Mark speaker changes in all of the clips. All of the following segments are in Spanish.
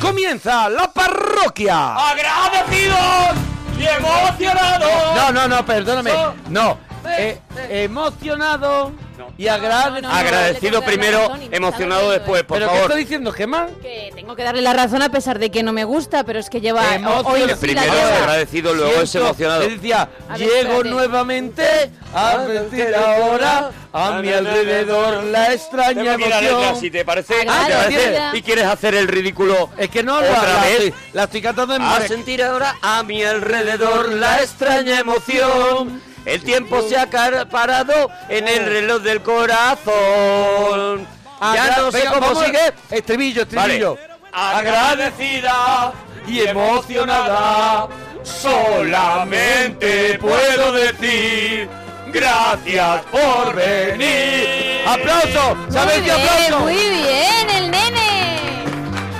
Speaker 1: comienza la parroquia.
Speaker 2: Agradecidos y emocionados.
Speaker 1: No, no, no, perdóname. No. Eh, emocionado y agra-
Speaker 3: No, no, no,
Speaker 2: Agradecido
Speaker 3: le tengo que dar
Speaker 2: primero,
Speaker 3: razón, intentado
Speaker 2: emocionado
Speaker 3: hacerlo,
Speaker 2: después,
Speaker 3: ¿eh?
Speaker 2: por
Speaker 1: ¿Pero qué
Speaker 2: favor.
Speaker 1: está diciendo Gemma?
Speaker 3: Que tengo que darle la razón a pesar de que no me gusta, pero es que lleva.
Speaker 1: Emoción.
Speaker 3: Hoy sí
Speaker 1: Que
Speaker 3: la
Speaker 2: Primero es
Speaker 3: lleva.
Speaker 2: agradecido, luego es
Speaker 1: Siento,
Speaker 2: emocionado.
Speaker 1: le decía,
Speaker 3: A ver,
Speaker 1: llego
Speaker 3: espérate.
Speaker 1: nuevamente Eh, a vestir ahora a mi alrededor la extraña
Speaker 2: Tengo que ir a letra, si
Speaker 1: emoción. Ah,
Speaker 2: te parece, si te
Speaker 3: Agradecida.
Speaker 2: parece y quieres hacer el ridículo
Speaker 1: Es que no, la,
Speaker 2: otra
Speaker 1: la,
Speaker 2: vez.
Speaker 1: estoy- la estoy cantando en
Speaker 2: A
Speaker 1: mal-
Speaker 2: sentir ahora a mi alrededor la extraña emoción. El tiempo se ha car- parado en el reloj del corazón. Ya
Speaker 1: Agra-
Speaker 2: no sé
Speaker 1: Venga,
Speaker 2: cómo
Speaker 1: vamos,
Speaker 2: sigue.
Speaker 1: Estribillo,
Speaker 2: Vale.
Speaker 1: estribillo.
Speaker 2: Agradecida y emocionada, solamente puedo decir gracias por venir.
Speaker 1: ¡Aplauso! ¿Sabéis
Speaker 3: muy
Speaker 1: qué
Speaker 3: bien,
Speaker 1: aplauso?
Speaker 3: muy bien, el nene.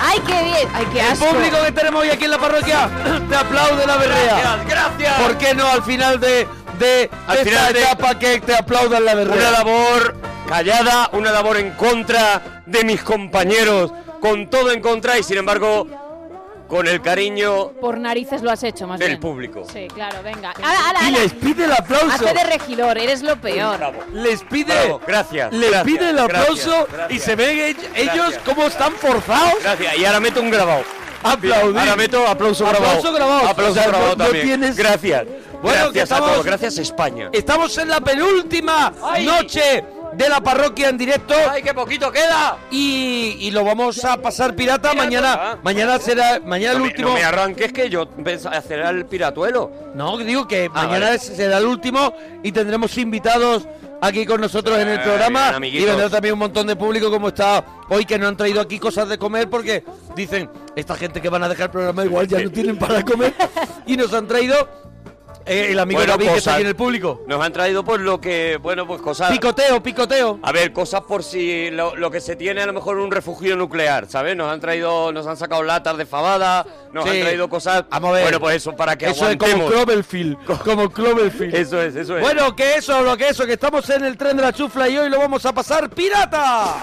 Speaker 3: Ay, qué bien. Ay, qué
Speaker 1: El
Speaker 3: asco.
Speaker 1: público que tenemos hoy aquí en la parroquia te aplaude la berrea.
Speaker 2: Gracias, gracias.
Speaker 1: ¿Por qué no al final de, de,
Speaker 2: Al
Speaker 1: de
Speaker 2: final
Speaker 1: esta
Speaker 2: de-
Speaker 1: etapa que te aplaudan la berrea?
Speaker 2: Una labor callada, una labor en contra de mis compañeros, con todo en contra y sin embargo con el cariño
Speaker 3: Por narices lo has hecho, más
Speaker 2: del
Speaker 3: bien.
Speaker 2: público.
Speaker 3: Sí, claro, venga. ¡Hala, hala,
Speaker 1: Y
Speaker 3: hala!
Speaker 1: les pide el aplauso.
Speaker 3: Hazte de regidor, eres lo peor.
Speaker 2: Bravo.
Speaker 1: Les pide,
Speaker 2: Bravo, gracias,
Speaker 1: les
Speaker 2: gracias,
Speaker 1: pide el
Speaker 2: gracias,
Speaker 1: aplauso
Speaker 2: gracias.
Speaker 1: y se ven ell- ellos
Speaker 2: Gracias.
Speaker 1: cómo están forzados
Speaker 2: Gracias, y ahora meto un grabado.
Speaker 1: a aplaudir.
Speaker 2: Ahora meto aplauso grabado.
Speaker 1: Aplauso grabado.
Speaker 2: Aplauso
Speaker 1: O sea, no-
Speaker 2: grabado
Speaker 1: no
Speaker 2: también.
Speaker 1: tienes-
Speaker 2: Gracias.
Speaker 1: Bueno, que
Speaker 2: gracias a
Speaker 1: estamos-
Speaker 2: todos. Gracias España.
Speaker 1: Estamos en la penúltima noche de la parroquia en directo
Speaker 2: qué poquito queda!
Speaker 1: y, y lo vamos a pasar pirata mañana.
Speaker 2: Pirata.
Speaker 1: Mañana será mañana el
Speaker 2: Ah. No me,
Speaker 1: último.
Speaker 2: no me arranques que yo pensaba hacer el piratuelo.
Speaker 1: No, digo que
Speaker 2: Ah,
Speaker 1: mañana
Speaker 2: vale.
Speaker 1: es- será el último y tendremos invitados aquí con nosotros en el
Speaker 2: Eh,
Speaker 1: programa.
Speaker 2: bien,
Speaker 1: y
Speaker 2: amiguitos.
Speaker 1: vendrá también un montón de público como está hoy que no han traído aquí cosas de comer porque dicen, esta gente que van a dejar el programa igual ya no tienen para comer. y nos han traído eh, el amigo
Speaker 2: Bueno, pues,
Speaker 1: David que está
Speaker 2: cosas.
Speaker 1: aquí en el público.
Speaker 2: Nos han traído pues lo que, bueno, pues cosas...
Speaker 1: Picoteo, picoteo.
Speaker 2: A ver, cosas por si lo, lo que se tiene a lo mejor un refugio nuclear, ¿sabes? Nos han traído, nos han sacado latas de fabada, nos
Speaker 1: Sí.
Speaker 2: han traído cosas...
Speaker 1: Vamos a ver.
Speaker 2: Bueno, pues eso, para que
Speaker 1: Eso es como
Speaker 2: aguantemos.
Speaker 1: Cloverfield. Como Cloverfield.
Speaker 2: eso es, eso es.
Speaker 1: Bueno, que eso, lo que eso, que estamos en el tren de la chufla y hoy lo vamos a pasar pirata.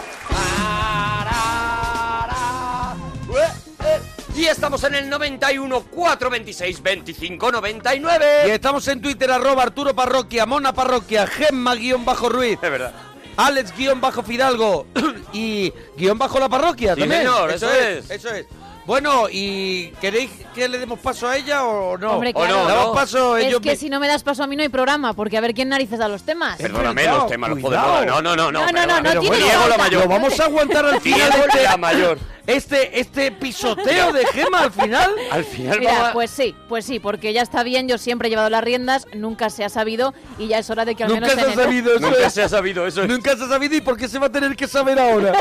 Speaker 2: Y estamos en el 91 4 26 25 99.
Speaker 1: Y estamos en Twitter, arroba Arturo Parroquia, Mona Parroquia, Gemma guión bajo Ruiz,
Speaker 2: Es verdad.
Speaker 1: Alex guión bajo Fidalgo y guión bajo la parroquia
Speaker 2: Sí,
Speaker 1: también.
Speaker 2: señor, eso es.
Speaker 1: Eso es. Bueno, ¿y queréis que le demos paso a ella o no?
Speaker 3: Hombre,
Speaker 1: O
Speaker 3: claro.
Speaker 1: no, damos paso,
Speaker 3: Es
Speaker 1: ellos
Speaker 3: que
Speaker 1: me-
Speaker 3: si no me das paso a mí no hay programa, porque a ver quién narices da los temas.
Speaker 2: Perdóname,
Speaker 1: cuidado,
Speaker 2: los temas los
Speaker 1: cuidado.
Speaker 2: podemos. No, no, no, no.
Speaker 3: No, no,
Speaker 2: pero
Speaker 3: no, no
Speaker 2: bueno,
Speaker 3: tiene
Speaker 2: Diego la
Speaker 3: falta.
Speaker 2: mayor.
Speaker 1: Lo vamos a aguantar al final
Speaker 2: Diego
Speaker 1: este,
Speaker 2: la mayor.
Speaker 1: este, este pisoteo de Gemma al final.
Speaker 2: Al final vamos
Speaker 3: Mira,
Speaker 2: a-
Speaker 3: pues sí, pues sí, porque ya está bien, yo siempre he llevado las riendas, nunca se ha sabido y ya es hora de que al
Speaker 1: Nunca
Speaker 3: menos
Speaker 1: se ha
Speaker 3: en el-
Speaker 1: sabido eso.
Speaker 2: Nunca
Speaker 1: es.
Speaker 2: se ha sabido eso. es-
Speaker 1: Nunca se ha sabido y por qué se va a tener que saber ahora.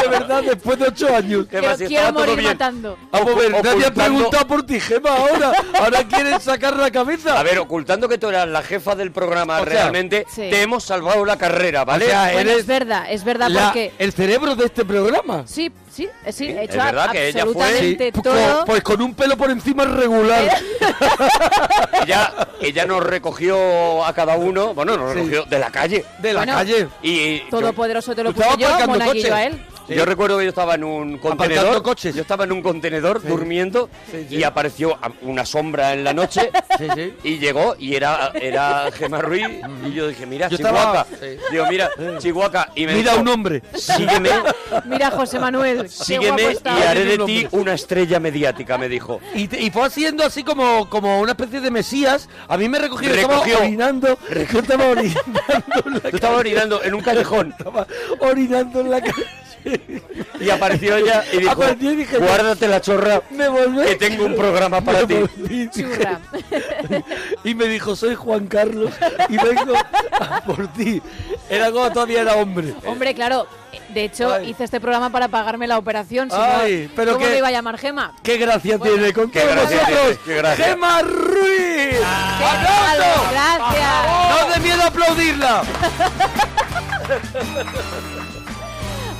Speaker 1: De verdad, después de ocho años.
Speaker 2: ¿Qué
Speaker 3: Pero
Speaker 2: más? Si
Speaker 3: quiero
Speaker 2: estaba todo
Speaker 3: morir
Speaker 2: bien.
Speaker 3: matando.
Speaker 1: Vamos a ver,
Speaker 2: Ocu-
Speaker 1: nadie ha
Speaker 2: ocultando-
Speaker 1: preguntado por ti, Gema, ahora. Ahora quieren sacar la cabeza.
Speaker 2: A ver, ocultando que tú eras la jefa del programa
Speaker 1: O sea,
Speaker 2: realmente,
Speaker 3: sí.
Speaker 2: te hemos salvado la carrera, ¿vale?
Speaker 1: O sea,
Speaker 3: Bueno,
Speaker 1: eres
Speaker 3: es verdad, es verdad,
Speaker 1: la-
Speaker 3: porque...
Speaker 1: el cerebro de este programa.
Speaker 3: Sí, sí, eh, sí, he
Speaker 2: Es
Speaker 3: hecho
Speaker 2: verdad que ella fue-
Speaker 3: absolutamente
Speaker 1: pues,
Speaker 3: todo.
Speaker 1: con, pues con un pelo por encima regular.
Speaker 2: ella, ella nos recogió a cada uno, bueno, nos
Speaker 1: Sí.
Speaker 2: recogió de la calle.
Speaker 1: De la
Speaker 3: Bueno,
Speaker 1: calle.
Speaker 2: Y yo-
Speaker 3: Todopoderoso te lo
Speaker 1: Tú estabas
Speaker 3: puse yo,
Speaker 1: aparcando
Speaker 3: monaguillo a
Speaker 1: coches.
Speaker 3: él.
Speaker 1: Sí.
Speaker 2: Yo recuerdo que yo estaba en un
Speaker 1: Aparcando
Speaker 2: contenedor.
Speaker 1: coches.
Speaker 2: Yo estaba en un contenedor durmiendo
Speaker 1: Sí, sí.
Speaker 2: y apareció a- una sombra en la noche.
Speaker 1: Sí, sí. Mm.
Speaker 2: Y llegó y era, era Gemma Ruiz. Y yo dije, mira,
Speaker 1: Yo estaba-
Speaker 2: Chihuahua.
Speaker 1: sí.
Speaker 2: Digo, mira, Chihuahua. Y me
Speaker 1: Mira
Speaker 2: dijo,
Speaker 1: un hombre.
Speaker 2: Sígueme,
Speaker 3: Mira, José Manuel, qué guapo
Speaker 2: sígueme y
Speaker 3: está.
Speaker 2: haré de
Speaker 1: Un
Speaker 2: ti
Speaker 1: hombre.
Speaker 2: una estrella mediática, me dijo.
Speaker 1: Y, te- y fue haciendo así como, como una especie de mesías. A mí me recogió. yo
Speaker 2: Recogió.
Speaker 1: Estaba orinando. Yo estaba orinando en la
Speaker 2: Yo estaba orinando en un callejón
Speaker 1: Estaba orinando en la calle.
Speaker 2: y apareció ella y dijo,
Speaker 1: Apareció y dije,
Speaker 2: guárdate la chorra
Speaker 1: Me volví.
Speaker 2: que tengo un programa para
Speaker 1: Me
Speaker 2: ti.
Speaker 1: volví.
Speaker 3: Churra.
Speaker 1: Y me dijo, soy Juan Carlos y vengo a por ti. Era como todavía era hombre.
Speaker 3: Hombre, claro, eh, de hecho
Speaker 1: Ay.
Speaker 3: hice este programa para pagarme la operación, si no,
Speaker 1: Ay, pero
Speaker 3: ¿cómo
Speaker 1: que-
Speaker 3: me iba a llamar Gema?
Speaker 1: Qué gracia
Speaker 3: Bueno.
Speaker 1: tiene con
Speaker 2: Qué
Speaker 1: todos
Speaker 2: gracia tiene,
Speaker 1: vosotros,
Speaker 2: qué gracia.
Speaker 1: Gemma Ruiz.
Speaker 3: Vale,
Speaker 1: ¡Aplauso!
Speaker 3: Gracias.
Speaker 1: No os dé miedo a aplaudirla.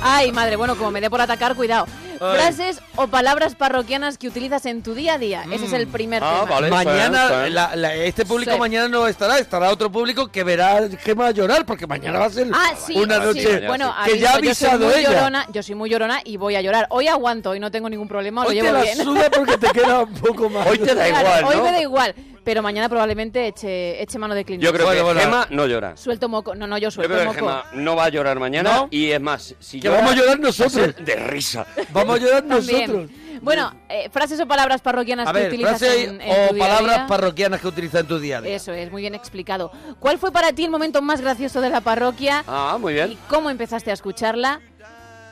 Speaker 3: Ay, madre, bueno, como me dé por atacar, cuidado. frases o palabras parroquianas que utilizas en tu día a día. Ese es
Speaker 1: Mm.
Speaker 3: el primer
Speaker 2: Ah,
Speaker 3: tema.
Speaker 2: vale.
Speaker 1: mañana,
Speaker 2: fue, fue.
Speaker 1: la- la- este público
Speaker 3: Sí.
Speaker 1: mañana no estará, estará otro público que verá a Gema llorar, porque mañana va a ser
Speaker 3: Ah, sí,
Speaker 1: una
Speaker 3: sí.
Speaker 1: noche
Speaker 3: Bueno,
Speaker 1: que ya ha
Speaker 3: aviso, yo soy
Speaker 1: avisado
Speaker 3: muy
Speaker 1: ella.
Speaker 3: Llorona, yo soy muy llorona y voy a llorar. Hoy aguanto, hoy no tengo ningún problema,
Speaker 1: Hoy
Speaker 3: lo
Speaker 1: te
Speaker 3: llevo
Speaker 1: la
Speaker 3: bien.
Speaker 1: suda porque te queda un poco más.
Speaker 2: Hoy te da
Speaker 3: Claro,
Speaker 2: igual,
Speaker 3: Hoy
Speaker 2: ¿no?
Speaker 3: me da igual, pero mañana probablemente eche, eche mano de Kleenex.
Speaker 2: Yo creo
Speaker 1: Bueno,
Speaker 2: que
Speaker 1: bueno.
Speaker 2: Gema no llora.
Speaker 3: Suelto moco. No, no, yo
Speaker 2: Yo
Speaker 3: suelto
Speaker 2: creo que
Speaker 3: moco.
Speaker 2: Gema no va a llorar mañana
Speaker 1: ¿No?
Speaker 2: y es más, si
Speaker 1: Que
Speaker 2: llora,
Speaker 1: vamos a llorar
Speaker 2: va a ser
Speaker 1: nosotros.
Speaker 2: de risa.
Speaker 1: Vamos a llorar
Speaker 3: También.
Speaker 1: nosotros.
Speaker 3: Bueno, eh, frases o palabras parroquianas
Speaker 1: A
Speaker 3: que
Speaker 1: ver,
Speaker 3: utilizas
Speaker 1: frases
Speaker 3: en, en tu
Speaker 1: o
Speaker 3: día a
Speaker 1: palabras
Speaker 3: día.
Speaker 1: parroquianas que utilizas en tu día a día.
Speaker 3: Eso es, muy bien explicado. ¿Cuál fue para ti el momento más gracioso de la parroquia
Speaker 2: Ah, muy
Speaker 3: y
Speaker 2: bien.
Speaker 3: cómo empezaste a escucharla?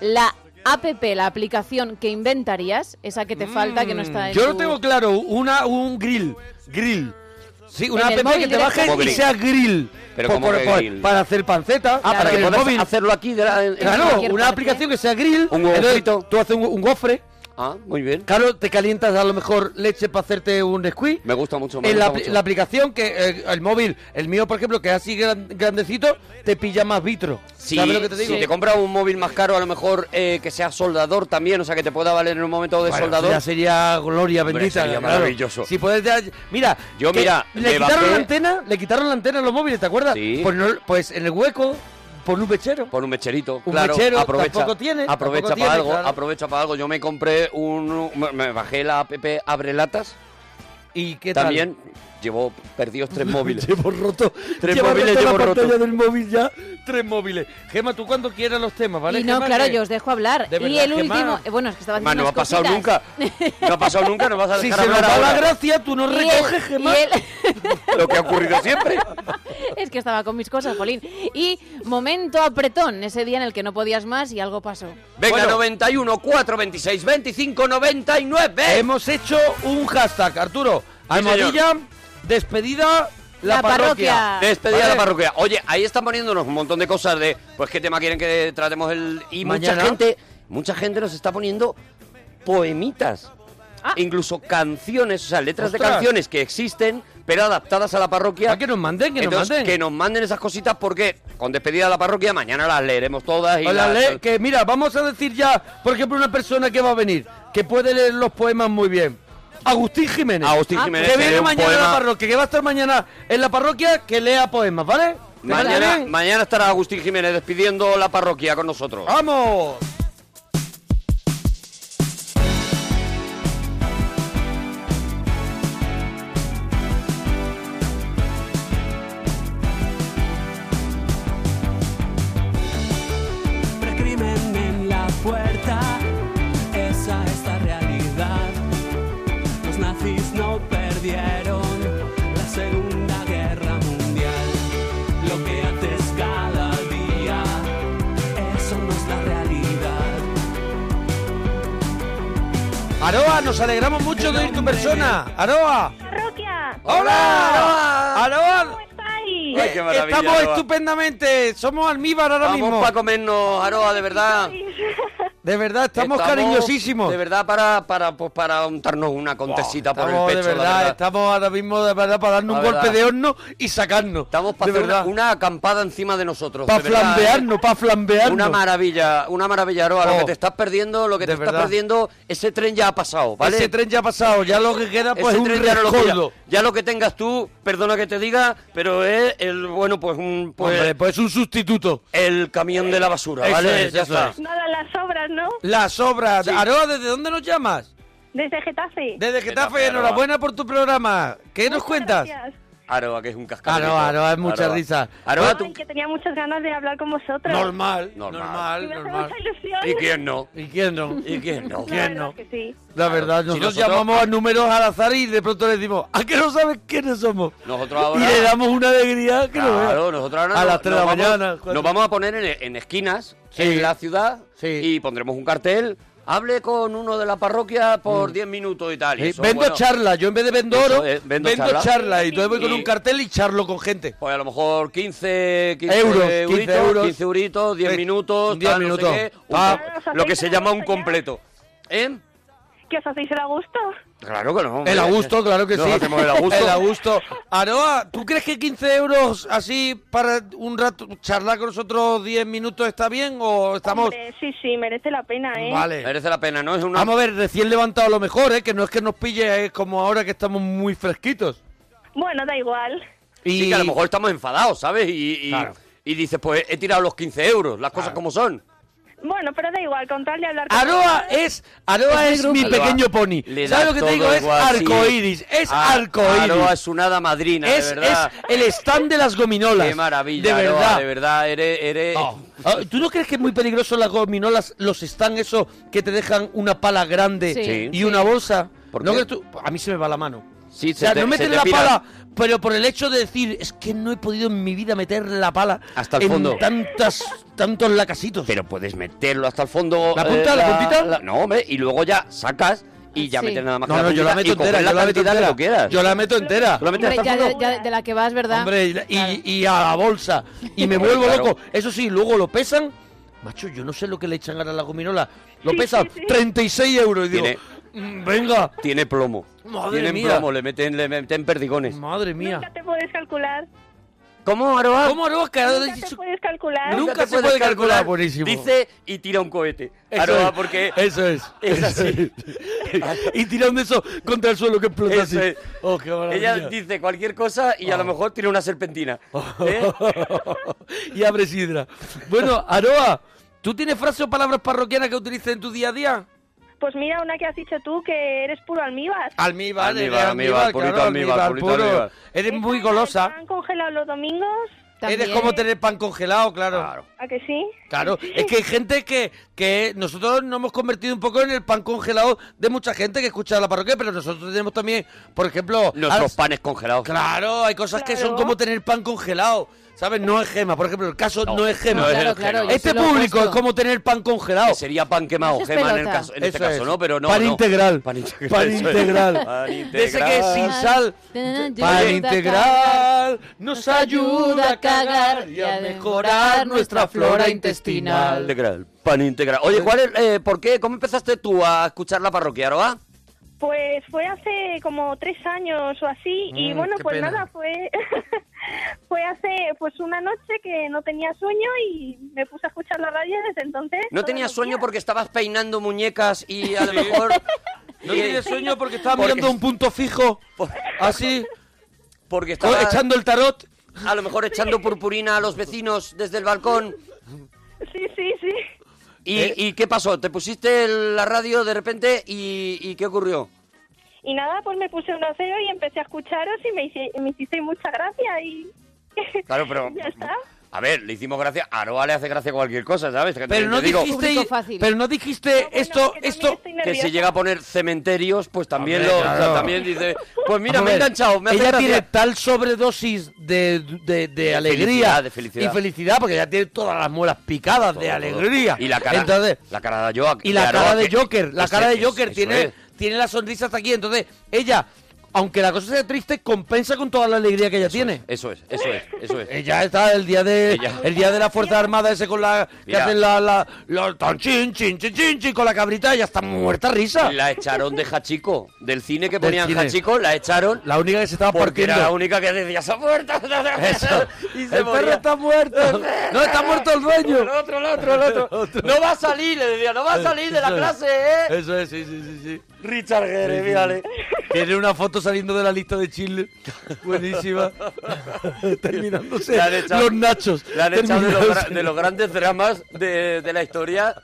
Speaker 3: La app, la aplicación que inventarías, esa que te falta, que no
Speaker 2: Mm.
Speaker 3: está en
Speaker 1: Yo lo
Speaker 3: tu-
Speaker 1: tengo claro, una, un grill. Grill. Sí, una
Speaker 3: En el
Speaker 1: app
Speaker 3: móvil
Speaker 1: que te
Speaker 3: directo.
Speaker 1: bajes
Speaker 2: Como
Speaker 1: y
Speaker 2: grill.
Speaker 1: sea grill.
Speaker 2: Pero
Speaker 1: Por-
Speaker 2: como
Speaker 1: por-
Speaker 2: que
Speaker 1: por-
Speaker 2: grill.
Speaker 1: Para hacer panceta.
Speaker 2: Ah, para
Speaker 1: en
Speaker 2: que
Speaker 1: el móvil.
Speaker 2: puedas hacerlo aquí. de la- en-
Speaker 1: Claro,
Speaker 3: cualquier
Speaker 1: una
Speaker 3: parte.
Speaker 1: aplicación que sea grill.
Speaker 2: Un huevo
Speaker 1: entonces
Speaker 2: frito.
Speaker 1: Tú haces un, un gofre.
Speaker 2: Ah, muy bien.
Speaker 1: Claro, te calientas a lo mejor leche para hacerte un squeeze.
Speaker 2: Me gusta mucho. Me
Speaker 1: En la,
Speaker 2: gusta
Speaker 1: apli-
Speaker 2: mucho.
Speaker 1: la aplicación que eh, el móvil, el mío por ejemplo, que es así gran- grandecito, te pilla más vitro.
Speaker 2: Si,
Speaker 1: ¿Sabes lo que te digo?
Speaker 2: si te compras un móvil más caro, a lo mejor eh, que sea soldador también, o sea, que te pueda valer en un momento de
Speaker 1: Bueno,
Speaker 2: soldador.
Speaker 1: Ya sería gloria
Speaker 2: Hombre,
Speaker 1: bendita.
Speaker 2: sería
Speaker 1: claro.
Speaker 2: maravilloso.
Speaker 1: Si puedes dar- mira,
Speaker 2: Yo,
Speaker 1: que
Speaker 2: mira,
Speaker 1: le
Speaker 2: me
Speaker 1: quitaron
Speaker 2: bajé-
Speaker 1: la antena, le quitaron la antena a los móviles, ¿te acuerdas?
Speaker 2: Sí.
Speaker 1: Pues, no- pues en el hueco, por un mechero.
Speaker 2: Por un mecherito,
Speaker 1: Un
Speaker 2: claro,
Speaker 1: mechero,
Speaker 2: aprovecha,
Speaker 1: tampoco tiene, tampoco
Speaker 2: aprovecha para
Speaker 1: tiene,
Speaker 2: algo,
Speaker 1: claro.
Speaker 2: aprovecha para algo. Yo me compré un, me- me bajé la app Abrelatas,
Speaker 1: ¿Y qué tal?
Speaker 2: también llevo perdidos tres móviles.
Speaker 1: Llevo roto.
Speaker 2: Tres
Speaker 1: lleva
Speaker 2: móviles,
Speaker 1: rota
Speaker 2: llevo
Speaker 1: la
Speaker 2: roto.
Speaker 1: pantalla del móvil ya. Tres móviles. Gema, tú cuando quieras los temas, ¿vale?
Speaker 3: y no,
Speaker 1: Gema,
Speaker 3: claro,
Speaker 1: que-
Speaker 3: yo os dejo hablar.
Speaker 1: De
Speaker 3: y
Speaker 1: verdad,
Speaker 3: el
Speaker 1: Gemma.
Speaker 3: último, eh, bueno, es que estaba
Speaker 2: Además,
Speaker 3: haciendo
Speaker 2: no ha
Speaker 3: unas
Speaker 2: pasado
Speaker 3: cositas.
Speaker 2: nunca, no ha pasado nunca, no vas a
Speaker 1: Si
Speaker 2: dejar
Speaker 1: se nos
Speaker 2: hablar
Speaker 1: da la
Speaker 2: ahora.
Speaker 1: gracia, Ah, tú no
Speaker 3: Y el-
Speaker 1: recoges, Gema.
Speaker 3: y el-
Speaker 2: lo que ha ocurrido siempre.
Speaker 3: es que estaba con mis cosas, Jolín. Y momento apretón, ese día en el que no podías más y algo pasó.
Speaker 2: Venga,
Speaker 1: Bueno.
Speaker 2: 91, 4, 26, 25, 99.
Speaker 1: Hemos hecho un hashtag, Arturo. Almohadilla, despedida, la,
Speaker 3: La parroquia.
Speaker 2: Despedida
Speaker 1: Vale.
Speaker 2: de este la parroquia. Oye, ahí están poniéndonos un montón de cosas de, pues, ¿qué tema quieren que tratemos el...? Y
Speaker 1: Mañana.
Speaker 2: mucha gente, mucha gente nos está poniendo poemitas.
Speaker 3: Ah.
Speaker 2: Incluso canciones, o sea, letras
Speaker 1: Ostras.
Speaker 2: de canciones que existen, pero adaptadas a la parroquia.
Speaker 1: Ah, que nos manden, que
Speaker 2: Entonces,
Speaker 1: nos manden.
Speaker 2: que nos manden esas cositas porque con despedida de la parroquia mañana las leeremos todas y
Speaker 1: Hola,
Speaker 2: las-
Speaker 1: Le- que mira, vamos a decir ya, por ejemplo, una persona que va a venir, que puede leer los poemas muy bien. Agustín Jiménez.
Speaker 2: Agustín
Speaker 3: Ah,
Speaker 2: Jiménez.
Speaker 1: Que
Speaker 2: lee
Speaker 1: viene
Speaker 2: un
Speaker 1: mañana a la
Speaker 2: poema.
Speaker 1: parroquia, que va a estar mañana en la parroquia, que lea poemas, ¿vale? ¿Te parece
Speaker 2: Mañana,
Speaker 1: bien?
Speaker 2: mañana estará Agustín Jiménez despidiendo la parroquia con nosotros.
Speaker 1: ¡Vamos!
Speaker 4: Siempre crimen en la puerta, esa es la realidad. Los nazis no perdieron la Segunda Guerra Mundial. Lo que haces cada día, eso no es la realidad.
Speaker 1: Aroa, nos alegramos mucho de ir tu persona. Aroa.
Speaker 5: parroquia.
Speaker 1: ¡Hola!
Speaker 5: ¿Cómo
Speaker 1: Aroa. Eh,
Speaker 5: estáis?
Speaker 2: Ay, qué maravilla,
Speaker 1: Estamos
Speaker 2: Aroa.
Speaker 1: estupendamente, somos almíbar ahora mismo.
Speaker 2: Vamos para comernos, Aroa, de verdad.
Speaker 1: De verdad, estamos, cariñosísimos.
Speaker 2: De verdad, para, para, pues, para untarnos una contesita por el
Speaker 1: Estamos,
Speaker 2: pecho,
Speaker 1: de verdad,
Speaker 2: la verdad.
Speaker 1: estamos ahora mismo de verdad para darnos
Speaker 2: La
Speaker 1: un golpe
Speaker 2: verdad.
Speaker 1: de horno y sacarnos.
Speaker 2: Estamos
Speaker 1: de
Speaker 2: para hacer una,
Speaker 1: verdad.
Speaker 2: una acampada encima de nosotros.
Speaker 1: Para
Speaker 2: de verdad,
Speaker 1: flambearnos, para
Speaker 2: ¿eh?
Speaker 1: flambearnos.
Speaker 2: Una maravilla, una maravilla, Aroa.
Speaker 1: Oh.
Speaker 2: Lo que te estás perdiendo, lo que
Speaker 1: De
Speaker 2: te
Speaker 1: verdad.
Speaker 2: estás perdiendo, ese tren ya ha pasado, ¿vale?
Speaker 1: Ese tren ya ha pasado, ya lo que queda pues
Speaker 2: Ese
Speaker 1: es un
Speaker 2: tren ya no lo pilla.
Speaker 1: rescoldo.
Speaker 2: Ya lo que tengas tú, perdona que te diga, pero es el, bueno, pues un, pues,
Speaker 1: Hombre, pues un sustituto.
Speaker 2: el camión de la basura,
Speaker 1: Eso
Speaker 2: ¿vale?
Speaker 1: es,
Speaker 2: ya
Speaker 1: eso
Speaker 2: está.
Speaker 1: es.
Speaker 5: Nada, las obras, ¿no?
Speaker 1: Las obras. Aroa, ¿desde dónde nos llamas?
Speaker 5: Desde Getafe.
Speaker 1: Desde Getafe,
Speaker 2: Aroa.
Speaker 1: enhorabuena por tu programa. ¿Qué nos
Speaker 5: Muchas
Speaker 1: cuentas?
Speaker 5: gracias.
Speaker 2: Aroa, que es un cascabel.
Speaker 1: Aroa, Aroa, es mucha risa.
Speaker 2: Aroa, tú.
Speaker 5: Ay, que tenía muchas ganas de hablar con vosotros.
Speaker 1: Normal,
Speaker 2: Normal.
Speaker 1: normal,
Speaker 5: Y me hace
Speaker 1: normal.
Speaker 5: mucha ilusión.
Speaker 2: ¿Y quién no?
Speaker 1: ¿Y quién no?
Speaker 2: ¿Y quién no?
Speaker 5: La
Speaker 1: quién
Speaker 5: verdad
Speaker 1: no?
Speaker 5: que sí.
Speaker 1: La
Speaker 2: Claro,
Speaker 1: verdad,
Speaker 2: si
Speaker 1: nosotros,
Speaker 2: nosotros-
Speaker 1: llamamos a números al azar y de pronto les decimos, ¿a que no sabes quiénes somos?
Speaker 2: Nosotros ahora-
Speaker 1: Y le damos una alegría que no
Speaker 2: Claro,
Speaker 1: veas.
Speaker 2: nosotros ahora
Speaker 1: A
Speaker 2: nos-
Speaker 1: las tres de
Speaker 2: nos
Speaker 1: la
Speaker 2: vamos-
Speaker 1: mañana, cuatro.
Speaker 2: Nos vamos a poner en, en esquinas,
Speaker 1: Sí.
Speaker 2: en la ciudad,
Speaker 1: Sí.
Speaker 2: y pondremos un cartel. Hable con uno de la parroquia por 10 minutos y tal. y
Speaker 1: Mm. Sí,
Speaker 2: eso,
Speaker 1: vendo
Speaker 2: bueno,
Speaker 1: charla, yo en vez de vendo
Speaker 2: Eso
Speaker 1: oro,
Speaker 2: es,
Speaker 1: vendo,
Speaker 2: vendo
Speaker 1: charla.
Speaker 2: charla.
Speaker 1: y entonces voy con
Speaker 2: Y-
Speaker 1: un cartel y charlo con gente.
Speaker 2: Pues a lo mejor 15, 15
Speaker 1: Euros, 15
Speaker 2: euritos, 15
Speaker 1: euros.
Speaker 2: euros, 10
Speaker 1: Sí,
Speaker 2: minutos,
Speaker 1: 10
Speaker 2: tal, no sé
Speaker 1: minutos.
Speaker 2: qué, un
Speaker 1: Ah.
Speaker 2: com- lo que se llama un completo. ¿Eh?
Speaker 5: ¿Que os hacéis el gusto?
Speaker 2: Claro que no. hombre.
Speaker 1: El Augusto, claro que
Speaker 2: No,
Speaker 1: sí.
Speaker 2: hacemos el Augusto.
Speaker 1: El Augusto. Aroa, ¿tú crees que 15 euros así para un rato charlar con nosotros 10 minutos está bien o estamos...?
Speaker 5: Hombre, sí, sí, merece la pena, ¿eh?
Speaker 1: Vale.
Speaker 2: Merece la pena, ¿no? Es una...
Speaker 1: Vamos a ver, recién levantado a lo mejor, ¿eh? Que no es que nos pille eh, como ahora que estamos muy fresquitos.
Speaker 5: Bueno, da igual.
Speaker 1: Y
Speaker 2: Sí, que a lo mejor estamos enfadados, ¿sabes? Y, y,
Speaker 1: Claro.
Speaker 2: y dices, pues he tirado los 15 euros, las cosas como son.
Speaker 5: Bueno, pero da igual, con tal de hablar con
Speaker 1: Aroa es,
Speaker 2: Pues
Speaker 1: Aroa es, mi
Speaker 2: Aroa
Speaker 1: pequeño pony.
Speaker 2: le da
Speaker 1: ¿Sabes lo que te
Speaker 2: todo
Speaker 1: digo? Es
Speaker 2: igual, sí.
Speaker 1: arcoiris, es
Speaker 2: Ah,
Speaker 1: arcoiris.
Speaker 2: Aroa es una hada madrina,
Speaker 1: es,
Speaker 2: de verdad.
Speaker 1: es el stand de las gominolas.
Speaker 2: Qué maravilla,
Speaker 1: De
Speaker 2: Aroa,
Speaker 1: verdad.
Speaker 2: de verdad, eres... eres...
Speaker 1: Oh. Ah, ¿Tú no crees que es muy peligroso las gominolas, los están esos que te dejan una pala grande
Speaker 3: Sí.
Speaker 1: y
Speaker 3: Sí.
Speaker 1: una bolsa?
Speaker 2: ¿Por
Speaker 1: ¿No
Speaker 2: qué?
Speaker 1: crees tú? A mí se me va la mano.
Speaker 2: Sí,
Speaker 1: o sea,
Speaker 2: se te-
Speaker 1: no
Speaker 2: se
Speaker 1: meter
Speaker 2: te
Speaker 1: la
Speaker 2: pira.
Speaker 1: pala, pero por el hecho de decir, es que no he podido en mi vida meter la pala
Speaker 2: Hasta el
Speaker 1: en
Speaker 2: fondo.
Speaker 1: tantas, tantos lacasitos.
Speaker 2: Pero puedes meterlo hasta el fondo. eh,
Speaker 1: ¿La punta, la puntita?
Speaker 2: no, hombre, y luego ya sacas y ya
Speaker 3: Sí.
Speaker 2: metes nada más
Speaker 1: no,
Speaker 2: que
Speaker 1: no, yo la
Speaker 2: puntita
Speaker 1: meto
Speaker 2: y coges
Speaker 1: entera, yo la meto
Speaker 2: cantidad que
Speaker 1: entera.
Speaker 2: tú quieras.
Speaker 1: Yo la meto entera.
Speaker 2: ¿Tú la metes
Speaker 3: Hombre,
Speaker 2: hasta
Speaker 3: ya
Speaker 2: el fondo?
Speaker 3: de, ya de la que vas, ¿verdad?
Speaker 1: Hombre, y, la- y- y a la bolsa. Y me
Speaker 2: Hombre,
Speaker 1: vuelvo
Speaker 2: claro.
Speaker 1: loco. Eso sí, luego lo pesan. Macho, yo no sé lo que le echan ahora a la gominola. Lo
Speaker 5: Sí,
Speaker 1: pesan
Speaker 5: sí, sí.
Speaker 1: 36 euros. Y digo,
Speaker 2: Tiene-
Speaker 1: "Mm, venga.
Speaker 2: Tiene plomo.
Speaker 1: Madre
Speaker 2: Tienen
Speaker 1: mía.
Speaker 2: plomo, le meten, le meten perdigones.
Speaker 1: Madre
Speaker 5: Nunca
Speaker 1: mía.
Speaker 5: te puedes calcular.
Speaker 2: ¿Cómo, Aroa?
Speaker 1: ¿Cómo no? Que ahora
Speaker 5: Nunca te
Speaker 1: dicho-
Speaker 5: puedes calcular.
Speaker 1: Nunca
Speaker 2: te
Speaker 1: se
Speaker 2: puedes
Speaker 1: puede calcular, buenísimo.
Speaker 2: Dice y tira un cohete.
Speaker 1: Eso
Speaker 2: Aroa,
Speaker 1: es,
Speaker 2: porque
Speaker 1: Eso es.
Speaker 2: es
Speaker 1: eso
Speaker 2: así.
Speaker 1: es. y tiran de eso contra el suelo que explota
Speaker 2: Eso
Speaker 1: así.
Speaker 2: es.
Speaker 1: Oh, qué maravilla. Ah. Oh.
Speaker 2: ella dice cualquier cosa y a lo mejor tira una serpentina. ¿Eh?
Speaker 1: y abre sidra. Bueno, Aroa, ¿tú tienes frases o palabras parroquianas que utilices en tu día a día?
Speaker 5: Pues mira, una que has dicho tú, que eres puro almíbar.
Speaker 1: Almíbar, eres
Speaker 2: Almíbar, almíbar, purito almíbar, purito almíbar.
Speaker 1: Eres muy
Speaker 5: Esa, la
Speaker 1: golosa.
Speaker 5: que han congelado los domingos?
Speaker 1: Eres
Speaker 3: También.
Speaker 1: como tener pan congelado, claro.
Speaker 2: Claro.
Speaker 1: Claro.
Speaker 5: ¿A que sí?
Speaker 1: es que hay gente que, que nosotros nos hemos convertido un poco en el pan congelado de mucha gente que escucha la parroquia, pero nosotros tenemos también, por ejemplo,
Speaker 2: Nuestros
Speaker 1: al-
Speaker 2: panes congelados.
Speaker 1: Claro, hay cosas que son
Speaker 5: Claro.
Speaker 1: como tener pan congelado, ¿sabes? No es gema, por ejemplo, el caso no, es gema.
Speaker 2: no es
Speaker 3: claro,
Speaker 2: el
Speaker 3: claro,
Speaker 2: género.
Speaker 3: yo
Speaker 1: este
Speaker 3: soy lo
Speaker 1: público es
Speaker 3: opuesto.
Speaker 1: como tener pan congelado.
Speaker 2: Que sería pan quemado,
Speaker 3: Eso es
Speaker 2: gema en, el
Speaker 3: pelota.
Speaker 2: caso, en este
Speaker 1: Eso es.
Speaker 2: caso, ¿no? Pero no.
Speaker 1: Pan
Speaker 2: no.
Speaker 1: integral.
Speaker 2: Pan integral.
Speaker 1: Pan
Speaker 2: eso es.
Speaker 1: integral.
Speaker 2: Pan
Speaker 1: De ese que es sin
Speaker 2: integral.
Speaker 1: sal.
Speaker 3: Tan, tan,
Speaker 1: Pan
Speaker 3: ayuda a
Speaker 1: integral nos
Speaker 3: nos ayuda
Speaker 1: ayuda a cagar y a mejorar nuestra flora
Speaker 2: Pan
Speaker 1: intestinal.
Speaker 2: integral. Pan integral. Oye, ¿cuál es, eh, ¿por qué? ¿Cómo empezaste tú a escuchar la parroquia, Aroa?
Speaker 5: Pues fue hace como tres años o así y
Speaker 1: Mm,
Speaker 5: bueno,
Speaker 1: qué
Speaker 5: pues
Speaker 1: pena.
Speaker 5: nada, fue fue hace pues una noche que no tenía sueño y me puse a escuchar la radio y desde entonces.
Speaker 2: No
Speaker 5: todos
Speaker 2: tenías
Speaker 5: los
Speaker 2: sueño
Speaker 5: días.
Speaker 2: porque estabas peinando muñecas y a lo mejor.
Speaker 1: No tiene sueño porque estaba
Speaker 2: Porque-
Speaker 1: mirando un punto fijo,
Speaker 2: Por-
Speaker 1: así,
Speaker 2: Porque estabas
Speaker 1: echando el tarot.
Speaker 2: a lo mejor echando purpurina a los vecinos desde el balcón.
Speaker 5: Sí, sí, sí.
Speaker 2: ¿Y,
Speaker 1: ¿Eh?
Speaker 2: y qué pasó? ¿Te pusiste el- la radio de repente y, y qué ocurrió?
Speaker 5: Y nada, pues me puse un cero y empecé a escucharos y me, hice, me hicisteis mucha gracia y...
Speaker 2: Claro, pero.
Speaker 5: ya está.
Speaker 2: A ver, le hicimos gracia. A Aroa le hace gracia cualquier cosa, ¿sabes? Que
Speaker 1: Pero
Speaker 2: te
Speaker 1: no
Speaker 2: digo,
Speaker 1: dijiste,
Speaker 3: Público fácil.
Speaker 1: pero no dijiste
Speaker 5: No, bueno,
Speaker 1: esto,
Speaker 5: que también
Speaker 1: esto.
Speaker 5: estoy
Speaker 2: que
Speaker 5: nerviosa.
Speaker 2: si llega a poner cementerios, pues también
Speaker 1: Hombre,
Speaker 2: lo. o sea,
Speaker 1: claro.
Speaker 2: también dice. Pues
Speaker 1: Vamos a
Speaker 2: mira, me he
Speaker 1: ver,
Speaker 2: enganchado, me hace
Speaker 1: Ella
Speaker 2: gracia.
Speaker 1: tiene tal sobredosis de, de- de alegría
Speaker 2: felicidad, de felicidad.
Speaker 1: y felicidad porque ya tiene todas las muelas picadas de alegría.
Speaker 2: Y la cara.
Speaker 1: Entonces,
Speaker 2: la cara de Joaquín.
Speaker 1: y la cara
Speaker 2: Aroa,
Speaker 1: de
Speaker 2: que-
Speaker 1: Joker, la
Speaker 2: ese-
Speaker 1: cara de
Speaker 2: es-
Speaker 1: Joker
Speaker 2: eso
Speaker 1: tiene,
Speaker 2: es.
Speaker 1: tiene la sonrisa hasta aquí. Entonces, ella, aunque la cosa sea triste, compensa con toda la alegría que ella tiene.
Speaker 2: Eso es, eso es, eso es.
Speaker 1: Ella Eh, está el día de
Speaker 2: Ella-
Speaker 1: el día de la Fuerza Armada ese con la que
Speaker 2: Mira.
Speaker 1: hacen la la los tan chin chin chin chin chin con la cabrita, ella está muerta risa. La,
Speaker 2: La echaron de Hachico. Del cine que
Speaker 1: Del
Speaker 2: ponían
Speaker 1: cine.
Speaker 2: Hachico, la echaron.
Speaker 1: única que se estaba
Speaker 2: Porque
Speaker 1: partiendo.
Speaker 2: era la única que decía, ¡se ha muerto!
Speaker 1: Eso.
Speaker 2: Y
Speaker 1: el
Speaker 2: se
Speaker 1: perro
Speaker 2: moría.
Speaker 1: está muerto. No está muerto el dueño.
Speaker 2: El otro, el otro, el otro. No va a salir, le decía, no va a salir de la
Speaker 1: Eso es.
Speaker 2: clase, ¿eh?
Speaker 1: Eso es, sí, sí, sí, sí.
Speaker 2: Richard Gere,
Speaker 1: sí.
Speaker 2: fíjale.
Speaker 1: Tiene una foto saliendo de la lista de Chile. Buenísima. Terminándose
Speaker 2: Le han echado-
Speaker 1: los nachos.
Speaker 2: Le han echado de los, gra-
Speaker 1: Terminándose.
Speaker 2: de los grandes dramas de, de la historia.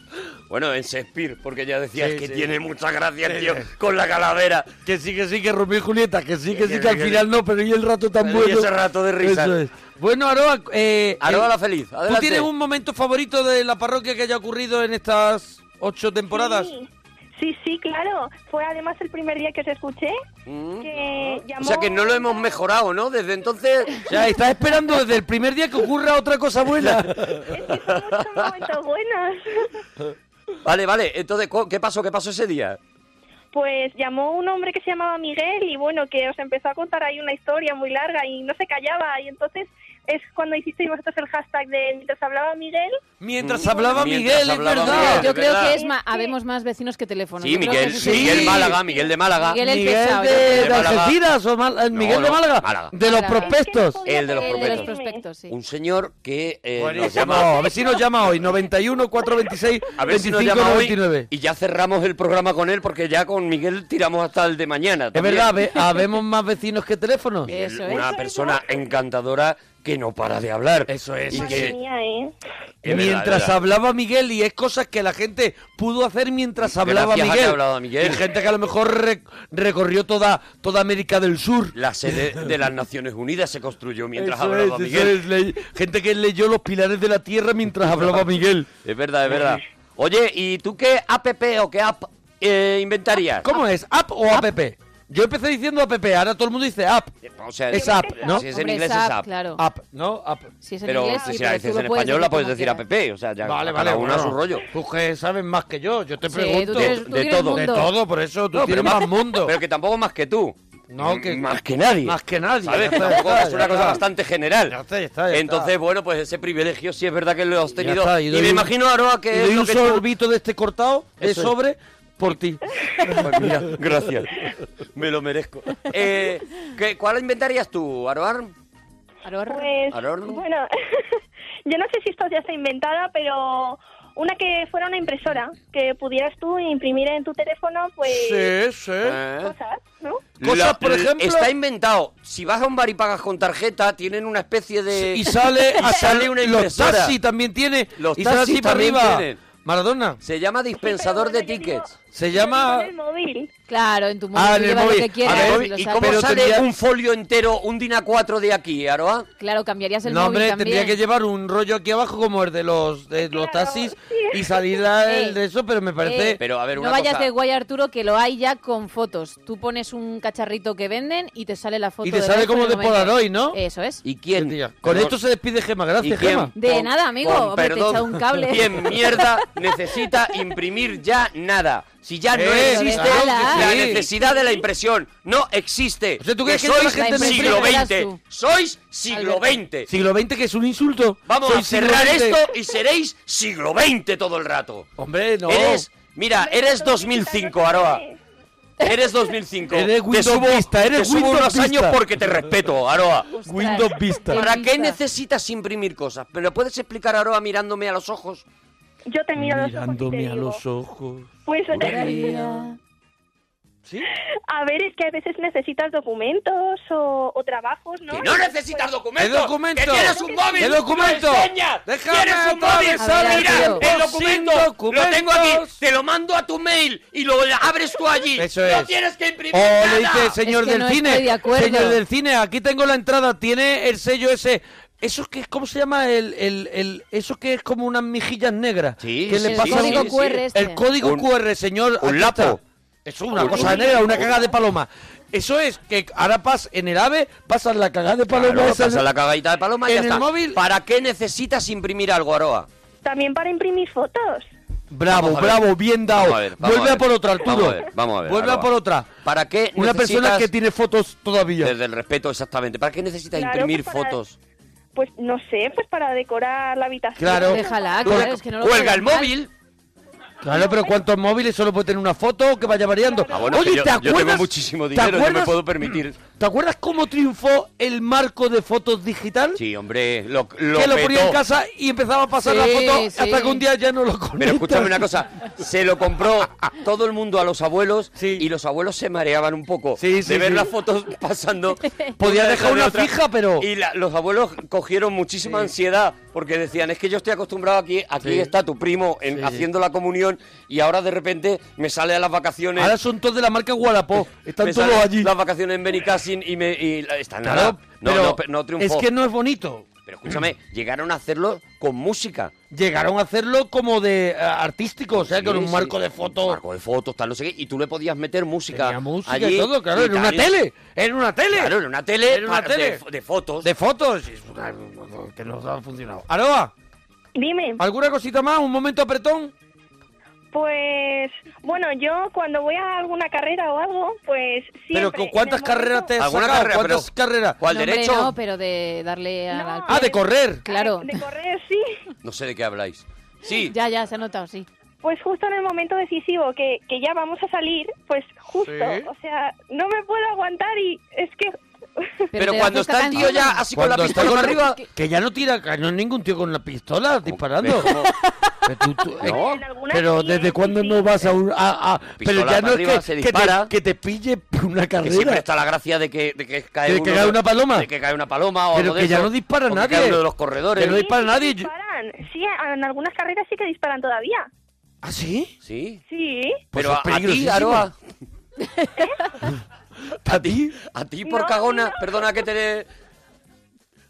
Speaker 2: Bueno, en Shakespeare, porque ya decía,
Speaker 1: Sí,
Speaker 2: es que
Speaker 1: sí.
Speaker 2: tiene mucha gracia el tío con la calavera.
Speaker 1: Que sí, que sí, que Romeo y Julieta, que sí, que sí,
Speaker 2: que
Speaker 1: que al
Speaker 2: sí, que
Speaker 1: final no, pero y el rato tan
Speaker 2: Pero y
Speaker 1: bueno.
Speaker 2: ese rato de risa.
Speaker 1: Eso es. Bueno, Aroa, eh,
Speaker 2: Aroa
Speaker 1: eh,
Speaker 2: la feliz,
Speaker 1: ¿tú
Speaker 2: adelante.
Speaker 1: tienes un momento favorito de la parroquia que haya ocurrido en estas ocho temporadas?
Speaker 5: Sí. sí, sí, claro. Fue además el primer día que os escuché
Speaker 2: Mm.
Speaker 5: que llamó...
Speaker 2: O sea que no lo hemos mejorado, ¿no? Desde entonces...
Speaker 1: O sea, estás esperando desde el primer día que ocurra otra cosa buena.
Speaker 5: Es que son muchos momentos buenos.
Speaker 2: Vale, vale, entonces, ¿cu- ¿qué pasó? ¿Qué pasó ese día?
Speaker 5: Pues llamó un hombre que se llamaba Miguel y bueno, que os empezó a contar ahí una historia muy larga y no se callaba y entonces es cuando hicisteis vosotros el hashtag de mientras hablaba Ah, Miguel.
Speaker 1: Mientras
Speaker 2: Mm.
Speaker 1: hablaba
Speaker 2: Mientras
Speaker 1: Miguel,
Speaker 2: hablaba
Speaker 1: es
Speaker 2: Miguel,
Speaker 1: verdad.
Speaker 3: Yo creo
Speaker 2: verdad.
Speaker 3: que es ma- habemos más vecinos que teléfonos.
Speaker 2: Sí,
Speaker 3: Yo creo que
Speaker 2: Miguel,
Speaker 3: eso sí.
Speaker 2: Miguel
Speaker 1: sí.
Speaker 2: Málaga, Miguel de Málaga.
Speaker 3: Miguel el pesado,
Speaker 1: Miguel
Speaker 3: yo creo.
Speaker 1: de, de
Speaker 2: Málaga.
Speaker 1: Algeciras o Mal- eh, Miguel
Speaker 2: No,
Speaker 1: de
Speaker 2: no,
Speaker 1: Málaga,
Speaker 2: Málaga.
Speaker 1: de los
Speaker 3: Málaga.
Speaker 1: prospectos.
Speaker 2: El de los
Speaker 3: El de los
Speaker 2: prospectos.
Speaker 3: prospectos, sí.
Speaker 2: Un señor que eh, nos
Speaker 1: Buenísimo.
Speaker 2: llama...
Speaker 1: A ver si nos llama hoy, 91 426
Speaker 2: A ver si nos
Speaker 1: 25
Speaker 2: llama hoy
Speaker 1: 99.
Speaker 2: y ya cerramos el programa con él porque ya con Miguel tiramos hasta el de mañana.
Speaker 1: Es
Speaker 2: también.
Speaker 1: verdad, ve- ah, habemos más vecinos que teléfonos.
Speaker 3: Eh, Eso es.
Speaker 2: Una persona encantadora que no para de hablar.
Speaker 1: Eso es,
Speaker 2: Y
Speaker 1: sí,
Speaker 2: que-
Speaker 5: Madre mía, ¿eh?
Speaker 2: es verdad,
Speaker 1: mientras
Speaker 2: es verdad.
Speaker 1: hablaba Miguel y es cosas que la gente pudo hacer mientras
Speaker 2: Gracias
Speaker 1: hablaba
Speaker 2: a que
Speaker 1: Miguel.
Speaker 2: hablaba Miguel.
Speaker 1: Y gente que a lo mejor re- recorrió toda, toda América del Sur.
Speaker 2: la sede de las Naciones Unidas se construyó mientras
Speaker 1: Eso
Speaker 2: hablaba
Speaker 1: es, eso
Speaker 2: Miguel.
Speaker 1: es, le- gente que leyó los pilares de la tierra mientras hablaba Miguel.
Speaker 2: Es verdad, es verdad. Oye, ¿y tú qué app o qué app eh, inventarías?
Speaker 1: ¿Cómo es? ¿App o app? Yo empecé diciendo app, ahora todo el mundo dice app.
Speaker 2: Eh, pues, O sea,
Speaker 1: Es app, ¿no?
Speaker 2: Si es en
Speaker 3: Hombre,
Speaker 2: inglés es
Speaker 3: SAP,
Speaker 2: app.
Speaker 3: claro.
Speaker 1: App, ¿no? App.
Speaker 3: Si es en
Speaker 2: Pero
Speaker 3: inglés, sí,
Speaker 2: si
Speaker 3: pero
Speaker 2: la
Speaker 3: tú
Speaker 2: dices
Speaker 3: lo
Speaker 2: en
Speaker 3: puedes
Speaker 2: español la puedes
Speaker 3: como
Speaker 2: decir
Speaker 3: quieras.
Speaker 2: app, o sea, ya
Speaker 1: Vale,
Speaker 2: cada
Speaker 1: vale.
Speaker 2: uno a
Speaker 1: bueno.
Speaker 2: su rollo.
Speaker 1: Tú que sabes más que yo, yo te
Speaker 3: Sí,
Speaker 1: pregunto.
Speaker 3: tú tienes,
Speaker 2: De-
Speaker 3: tú
Speaker 2: de
Speaker 3: tienes
Speaker 2: todo.
Speaker 1: De
Speaker 3: mundo.
Speaker 1: todo, por eso tú
Speaker 2: No, pero
Speaker 1: tienes más mundo.
Speaker 2: Pero que tampoco más que tú. Mm,
Speaker 1: No, que-
Speaker 2: más que nadie.
Speaker 1: Más que nadie,
Speaker 2: ¿Sabes?
Speaker 1: ya está,
Speaker 2: Tampoco
Speaker 1: ya está,
Speaker 2: es
Speaker 1: ya
Speaker 2: una cosa
Speaker 1: está.
Speaker 2: bastante general.
Speaker 1: Ya está, ya está, ya está.
Speaker 2: Entonces, bueno, pues ese privilegio sí es verdad que lo has
Speaker 1: Ya
Speaker 2: tenido.
Speaker 1: está,
Speaker 2: y,
Speaker 1: doy
Speaker 2: me
Speaker 1: un-
Speaker 2: imagino, Aroa,
Speaker 1: y
Speaker 2: que
Speaker 1: doy
Speaker 2: es lo
Speaker 1: un
Speaker 2: que tú-
Speaker 1: sorbito de este cortado de
Speaker 2: Eso es.
Speaker 1: sobre por ti. Eh,
Speaker 2: Mira, gracias. Me lo merezco. Eh, ¿qué- ¿Cuál inventarías tú, Aroar?
Speaker 3: Aror.
Speaker 5: Pues,
Speaker 2: ¿Al horno?
Speaker 5: bueno, yo no sé si esto ya está inventada, pero una que fuera una impresora, que pudieras tú imprimir en tu teléfono, pues,
Speaker 1: Sí, sí.
Speaker 2: ¿Eh?
Speaker 5: cosas, ¿no?
Speaker 1: Cosas, por ejemplo-
Speaker 2: Está inventado. Si vas a un bar y pagas con tarjeta, tienen una especie de.
Speaker 1: Y sale,
Speaker 2: eh, y sale una
Speaker 1: Los
Speaker 2: impresora.
Speaker 1: taxis también tiene.
Speaker 2: Los
Speaker 1: y sale
Speaker 2: taxis
Speaker 1: así para
Speaker 2: también
Speaker 1: arriba.
Speaker 2: tienen.
Speaker 1: Maradona.
Speaker 2: Se llama dispensador
Speaker 5: Sí, pero
Speaker 2: de
Speaker 5: bueno, yo
Speaker 2: tickets.
Speaker 5: digo-
Speaker 1: Se
Speaker 5: yo
Speaker 1: llama-
Speaker 5: digo en el móvil.
Speaker 3: Claro, en tu móvil tú
Speaker 1: Ah, en el
Speaker 3: llevas
Speaker 1: móvil.
Speaker 3: lo que
Speaker 1: A
Speaker 3: quieras.
Speaker 1: ver,
Speaker 3: si lo
Speaker 2: ¿Y
Speaker 3: sabes.
Speaker 2: cómo
Speaker 1: Pero
Speaker 2: sale
Speaker 1: tendría-
Speaker 2: un folio entero, un DIN A4 de aquí, Aroa?
Speaker 3: Claro, cambiarías el
Speaker 1: No,
Speaker 3: móvil
Speaker 1: hombre,
Speaker 3: también.
Speaker 1: tendría que llevar un rollo aquí abajo como el de los, de los
Speaker 5: Claro,
Speaker 1: taxis
Speaker 5: sí.
Speaker 1: y salir la- el
Speaker 3: Eh,
Speaker 1: de eso, pero me parece...
Speaker 3: Eh,
Speaker 2: Pero, a ver,
Speaker 3: no
Speaker 2: una
Speaker 3: vayas
Speaker 2: cosa.
Speaker 3: de guay, Arturo, que lo hay ya con fotos. Tú pones un cacharrito que venden y te sale la foto.
Speaker 1: Y te
Speaker 3: del
Speaker 1: sale
Speaker 3: iPhone
Speaker 1: como
Speaker 3: en
Speaker 1: de
Speaker 3: el momento.
Speaker 1: Polaroid, ¿no?
Speaker 3: Eso es.
Speaker 2: ¿Y quién?
Speaker 1: Con
Speaker 2: Pero-
Speaker 1: esto se despide Gema,
Speaker 2: ¿Y
Speaker 1: gracias
Speaker 2: quién?
Speaker 1: Gema.
Speaker 3: De
Speaker 2: Con-
Speaker 3: nada, amigo.
Speaker 2: con
Speaker 3: Hombre, te
Speaker 2: perdón,
Speaker 3: echa un cable.
Speaker 2: ¿Quién mierda necesita imprimir ya nada? Si ya no
Speaker 1: Eh,
Speaker 2: existe
Speaker 3: claro que
Speaker 2: la
Speaker 1: sí.
Speaker 2: necesidad de la impresión, no existe.
Speaker 1: O sea, ¿tú crees que
Speaker 2: sois
Speaker 1: la gente no
Speaker 2: siglo
Speaker 3: imprime?
Speaker 2: XX?
Speaker 3: Verás
Speaker 2: Sois siglo XX.
Speaker 1: Siglo XX que es un insulto.
Speaker 2: Vamos
Speaker 1: Soy
Speaker 2: a
Speaker 1: siglo
Speaker 2: cerrar
Speaker 1: XX.
Speaker 2: esto y seréis siglo XX todo el rato.
Speaker 1: Hombre, no.
Speaker 2: Eres, mira,
Speaker 5: Hombre,
Speaker 2: eres
Speaker 5: esto es
Speaker 2: 2005,
Speaker 5: digital,
Speaker 2: Aroa.
Speaker 5: no sé.
Speaker 2: Eres 2005.
Speaker 1: Eres
Speaker 2: te
Speaker 1: Windows
Speaker 2: subo,
Speaker 1: Vista, eres
Speaker 2: te subo
Speaker 1: Windows
Speaker 2: unos años
Speaker 1: Vista.
Speaker 2: porque te respeto, Aroa.
Speaker 3: Ostras,
Speaker 1: Windows Vista.
Speaker 3: qué
Speaker 2: ¿Para qué
Speaker 3: vista.
Speaker 2: necesitas imprimir cosas? ¿Me lo puedes explicar, Aroa, mirándome a los ojos?
Speaker 5: Yo te miro a los ojos. y te
Speaker 1: Mirándome a
Speaker 5: digo,
Speaker 1: los ojos.
Speaker 5: Pues,
Speaker 3: Mira.
Speaker 1: ¿Sí?
Speaker 5: a ver, es que a veces necesitas documentos o, o trabajos, ¿no?
Speaker 2: ¡Que no necesitas documentos!
Speaker 1: ¿Qué documento?
Speaker 2: ¡Que tienes un móvil!
Speaker 1: ¿Qué documento?
Speaker 2: ¡Lo enseñas!
Speaker 1: Déjame
Speaker 2: ¡Tienes un móvil!
Speaker 1: atravesar
Speaker 3: el
Speaker 2: ¡Mira,
Speaker 3: río.
Speaker 2: el
Speaker 1: Sin
Speaker 2: documento! ¡Lo tengo
Speaker 1: documentos.
Speaker 2: aquí! ¡Te lo mando a tu mail! ¡Y lo abres tú allí!
Speaker 1: Eso
Speaker 2: ¡No
Speaker 1: es.
Speaker 2: tienes que imprimir
Speaker 1: O
Speaker 2: nada!
Speaker 1: Oh, le dice, señor
Speaker 3: Es que
Speaker 1: del
Speaker 3: no
Speaker 1: cine,
Speaker 3: estoy de acuerdo.
Speaker 1: señor del cine, aquí tengo la entrada, tiene el sello ese. Eso que es, ¿cómo se llama? El, el, el- eso que es como unas mejillas negras.
Speaker 2: Sí,
Speaker 1: que
Speaker 2: sí,
Speaker 1: le
Speaker 3: El
Speaker 1: pasa
Speaker 3: código
Speaker 1: un-
Speaker 3: QR este.
Speaker 1: El código
Speaker 2: Un-
Speaker 1: QR, señor.
Speaker 2: un
Speaker 1: aquí
Speaker 2: lapo.
Speaker 1: está. Eso es una
Speaker 2: Un-
Speaker 1: cosa
Speaker 2: un-
Speaker 1: negra, una cagada de paloma. Eso es, que ahora pas, en el AVE pasan la cagada de paloma
Speaker 2: Claro,
Speaker 1: esa.
Speaker 2: pasa la cagadita de paloma y
Speaker 1: en
Speaker 2: ya
Speaker 1: el
Speaker 2: está.
Speaker 1: móvil-
Speaker 2: ¿Para qué necesitas imprimir algo, Aroa?
Speaker 5: También para imprimir fotos.
Speaker 1: Bravo,
Speaker 2: Vamos a ver.
Speaker 1: bravo, bien dado.
Speaker 2: Vamos a ver, vamos
Speaker 1: Vuelve
Speaker 2: a
Speaker 1: a,
Speaker 2: ver.
Speaker 1: por otra, Arturo.
Speaker 2: Vamos a ver, vamos a ver,
Speaker 1: Vuelve a
Speaker 2: Aroa.
Speaker 1: por otra.
Speaker 2: ¿Para qué
Speaker 1: Una persona
Speaker 2: necesitas-
Speaker 1: que tiene fotos todavía.
Speaker 2: Desde el respeto, exactamente. ¿Para qué necesitas
Speaker 5: Claro,
Speaker 2: imprimir
Speaker 5: pues para-
Speaker 2: fotos?
Speaker 5: Pues no sé, pues para decorar la habitación.
Speaker 1: Claro.
Speaker 3: Déjala,
Speaker 2: Tú
Speaker 3: claro,
Speaker 2: le-
Speaker 3: es que no lo
Speaker 2: Cuelga el
Speaker 3: puedes mal.
Speaker 2: móvil.
Speaker 1: Claro, pero ¿cuántos móviles solo puede tener una foto que vaya variando?
Speaker 5: Ah,
Speaker 2: bueno,
Speaker 1: Oye,
Speaker 2: que yo-
Speaker 1: ¿te
Speaker 2: yo tengo
Speaker 1: acuerdas?
Speaker 2: muchísimo
Speaker 1: ¿te
Speaker 2: dinero, yo me
Speaker 1: acuerdas-
Speaker 2: puedo permitir.
Speaker 1: ¿Te acuerdas cómo triunfó el marco de fotos digital?
Speaker 2: Sí, hombre, lo, lo
Speaker 1: que lo ponía
Speaker 2: petó.
Speaker 1: en casa y empezaba a pasar la
Speaker 3: Sí,
Speaker 1: foto
Speaker 3: sí.
Speaker 1: hasta que un día ya no lo conectas.
Speaker 2: Pero escúchame una cosa, se lo compró a todo el mundo a los abuelos
Speaker 1: Sí.
Speaker 2: y los abuelos se mareaban un poco
Speaker 1: Sí, sí,
Speaker 2: de ver
Speaker 1: sí.
Speaker 2: las fotos pasando.
Speaker 1: Podía dejar
Speaker 2: de
Speaker 1: una
Speaker 2: otra.
Speaker 1: fija, pero-
Speaker 2: Y la- los abuelos cogieron muchísima ansiedad porque decían, es que yo estoy acostumbrado aquí, aquí
Speaker 1: Sí.
Speaker 2: está tu primo en-
Speaker 1: Sí, sí.
Speaker 2: haciendo la comunión y ahora de repente me sale a las vacaciones.
Speaker 1: Ahora son todos de la marca Wallapop. Están
Speaker 2: me
Speaker 1: todos
Speaker 2: salen
Speaker 1: allí.
Speaker 2: Las vacaciones en Benicassin y me... Y la- está
Speaker 1: Claro,
Speaker 2: nada. No,
Speaker 1: pero
Speaker 2: no, pe- no triunfó.
Speaker 1: Es que no es bonito.
Speaker 2: Pero escúchame, llegaron a hacerlo con música.
Speaker 1: Llegaron a hacerlo como de eh, artístico, o sea, con
Speaker 2: Sí,
Speaker 1: un
Speaker 2: sí.
Speaker 1: marco de fotos.
Speaker 2: Marco de fotos, tal, no sé qué. Y tú le podías meter música.
Speaker 1: Tenía música
Speaker 2: allí
Speaker 1: y todo, claro,
Speaker 2: y
Speaker 1: en una
Speaker 2: tal.
Speaker 1: tele. En una tele.
Speaker 2: Claro, en una tele,
Speaker 1: Era una
Speaker 2: pa- de-
Speaker 1: tele.
Speaker 2: De, fotos.
Speaker 1: De fotos. es una- Que no ha funcionado. Aroa,
Speaker 5: Dime,
Speaker 1: ¿alguna cosita más? ¿Un momento apretón?
Speaker 5: Pues bueno, yo cuando voy a alguna carrera o algo, pues siempre...
Speaker 1: Pero ¿cu-
Speaker 5: en el
Speaker 1: ¿cuántas
Speaker 5: momento-
Speaker 1: carreras te has
Speaker 2: ¿Alguna
Speaker 1: sacado?
Speaker 2: carrera,
Speaker 1: ¿Cuántas carreras?
Speaker 2: ¿Cuál
Speaker 3: No, hombre,
Speaker 2: derecho?
Speaker 3: no, pero de darle al
Speaker 5: No.
Speaker 3: alcohol.
Speaker 1: Ah, de correr.
Speaker 3: Claro.
Speaker 5: De correr, sí.
Speaker 2: No sé de qué habláis. Sí,
Speaker 3: Ya, ya, se ha notado, sí.
Speaker 5: Pues justo en el momento decisivo que, que ya vamos a salir, pues justo,
Speaker 1: Sí.
Speaker 5: o sea, no me puedo aguantar y es que...
Speaker 2: pero,
Speaker 3: te
Speaker 2: cuando
Speaker 3: das esta
Speaker 2: está el tío
Speaker 3: canción.
Speaker 2: ya así con la
Speaker 1: está
Speaker 2: pistola para
Speaker 1: con-
Speaker 2: arriba...
Speaker 1: Que ya no tira cañón ningún tío con la pistola disparando.
Speaker 2: ¿Cómo?
Speaker 1: Pero, tú- tú-
Speaker 2: No.
Speaker 5: En algunas
Speaker 1: pero
Speaker 5: sí,
Speaker 1: ¿desde
Speaker 5: sí,
Speaker 1: cuándo
Speaker 5: sí.
Speaker 1: no vas a un... a- a- pero
Speaker 2: Pistola
Speaker 1: ya
Speaker 2: para
Speaker 1: no es
Speaker 2: arriba,
Speaker 1: que,
Speaker 2: se
Speaker 1: que
Speaker 2: dispara.
Speaker 1: te, que te pille una
Speaker 2: Que siempre
Speaker 1: carrera.
Speaker 2: está la gracia de que, de que cae
Speaker 1: ¿De que
Speaker 2: uno
Speaker 1: cae una paloma?
Speaker 2: De que cae una paloma o
Speaker 1: Pero
Speaker 2: algo de
Speaker 1: que ya
Speaker 2: eso,
Speaker 1: no dispara
Speaker 2: o que
Speaker 1: nadie.
Speaker 2: cae uno de los corredores.
Speaker 1: Que no
Speaker 5: Sí,
Speaker 1: dispara
Speaker 5: sí que
Speaker 1: nadie.
Speaker 5: Disparan. Sí, en algunas carreras sí que disparan todavía.
Speaker 1: ¿Ah, sí?
Speaker 2: Sí.
Speaker 5: Sí.
Speaker 1: Pues
Speaker 2: pero
Speaker 1: es
Speaker 2: a- a ti,
Speaker 1: peligrosísimo.
Speaker 2: Aroa,
Speaker 1: ¿A ti?
Speaker 2: a ti por
Speaker 5: No,
Speaker 2: cagona,
Speaker 5: no.
Speaker 2: perdona que te... le-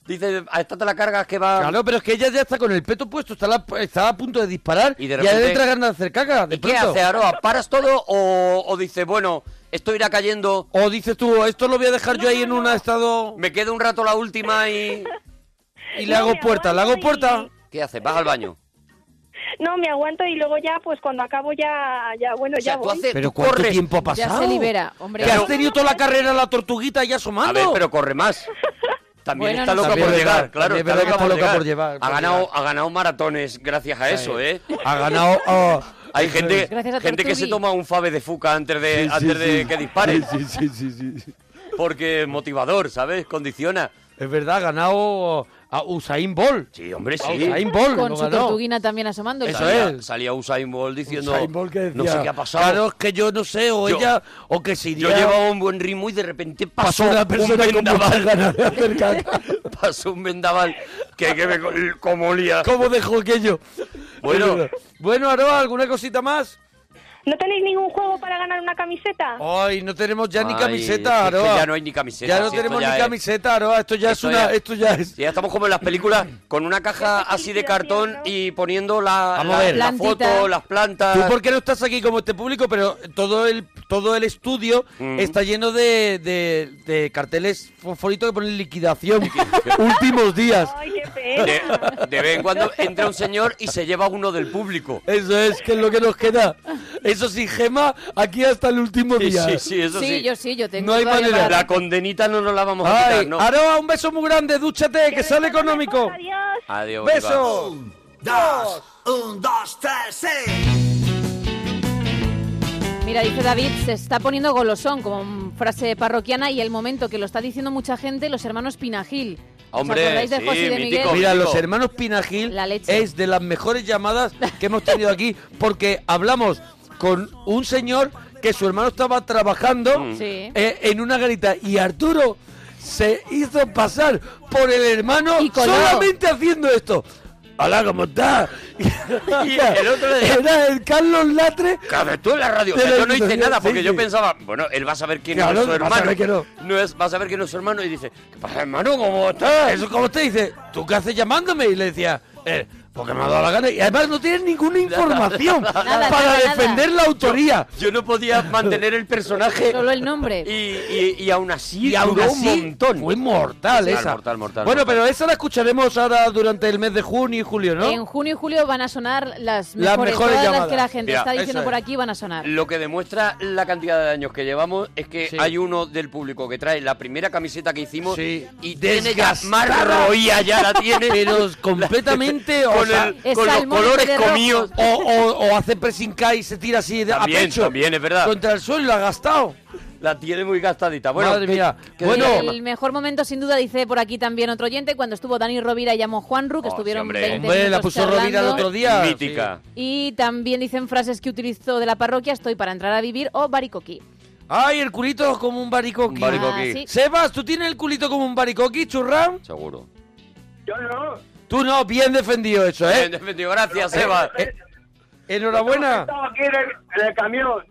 Speaker 2: Dice, a esta te la cargas que va...
Speaker 1: Claro, pero es que ella ya está con el peto puesto, está, la- está a punto de disparar
Speaker 2: Y
Speaker 1: y
Speaker 2: de
Speaker 1: de ya
Speaker 2: repente-
Speaker 1: le entra ganas de hacer caca. De
Speaker 2: ¿Y qué
Speaker 1: pronto.
Speaker 2: hace Aroa? ¿Paras todo o, o dice, bueno, esto irá cayendo,
Speaker 1: O dices tú, esto lo voy a dejar yo ahí en un estado
Speaker 2: me quedo un rato la última y...
Speaker 1: y
Speaker 5: No,
Speaker 1: le hago
Speaker 5: me
Speaker 1: puerta, le hago
Speaker 5: aguanto
Speaker 1: puerta.
Speaker 2: ¿Qué haces? ¿Vas al baño?
Speaker 5: No, me aguanto y luego ya, pues cuando acabo ya, ya bueno,
Speaker 2: O sea,
Speaker 5: ya
Speaker 2: tú
Speaker 5: voy.
Speaker 2: haces-
Speaker 1: Pero
Speaker 2: tú
Speaker 1: ¿cuánto
Speaker 2: corres.
Speaker 1: tiempo ha
Speaker 3: Ya
Speaker 1: pasado?
Speaker 3: se libera, hombre.
Speaker 1: Que
Speaker 2: Claro.
Speaker 1: has tenido toda la carrera la tortuguita ahí asomando.
Speaker 2: A ver, pero corre más. También
Speaker 3: Bueno,
Speaker 2: está
Speaker 3: no
Speaker 2: loca
Speaker 1: sé.
Speaker 2: por
Speaker 1: También es
Speaker 2: llegar,
Speaker 1: verdad,
Speaker 2: claro.
Speaker 1: también es verdad que está loca por llevar,
Speaker 2: Ha
Speaker 1: por
Speaker 2: ganado,
Speaker 1: llegar.
Speaker 2: ha ganado maratones gracias a eso, ¿eh?
Speaker 1: Ha ganado. oh,
Speaker 2: Hay
Speaker 1: eso
Speaker 2: gente,
Speaker 1: es.
Speaker 3: Gracias a
Speaker 2: gente que se
Speaker 3: Tortugui.
Speaker 2: toma un fave de fuca antes de,
Speaker 1: Sí, sí,
Speaker 2: antes de
Speaker 1: sí.
Speaker 2: que dispare.
Speaker 1: Sí, sí, sí, sí, sí.
Speaker 2: Porque motivador, ¿sabes? Condiciona.
Speaker 1: Es verdad, ha ganado a Usain Bolt.
Speaker 2: Sí, hombre,
Speaker 1: A
Speaker 2: sí.
Speaker 1: Usain Bolt.
Speaker 3: Con
Speaker 1: lo
Speaker 3: su
Speaker 1: ganó.
Speaker 3: tortuguina también asomando.
Speaker 1: Eso
Speaker 2: salía,
Speaker 1: es.
Speaker 2: salía Usain Bolt diciendo,
Speaker 1: Usain Bolt que decía,
Speaker 2: no sé qué ha pasado.
Speaker 1: Claro, es que yo no sé, o
Speaker 2: Yo-
Speaker 1: ella, o que si
Speaker 2: Yo
Speaker 1: iría-
Speaker 2: llevaba un buen ritmo y de repente pasó
Speaker 1: pasó una persona
Speaker 2: un
Speaker 1: con muchas
Speaker 2: vendaval.
Speaker 1: ganas de hacer caca.
Speaker 2: pasó un vendaval que, que me col- como olía.
Speaker 1: ¿Cómo dejó aquello?
Speaker 2: Bueno.
Speaker 1: Es verdad. bueno, Aroa, ¿alguna cosita más?
Speaker 5: ¿No tenéis ningún juego para ganar una camiseta?
Speaker 1: Ay, no tenemos ya ni
Speaker 2: Ay,
Speaker 1: camiseta,
Speaker 2: es que
Speaker 1: Aroa.
Speaker 2: ya no hay ni camiseta,
Speaker 1: Ya no
Speaker 2: si esto
Speaker 1: tenemos
Speaker 2: ya
Speaker 1: ni
Speaker 2: es-
Speaker 1: camiseta, Aroa. Esto ya
Speaker 2: Esto
Speaker 1: es una.
Speaker 2: ya-
Speaker 1: Esto ya es.
Speaker 2: Sí, ya estamos como en las películas, con una caja
Speaker 5: Esta
Speaker 2: así de
Speaker 5: liquidación,
Speaker 2: cartón
Speaker 5: ¿no?
Speaker 2: y poniendo la,
Speaker 1: Vamos a
Speaker 2: la,
Speaker 1: ver.
Speaker 2: la
Speaker 3: Plantita.
Speaker 2: foto, las plantas.
Speaker 1: Tú porque no estás aquí como este público, pero todo el todo el estudio
Speaker 2: Mm.
Speaker 1: está lleno de, de, de carteles fosforitos que ponen liquidación. Últimos días.
Speaker 5: Ay, qué
Speaker 2: De,
Speaker 5: pena.
Speaker 2: de vez en cuando entra un señor y se lleva uno del público.
Speaker 1: Eso es, que es lo que nos queda. Eso sí, Gema, aquí hasta el último
Speaker 2: Sí,
Speaker 1: día.
Speaker 2: sí, sí, eso
Speaker 3: sí,
Speaker 2: sí.
Speaker 3: yo sí, yo tengo.
Speaker 1: No hay
Speaker 3: todavía
Speaker 1: manera.
Speaker 3: para-
Speaker 2: La condenita no nos la vamos a
Speaker 1: Ay,
Speaker 2: quitar, ¿no?
Speaker 1: Aroa, un beso muy grande, dúchate, que sale
Speaker 5: Adiós,
Speaker 1: económico.
Speaker 5: Adiós.
Speaker 2: Adiós.
Speaker 1: Beso.
Speaker 6: Dos, un, dos, tres, seis.
Speaker 3: Mira, dice David, se está poniendo golosón como frase parroquiana y el momento que lo está diciendo mucha gente, los hermanos Pinagil.
Speaker 2: Hombre,
Speaker 3: ¿Os acordáis de
Speaker 2: sí,
Speaker 3: José y de
Speaker 2: mítico.
Speaker 3: Miguel?
Speaker 1: Mira,
Speaker 2: Digo-
Speaker 1: los hermanos Pinagil
Speaker 3: La leche.
Speaker 1: es de las mejores llamadas que hemos tenido aquí porque hablamos con un señor que su hermano estaba trabajando
Speaker 2: Mm.
Speaker 3: Sí.
Speaker 1: eh, en una garita y Arturo se hizo pasar por el hermano
Speaker 3: Y coló.
Speaker 1: solamente haciendo esto. Hola, ¿cómo estás?
Speaker 2: Y el otro le decía-
Speaker 1: Era el Carlos Latre.
Speaker 2: Claro, tú en la radio. O
Speaker 1: De
Speaker 2: sea,
Speaker 1: la
Speaker 2: yo no hice
Speaker 1: educación,
Speaker 2: nada
Speaker 1: sí,
Speaker 2: porque yo
Speaker 1: sí.
Speaker 2: pensaba, bueno, él va a saber quién
Speaker 1: Claro,
Speaker 2: es su
Speaker 1: va a
Speaker 2: hermano.
Speaker 1: saber que no.
Speaker 2: es, va a saber quién es su hermano y dice, ¿qué pasa, hermano? ¿Cómo estás?
Speaker 1: Eso como usted dice, ¿tú qué haces llamándome? Y le decía, eh, porque me ha dado la gana. Y además no tienes ninguna información
Speaker 3: Nada,
Speaker 1: para
Speaker 3: nada,
Speaker 1: defender la autoría.
Speaker 2: Yo no podía mantener el personaje.
Speaker 3: Solo el nombre.
Speaker 2: Y, y, y aún así,
Speaker 1: Y aún
Speaker 2: duró
Speaker 1: así
Speaker 2: un montón.
Speaker 1: fue mortal
Speaker 2: Mortal,
Speaker 1: esa.
Speaker 2: mortal, mortal,
Speaker 1: bueno,
Speaker 2: mortal.
Speaker 1: pero esa la escucharemos ahora durante el mes de junio y julio, ¿no?
Speaker 3: En junio y julio van a sonar las mejores,
Speaker 1: Las mejores
Speaker 3: todas las
Speaker 1: llamadas.
Speaker 3: que la gente
Speaker 2: Mira,
Speaker 3: está
Speaker 1: eso
Speaker 3: diciendo
Speaker 1: es.
Speaker 3: por aquí van a sonar.
Speaker 2: Lo que demuestra la cantidad de años que llevamos es que
Speaker 1: Sí.
Speaker 2: hay uno del público que trae la primera camiseta que hicimos
Speaker 1: Sí.
Speaker 2: y tiene ya
Speaker 1: Desgastada.
Speaker 2: más roía, ya la tiene.
Speaker 1: Pero completamente, o,
Speaker 2: con,
Speaker 1: sea,
Speaker 2: el-
Speaker 3: Es
Speaker 2: con los
Speaker 3: salmón de
Speaker 2: colores
Speaker 3: rojo.
Speaker 2: comidos.
Speaker 1: o, o- o hace pressing K y se tira así de,
Speaker 2: También,
Speaker 1: a pecho
Speaker 2: también, es verdad.
Speaker 1: contra el suelo y lo ha gastado.
Speaker 2: La tiene muy gastadita. Bueno,
Speaker 1: Madre
Speaker 2: ¿qué-
Speaker 1: mía.
Speaker 2: qué
Speaker 1: Bueno,
Speaker 2: decía Gemma?
Speaker 3: el mejor momento, sin duda, dice por aquí también otro oyente, cuando estuvo Dani Rovira y llamó Juanru, que
Speaker 2: Oh, sí,
Speaker 3: estuvieron
Speaker 2: hombre.
Speaker 3: 20
Speaker 1: Hombre, la
Speaker 3: minutos
Speaker 1: puso Rovira el
Speaker 3: charlando.
Speaker 1: otro día.
Speaker 2: mítica.
Speaker 1: sí.
Speaker 3: Y también dicen frases que utilizó de la parroquia, estoy para entrar a vivir, o baricoqui.
Speaker 1: Ay, el culito como un baricoqui.
Speaker 2: Un baricoqui.
Speaker 3: Ah, sí.
Speaker 1: Sebas, ¿tú tienes el culito como un baricoqui, churra?
Speaker 2: Seguro.
Speaker 7: Yo no.
Speaker 1: Tú no, bien defendido eso,
Speaker 2: Bien
Speaker 1: ¿eh?
Speaker 2: defendido, gracias, Seba.
Speaker 1: Eh, enhorabuena.
Speaker 7: Estaba aquí en el, en el camión.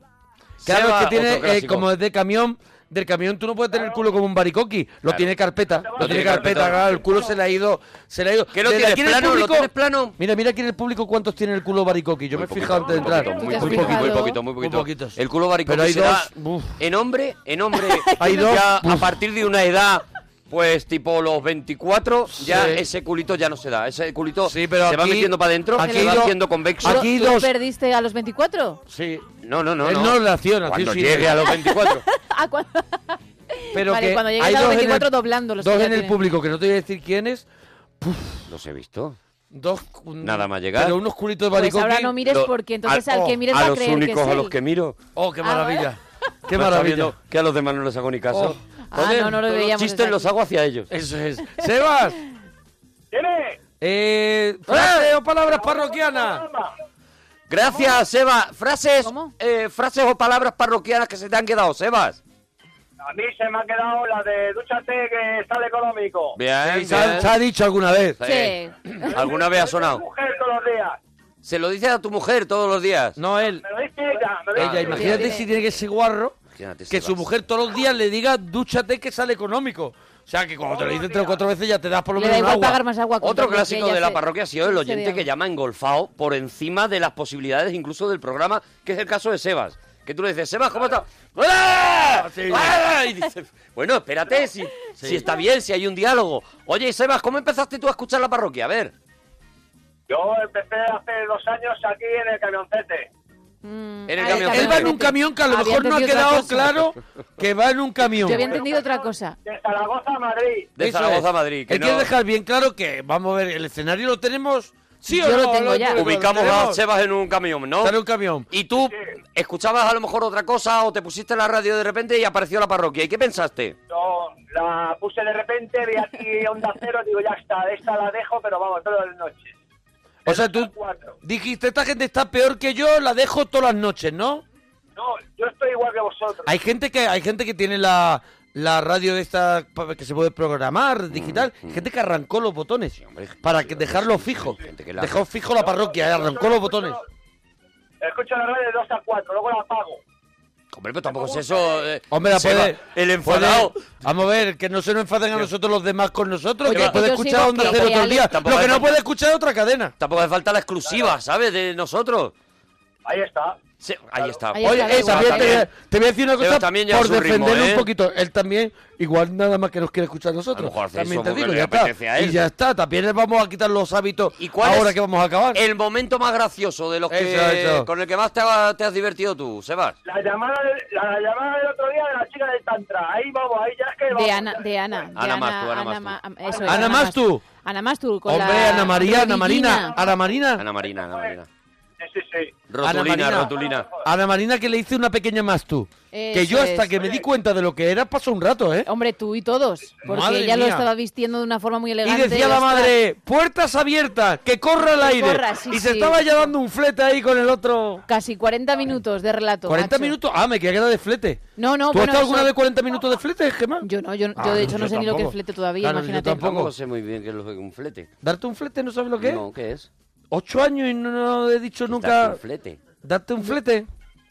Speaker 1: Claro,
Speaker 2: Seba,
Speaker 1: es que tiene,
Speaker 2: otro
Speaker 1: eh,
Speaker 2: clásico.
Speaker 1: como es de camión, del camión tú no puedes tener el culo como un baricoqui. Lo
Speaker 2: Claro.
Speaker 1: tiene carpeta, lo tiene carpeta,
Speaker 2: carpeta.
Speaker 1: claro, el culo se le ha ido, se le ha ido.
Speaker 2: ¿Qué lo
Speaker 1: Desde
Speaker 2: tienes
Speaker 1: aquí en el
Speaker 2: plano? ¿Lo
Speaker 1: público-
Speaker 2: tienes plano?
Speaker 1: Mira, mira aquí en el público cuántos tiene el culo baricoqui. Yo
Speaker 2: Muy
Speaker 1: me he
Speaker 2: poquito,
Speaker 1: fijado antes de
Speaker 2: muy
Speaker 1: entrar.
Speaker 2: poquito,
Speaker 3: ¿Tú te has
Speaker 2: Muy poquito, muy
Speaker 3: fijado?
Speaker 2: poquito, muy poquito.
Speaker 1: Muy poquitos.
Speaker 2: El culo barico
Speaker 1: Pero hay
Speaker 2: será
Speaker 1: dos, uf.
Speaker 2: en hombre, en hombre,
Speaker 1: Hay dos,
Speaker 2: ya a
Speaker 1: uf.
Speaker 2: partir de una edad Pues tipo los 24, ya
Speaker 1: Sí.
Speaker 2: ese culito ya no se da. Ese culito
Speaker 1: Sí, pero
Speaker 2: se va
Speaker 1: aquí-
Speaker 2: metiendo para adentro,
Speaker 1: aquí
Speaker 2: se va
Speaker 1: do-
Speaker 2: haciendo convexo.
Speaker 3: ¿Tú-
Speaker 1: aquí
Speaker 3: tú
Speaker 1: dos-
Speaker 3: perdiste a los 24?
Speaker 1: Sí.
Speaker 2: No, no, no.
Speaker 1: Él no nació, nació
Speaker 2: Cuando
Speaker 1: sin
Speaker 2: llegue
Speaker 1: él.
Speaker 2: a los 24.
Speaker 3: ¿A cuándo?
Speaker 1: Pero
Speaker 3: Vale,
Speaker 1: que
Speaker 3: cuando llegues
Speaker 1: hay
Speaker 3: a los
Speaker 1: dos en el-
Speaker 3: 24 doblando los
Speaker 1: Dos
Speaker 3: que ya
Speaker 1: en el
Speaker 3: tienen.
Speaker 1: público, que no te voy a decir quiénes.
Speaker 2: Los he visto.
Speaker 1: Dos. un-
Speaker 2: Nada más llegar.
Speaker 1: Pero unos culitos de
Speaker 3: Pues
Speaker 1: baricoqui.
Speaker 3: ahora no mires
Speaker 2: Lo-
Speaker 3: porque entonces
Speaker 2: al-
Speaker 3: al,
Speaker 1: oh,
Speaker 3: que mires
Speaker 2: a
Speaker 3: va a
Speaker 2: los
Speaker 3: creer que
Speaker 2: únicos
Speaker 3: es
Speaker 2: a
Speaker 3: él.
Speaker 2: los que miro.
Speaker 1: Oh, qué
Speaker 3: Ah, bueno.
Speaker 1: maravilla. Qué
Speaker 2: Me está
Speaker 1: maravilla.
Speaker 2: viendo Que a los demás no les hago ni caso.
Speaker 1: Oh.
Speaker 3: Ah, no, no lo
Speaker 2: todos
Speaker 3: veíamos
Speaker 2: Los chistes
Speaker 3: desde
Speaker 2: los
Speaker 3: aquí.
Speaker 2: hago hacia ellos.
Speaker 1: Eso es. Sebas,
Speaker 7: ¡Tiene!
Speaker 1: eh, frase o palabras parroquianas.
Speaker 2: Gracias, Sebas. Frases,
Speaker 3: ¿Cómo?
Speaker 2: eh, frases o palabras parroquianas que se te han quedado, Sebas.
Speaker 7: A mí se me ha quedado la de dúchate que sale económico.
Speaker 2: Bien,
Speaker 1: Se ha, se ha dicho alguna vez.
Speaker 3: Sí.
Speaker 2: Sí. ¿Alguna vez ha sonado?
Speaker 7: Mujer todos los días.
Speaker 2: Se lo dices a tu mujer todos los días.
Speaker 1: No él.
Speaker 7: Me lo dice ella. Me lo
Speaker 1: Ella,
Speaker 7: dice
Speaker 1: imagínate
Speaker 3: Tiene-
Speaker 1: si tiene que ese guarro
Speaker 2: Imagínate,
Speaker 1: que su
Speaker 2: Sebas.
Speaker 1: mujer todos los días le diga dúchate que sale económico. O sea que cuando te lo dicen tres o cuatro veces ya te das por lo
Speaker 3: Le
Speaker 1: menos
Speaker 3: da
Speaker 1: un
Speaker 3: igual
Speaker 1: agua.
Speaker 3: pagar más agua. con
Speaker 2: Otro
Speaker 3: tal que
Speaker 2: clásico
Speaker 3: ella
Speaker 2: de la
Speaker 3: se-
Speaker 2: parroquia ha sido el
Speaker 3: se
Speaker 2: oyente
Speaker 3: vea.
Speaker 2: que llama engolfado por encima de las posibilidades incluso del programa, que es el caso de Sebas. Que tú le dices, Sebas, ¿cómo estás? ¡Hola!
Speaker 1: Ah, Sí.
Speaker 2: ¡Hola! Y dice, bueno, espérate, si, si está bien, si hay un diálogo. Oye, Sebas, ¿cómo empezaste tú a escuchar la parroquia? A ver.
Speaker 7: Yo empecé hace dos años aquí en el camioncete.
Speaker 3: Mm,
Speaker 2: En el
Speaker 3: ah,
Speaker 2: camión.
Speaker 3: camión.
Speaker 1: Él va en un camión que a lo
Speaker 3: Había
Speaker 1: mejor no ha
Speaker 3: entendido otra
Speaker 1: quedado
Speaker 3: cosa.
Speaker 1: claro que va en un camión.
Speaker 3: Yo había entendido otra cosa.
Speaker 7: De Zaragoza a Madrid.
Speaker 2: De
Speaker 1: Eso
Speaker 2: Zaragoza a
Speaker 1: es.
Speaker 2: Madrid, que
Speaker 1: Él quiere
Speaker 2: no-
Speaker 1: dejar bien claro que, vamos a ver, el escenario lo tenemos. Sí o
Speaker 3: Yo
Speaker 1: no,
Speaker 3: lo tengo
Speaker 1: Lo-
Speaker 3: ya.
Speaker 1: lo- lo
Speaker 2: Ubicamos a
Speaker 1: tenemos.
Speaker 2: Sebas en un camión, ¿no?
Speaker 1: Está en un camión.
Speaker 2: Y tú escuchabas a lo mejor otra cosa o te pusiste la radio de repente y apareció la parroquia. ¿Y qué pensaste?
Speaker 7: Yo la puse de repente, vi aquí onda cero, digo ya está, esta la dejo, pero vamos, todas las noches.
Speaker 1: O sea, tú
Speaker 7: Cuatro.
Speaker 1: dijiste, esta gente está peor que yo, la dejo todas las noches, ¿no?
Speaker 7: No, yo estoy igual que vosotros.
Speaker 1: Hay gente que, hay gente que tiene la, la radio de esta pa- que se puede programar digital, gente que arrancó los botones
Speaker 2: hombre,
Speaker 1: para
Speaker 2: Mm, sí,
Speaker 1: que
Speaker 2: hombre,
Speaker 1: dejarlo
Speaker 2: sí,
Speaker 1: fijo.
Speaker 2: sí, gente que la-
Speaker 1: Dejó fijo la parroquia, eh, arrancó los botones.
Speaker 7: Escucho la radio de dos a cuatro, luego la apago.
Speaker 2: Hombre, pero tampoco es eso. eh,
Speaker 1: Hombre, la
Speaker 2: Sebas,
Speaker 1: puede,
Speaker 2: El enfadado.
Speaker 1: puede- vamos a ver, que no se nos enfaden a nosotros los demás con nosotros.
Speaker 3: Oye,
Speaker 1: que puede
Speaker 3: yo
Speaker 1: escuchar
Speaker 3: sigo
Speaker 1: Onda
Speaker 3: que-
Speaker 1: Cero todo el día.
Speaker 2: Tampoco
Speaker 1: Lo que
Speaker 2: hay
Speaker 1: no
Speaker 2: falta-
Speaker 1: puede escuchar es otra cadena.
Speaker 2: Tampoco hace falta la exclusiva, ¿sabes? De nosotros.
Speaker 7: Ahí está.
Speaker 2: Sí, ahí está.
Speaker 3: Ahí
Speaker 1: Oye,
Speaker 3: está,
Speaker 1: eh,
Speaker 3: igual,
Speaker 1: también te,
Speaker 2: también.
Speaker 1: te voy a decir una
Speaker 2: Pero
Speaker 1: cosa
Speaker 2: también lleva
Speaker 1: por
Speaker 2: su ritmo,
Speaker 1: defenderlo
Speaker 2: ¿eh?
Speaker 1: un poquito. Él también, igual nada más que nos quiere escuchar a nosotros.
Speaker 2: A lo mejor hace
Speaker 1: también
Speaker 2: eso
Speaker 1: te
Speaker 2: porque
Speaker 1: digo,
Speaker 2: le
Speaker 1: ya
Speaker 2: apetece
Speaker 1: está.
Speaker 2: a él.
Speaker 1: Y ya está, también le vamos a quitar los hábitos
Speaker 2: ¿Y cuál
Speaker 1: ahora
Speaker 2: es Eh,
Speaker 1: que vamos a acabar.
Speaker 2: El momento más gracioso de los que
Speaker 1: Eso, eso.
Speaker 2: con el que más te, ha- te has divertido tú, Sebas.
Speaker 7: La llamada, del- la llamada del otro día de la chica del Tantra. Ahí vamos, ahí ya es que vamos.
Speaker 3: De Ana, de Ana. de
Speaker 2: Ana Mastu, Ana Mastu.
Speaker 3: Ma- eso es,
Speaker 1: Ana Mastu.
Speaker 3: Mastu. Ana Mastu. Con
Speaker 1: Hombre,
Speaker 3: la
Speaker 1: Ana María,
Speaker 3: rodillina.
Speaker 1: Ana Marina, Ana Marina.
Speaker 2: Ana Marina, Ana Marina.
Speaker 7: Sí, sí, sí.
Speaker 1: Ana
Speaker 2: Rotulina,
Speaker 1: Marina.
Speaker 2: rotulina.
Speaker 1: Ana Marina que le hice una pequeña más tú. que
Speaker 3: Eso
Speaker 1: yo hasta
Speaker 3: es.
Speaker 1: que me di cuenta de lo que era pasó un rato, ¿eh?
Speaker 3: Hombre, tú y todos. Porque
Speaker 1: Madre
Speaker 3: ella lo
Speaker 1: mía.
Speaker 3: estaba vistiendo de una forma muy
Speaker 1: Y
Speaker 3: elegante.
Speaker 1: decía la
Speaker 3: ostras.
Speaker 1: madre, puertas abiertas, que corra el
Speaker 3: Que
Speaker 1: aire.
Speaker 3: corra, sí,
Speaker 1: y se
Speaker 3: sí.
Speaker 1: estaba ya dando un flete ahí con el otro.
Speaker 3: Casi 40 minutos de relato.
Speaker 1: 40
Speaker 3: macho.
Speaker 1: minutos. Ah, me queda quedar de flete.
Speaker 3: No, no,
Speaker 1: ¿Tú
Speaker 3: bueno,
Speaker 1: has estado alguna
Speaker 3: eso-
Speaker 1: vez 40 minutos de flete, Gemma?
Speaker 3: Yo no, yo, yo
Speaker 1: Ah,
Speaker 3: de hecho
Speaker 1: yo
Speaker 3: no sé ni lo que
Speaker 1: tampoco.
Speaker 3: es flete todavía,
Speaker 1: Claro, yo
Speaker 3: imagínate.
Speaker 1: tampoco.
Speaker 2: Tampoco sé muy bien qué es lo que un flete.
Speaker 1: ¿Darte un flete? ¿No sabes lo que
Speaker 2: No,
Speaker 1: es?
Speaker 2: ¿qué es?
Speaker 1: Ocho años y no, no he dicho
Speaker 2: Darte
Speaker 1: nunca...
Speaker 2: Un flete.
Speaker 1: ¿Darte un flete?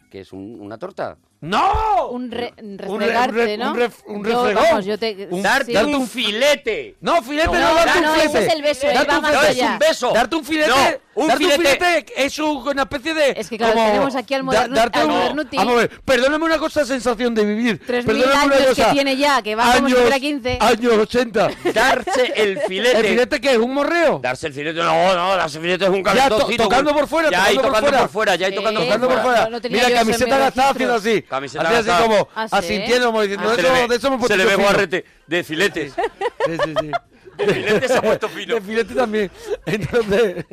Speaker 2: ¿Qué es? ¿Un- ¿Una torta?
Speaker 1: ¡No!
Speaker 3: Un, re, un
Speaker 1: re- un
Speaker 3: restregarte,
Speaker 1: re-
Speaker 3: ¿no?
Speaker 1: un ref- un
Speaker 3: Yo,
Speaker 1: refregón.
Speaker 3: vamos, yo te-
Speaker 1: Un-
Speaker 3: sí.
Speaker 1: darte Darte un-
Speaker 2: filete!
Speaker 1: No, filete no,
Speaker 2: No,
Speaker 1: darte
Speaker 2: no,
Speaker 1: un
Speaker 2: ese
Speaker 1: filete.
Speaker 3: es el beso, él
Speaker 1: Darte
Speaker 3: va
Speaker 1: un
Speaker 3: más
Speaker 1: filete.
Speaker 3: allá.
Speaker 2: No, es un beso.
Speaker 1: Darte un filete.
Speaker 2: No, un
Speaker 1: darte un
Speaker 2: filete.
Speaker 1: filete es una especie de.
Speaker 3: Es que, claro,
Speaker 1: como-
Speaker 3: tenemos aquí al modernu-
Speaker 1: darte
Speaker 3: al
Speaker 1: un-
Speaker 3: modernuti.
Speaker 1: Vamos a ver, perdóname una cosa, sensación de vivir.
Speaker 3: 3.000
Speaker 1: Perdóname una
Speaker 3: años que
Speaker 1: cosa.
Speaker 3: tiene ya, que va como si
Speaker 1: Años-
Speaker 3: tuviera 15.
Speaker 1: Años 80.
Speaker 2: Darse el filete.
Speaker 1: ¿El filete qué es? ¿Un morreo?
Speaker 2: Darse el filete, no, no, darse el filete es
Speaker 1: Ya,
Speaker 2: un
Speaker 1: to-
Speaker 2: calentoncito.
Speaker 1: tocando por fuera,
Speaker 2: ya ahí
Speaker 1: tocando por
Speaker 2: tocando
Speaker 1: fuera.
Speaker 2: por fuera, ya ahí
Speaker 3: Sí,
Speaker 2: tocando
Speaker 1: Tocando por fuera.
Speaker 3: No, no tenía
Speaker 1: Mira,
Speaker 3: yo ese
Speaker 1: camiseta gastada haciendo
Speaker 3: registro.
Speaker 1: así.
Speaker 2: Camiseta
Speaker 1: Así, así
Speaker 2: gastada.
Speaker 1: como
Speaker 3: Ah, ¿sí?
Speaker 1: asintiendo, como diciendo, eso,
Speaker 2: Se le ve-
Speaker 1: de eso me he puesto
Speaker 2: Se le ve
Speaker 1: fino.
Speaker 2: guarrete de filetes.
Speaker 1: Sí, sí, sí.
Speaker 2: De filete se ha puesto fino.
Speaker 1: De filete también. Entonces,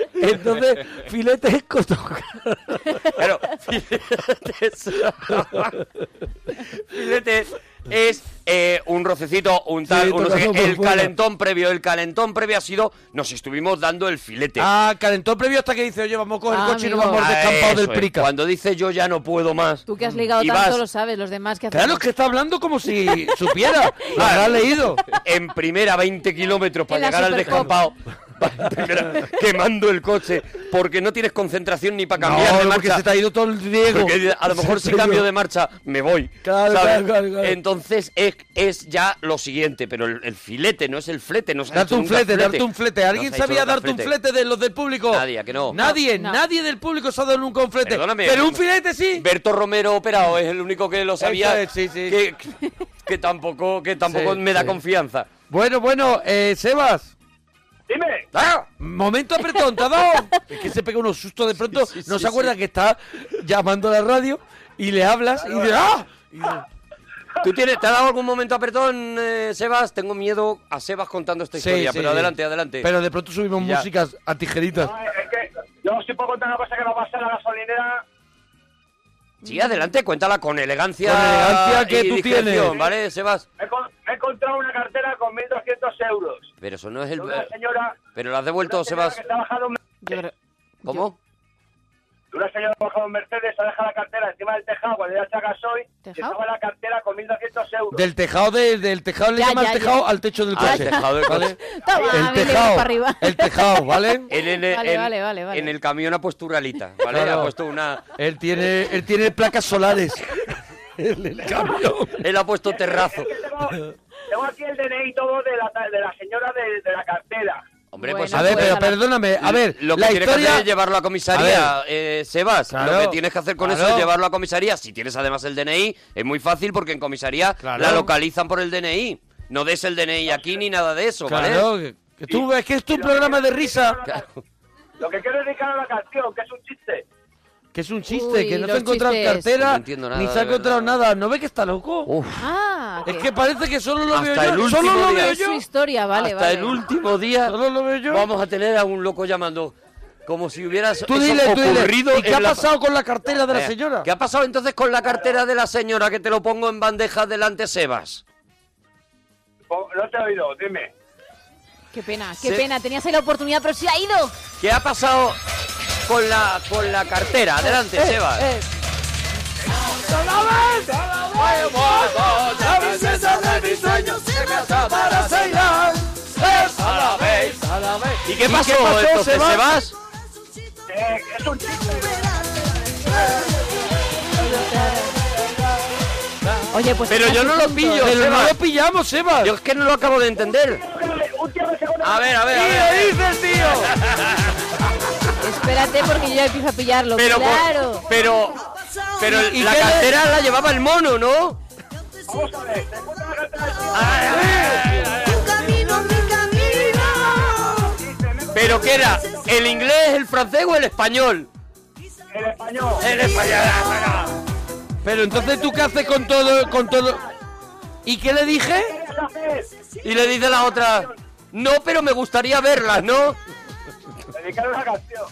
Speaker 1: entonces filete es con
Speaker 2: Claro, filetes. filetes es eh, un rocecito, un tal,
Speaker 1: Sí,
Speaker 2: un no sé qué.
Speaker 1: tocando por
Speaker 2: El
Speaker 1: fuera.
Speaker 2: calentón previo, el calentón previo ha sido, nos estuvimos dando el filete.
Speaker 1: Ah, calentón previo hasta que dice, oye, vamos a coger
Speaker 3: Ah,
Speaker 1: el coche y nos
Speaker 3: amigo.
Speaker 1: vamos al
Speaker 2: Ah,
Speaker 1: descampado
Speaker 2: eso
Speaker 1: del
Speaker 2: es.
Speaker 1: Prica.
Speaker 2: Cuando dice yo ya no puedo más.
Speaker 3: Tú que has ligado
Speaker 2: Y
Speaker 3: tanto
Speaker 2: vas-
Speaker 3: lo sabes, los demás que hacen.
Speaker 1: Claro, es que está hablando como si supiera. Lo habrá leído.
Speaker 2: en primera 20 kilómetros para
Speaker 3: En la
Speaker 2: llegar al
Speaker 3: Supercopa.
Speaker 2: descampado. Va en primera, quemando el coche porque no tienes concentración ni para cambiar de
Speaker 1: no, porque
Speaker 2: marcha.
Speaker 1: se te ha ido todo el riego.
Speaker 2: Porque a lo mejor si cambio de marcha me voy.
Speaker 1: Claro,
Speaker 2: ¿sabes?
Speaker 1: claro, claro, claro.
Speaker 2: Entonces es, es ya lo siguiente, pero el, el filete no es el flete. No se ha
Speaker 1: Darte
Speaker 2: hecho
Speaker 1: un
Speaker 2: nunca
Speaker 1: flete, darte un flete.
Speaker 2: No
Speaker 1: ¿Alguien
Speaker 2: se ha hecho
Speaker 1: sabía
Speaker 2: nunca
Speaker 1: darte un flete de los del público?
Speaker 2: Nadie, ¿a que no?
Speaker 1: Nadie,
Speaker 3: No.
Speaker 1: nadie del público se ha dado nunca un flete.
Speaker 2: Perdóname. um,
Speaker 1: Pero un filete sí.
Speaker 2: Berto Romero Operado es el único que lo sabía.
Speaker 1: Eso es, sí, sí.
Speaker 2: Que, que tampoco, que tampoco
Speaker 1: Sí,
Speaker 2: me da
Speaker 1: sí.
Speaker 2: confianza.
Speaker 1: Bueno, bueno, eh, Sebas.
Speaker 7: Dime.
Speaker 2: ¡Ah!
Speaker 1: Momento apretón, ¿te ha dado? Es que se pega unos sustos de pronto,
Speaker 2: Sí, sí,
Speaker 1: no
Speaker 2: sí,
Speaker 1: se acuerda
Speaker 2: sí.
Speaker 1: que está llamando a la radio y le hablas y dice, ¡ah! Y dice,
Speaker 2: ¿Tú tienes, te ha dado algún momento apretón, eh, Sebas? Tengo miedo a Sebas contando esta
Speaker 1: sí,
Speaker 2: historia,
Speaker 1: sí,
Speaker 2: pero
Speaker 1: sí.
Speaker 2: adelante, adelante.
Speaker 1: Pero de pronto subimos
Speaker 2: Ya.
Speaker 1: músicas a tijeritas.
Speaker 7: Ay, es que yo si puedo contar una cosa que nos pasa en la gasolinera.
Speaker 2: Sí, adelante, cuéntala con elegancia.
Speaker 1: Con elegancia que
Speaker 2: y
Speaker 1: tú
Speaker 2: discreción,
Speaker 1: tienes.
Speaker 2: ¿Vale, Sebas?
Speaker 7: He, con- he encontrado una cartera con 1.200 euros.
Speaker 2: Pero eso no es
Speaker 7: De
Speaker 2: el.
Speaker 7: una señora,
Speaker 2: Pero lo has devuelto,
Speaker 7: una señora
Speaker 2: Sebas.
Speaker 7: que se ha bajado un,
Speaker 3: Yo creo-
Speaker 2: ¿Cómo?
Speaker 7: una señora que ha bajado un Mercedes, ha dejado la cartera encima del tejado cuando ya se agasoy y
Speaker 3: ¿Tejado?
Speaker 7: estaba la cartera con 1.200 euros.
Speaker 1: Del tejado de- del tejado le
Speaker 3: Ya,
Speaker 1: llama
Speaker 3: ya,
Speaker 1: el
Speaker 3: ya.
Speaker 1: tejado al techo del
Speaker 2: Ah, el
Speaker 1: coche.
Speaker 2: tejado del
Speaker 1: ¿vale?
Speaker 2: coche.
Speaker 3: Toma, me
Speaker 1: El
Speaker 3: le doy para
Speaker 1: tejado.
Speaker 3: arriba.
Speaker 1: El tejado, ¿vale?
Speaker 2: Él en, el-
Speaker 3: Vale,
Speaker 2: en-
Speaker 3: vale, vale, vale.
Speaker 2: en el camión ha puesto una alita, ¿vale?
Speaker 1: Claro.
Speaker 2: Ha puesto una.
Speaker 1: Él tiene, él tiene placas solares. El, el camión.
Speaker 2: Él ha puesto terrazo.
Speaker 7: Es que tengo, tengo aquí el DNI y todo de la, de la señora de, de la cartera.
Speaker 2: Hombre,
Speaker 3: Bueno,
Speaker 2: pues
Speaker 1: A ver,
Speaker 3: pues,
Speaker 1: pero perdóname, a ver,
Speaker 2: lo que
Speaker 1: la
Speaker 2: tienes que
Speaker 1: historia...
Speaker 2: hacer es llevarlo a comisaría,
Speaker 1: A
Speaker 2: eh, Sebas.
Speaker 1: Claro.
Speaker 2: lo que tienes que hacer con eso
Speaker 1: Claro.
Speaker 2: es llevarlo a comisaría. Si tienes además el DNI, es muy fácil porque en comisaría
Speaker 1: Claro.
Speaker 2: la localizan por el DNI. No des el DNI aquí ni nada de eso, ¿vale?
Speaker 1: Claro, que- que tú, es que es tu programa de risa.
Speaker 7: Lo que quiero es dedicar a la canción, que es un chiste.
Speaker 1: Que es un chiste,
Speaker 3: Uy,
Speaker 1: que no te
Speaker 3: los
Speaker 1: he encontrado
Speaker 3: chistes.
Speaker 2: No
Speaker 1: cartera,
Speaker 2: entiendo nada,
Speaker 1: ni se ha
Speaker 2: de
Speaker 1: encontrado
Speaker 2: verdad.
Speaker 1: nada. ¿No ve que está loco?
Speaker 2: Uf,
Speaker 3: Ah,
Speaker 1: es
Speaker 3: que-
Speaker 1: que parece que solo lo
Speaker 2: Hasta
Speaker 1: veo
Speaker 2: el
Speaker 1: yo.
Speaker 2: último
Speaker 1: Solo lo
Speaker 2: día.
Speaker 1: veo
Speaker 3: es su
Speaker 1: yo.
Speaker 3: historia, vale,
Speaker 2: hasta
Speaker 3: vale.
Speaker 2: el último día
Speaker 1: Solo lo veo yo.
Speaker 2: vamos a tener a un loco llamando. Como si hubiera
Speaker 1: Tú
Speaker 2: eso
Speaker 1: dile, tú dile.
Speaker 2: ocurrido
Speaker 1: ¿Y qué
Speaker 2: en
Speaker 1: ha
Speaker 2: la-
Speaker 1: pasado con la cartera de la
Speaker 2: Eh,
Speaker 1: señora?
Speaker 2: ¿Qué ha pasado entonces con la cartera de la señora que te lo pongo en bandeja delante, Sebas?
Speaker 7: Po- No te he oído, dime.
Speaker 3: Qué pena, qué
Speaker 2: Se-
Speaker 3: pena. Tenías ahí la oportunidad, pero se ha ido.
Speaker 2: ¿Qué ha pasado con la con la cartera? Adelante,
Speaker 1: Eh,
Speaker 3: Eh,
Speaker 2: Sebas. ¿Y qué pasó,
Speaker 1: pasó,
Speaker 2: entonces,
Speaker 1: Sebas?
Speaker 2: Sebas?
Speaker 7: Eh, es un chiste.
Speaker 3: Oye, pues.
Speaker 2: Pero yo no lo pillo,
Speaker 1: Pero no
Speaker 2: Sebas.
Speaker 1: lo pillamos, Sebas.
Speaker 2: Yo es que no lo acabo de entender.
Speaker 7: Un tío que se conoce.
Speaker 2: A ver, a ver, a
Speaker 1: ¿Qué
Speaker 2: ver.
Speaker 1: le dices, tío?
Speaker 3: Espérate, porque yo ya empiezo a pillarlo.
Speaker 2: Pero,
Speaker 3: claro.
Speaker 2: pero, pero el-
Speaker 1: ¿Y
Speaker 2: la
Speaker 1: qué le-
Speaker 2: cartera la llevaba el mono, ¿no?
Speaker 7: Vamos a ver. te cuento la cartera de señora.
Speaker 8: Tu camino, mi camino.
Speaker 2: Pero que era el inglés, el francés o el español.
Speaker 7: El español.
Speaker 2: El español.
Speaker 1: Pero entonces tú qué haces con todo, con todo. ¿Y qué le dije?
Speaker 7: ¿Qué quieres hacer?
Speaker 2: Y le dice la otra, no, pero me gustaría verlas, ¿no?
Speaker 7: Dedicar una canción.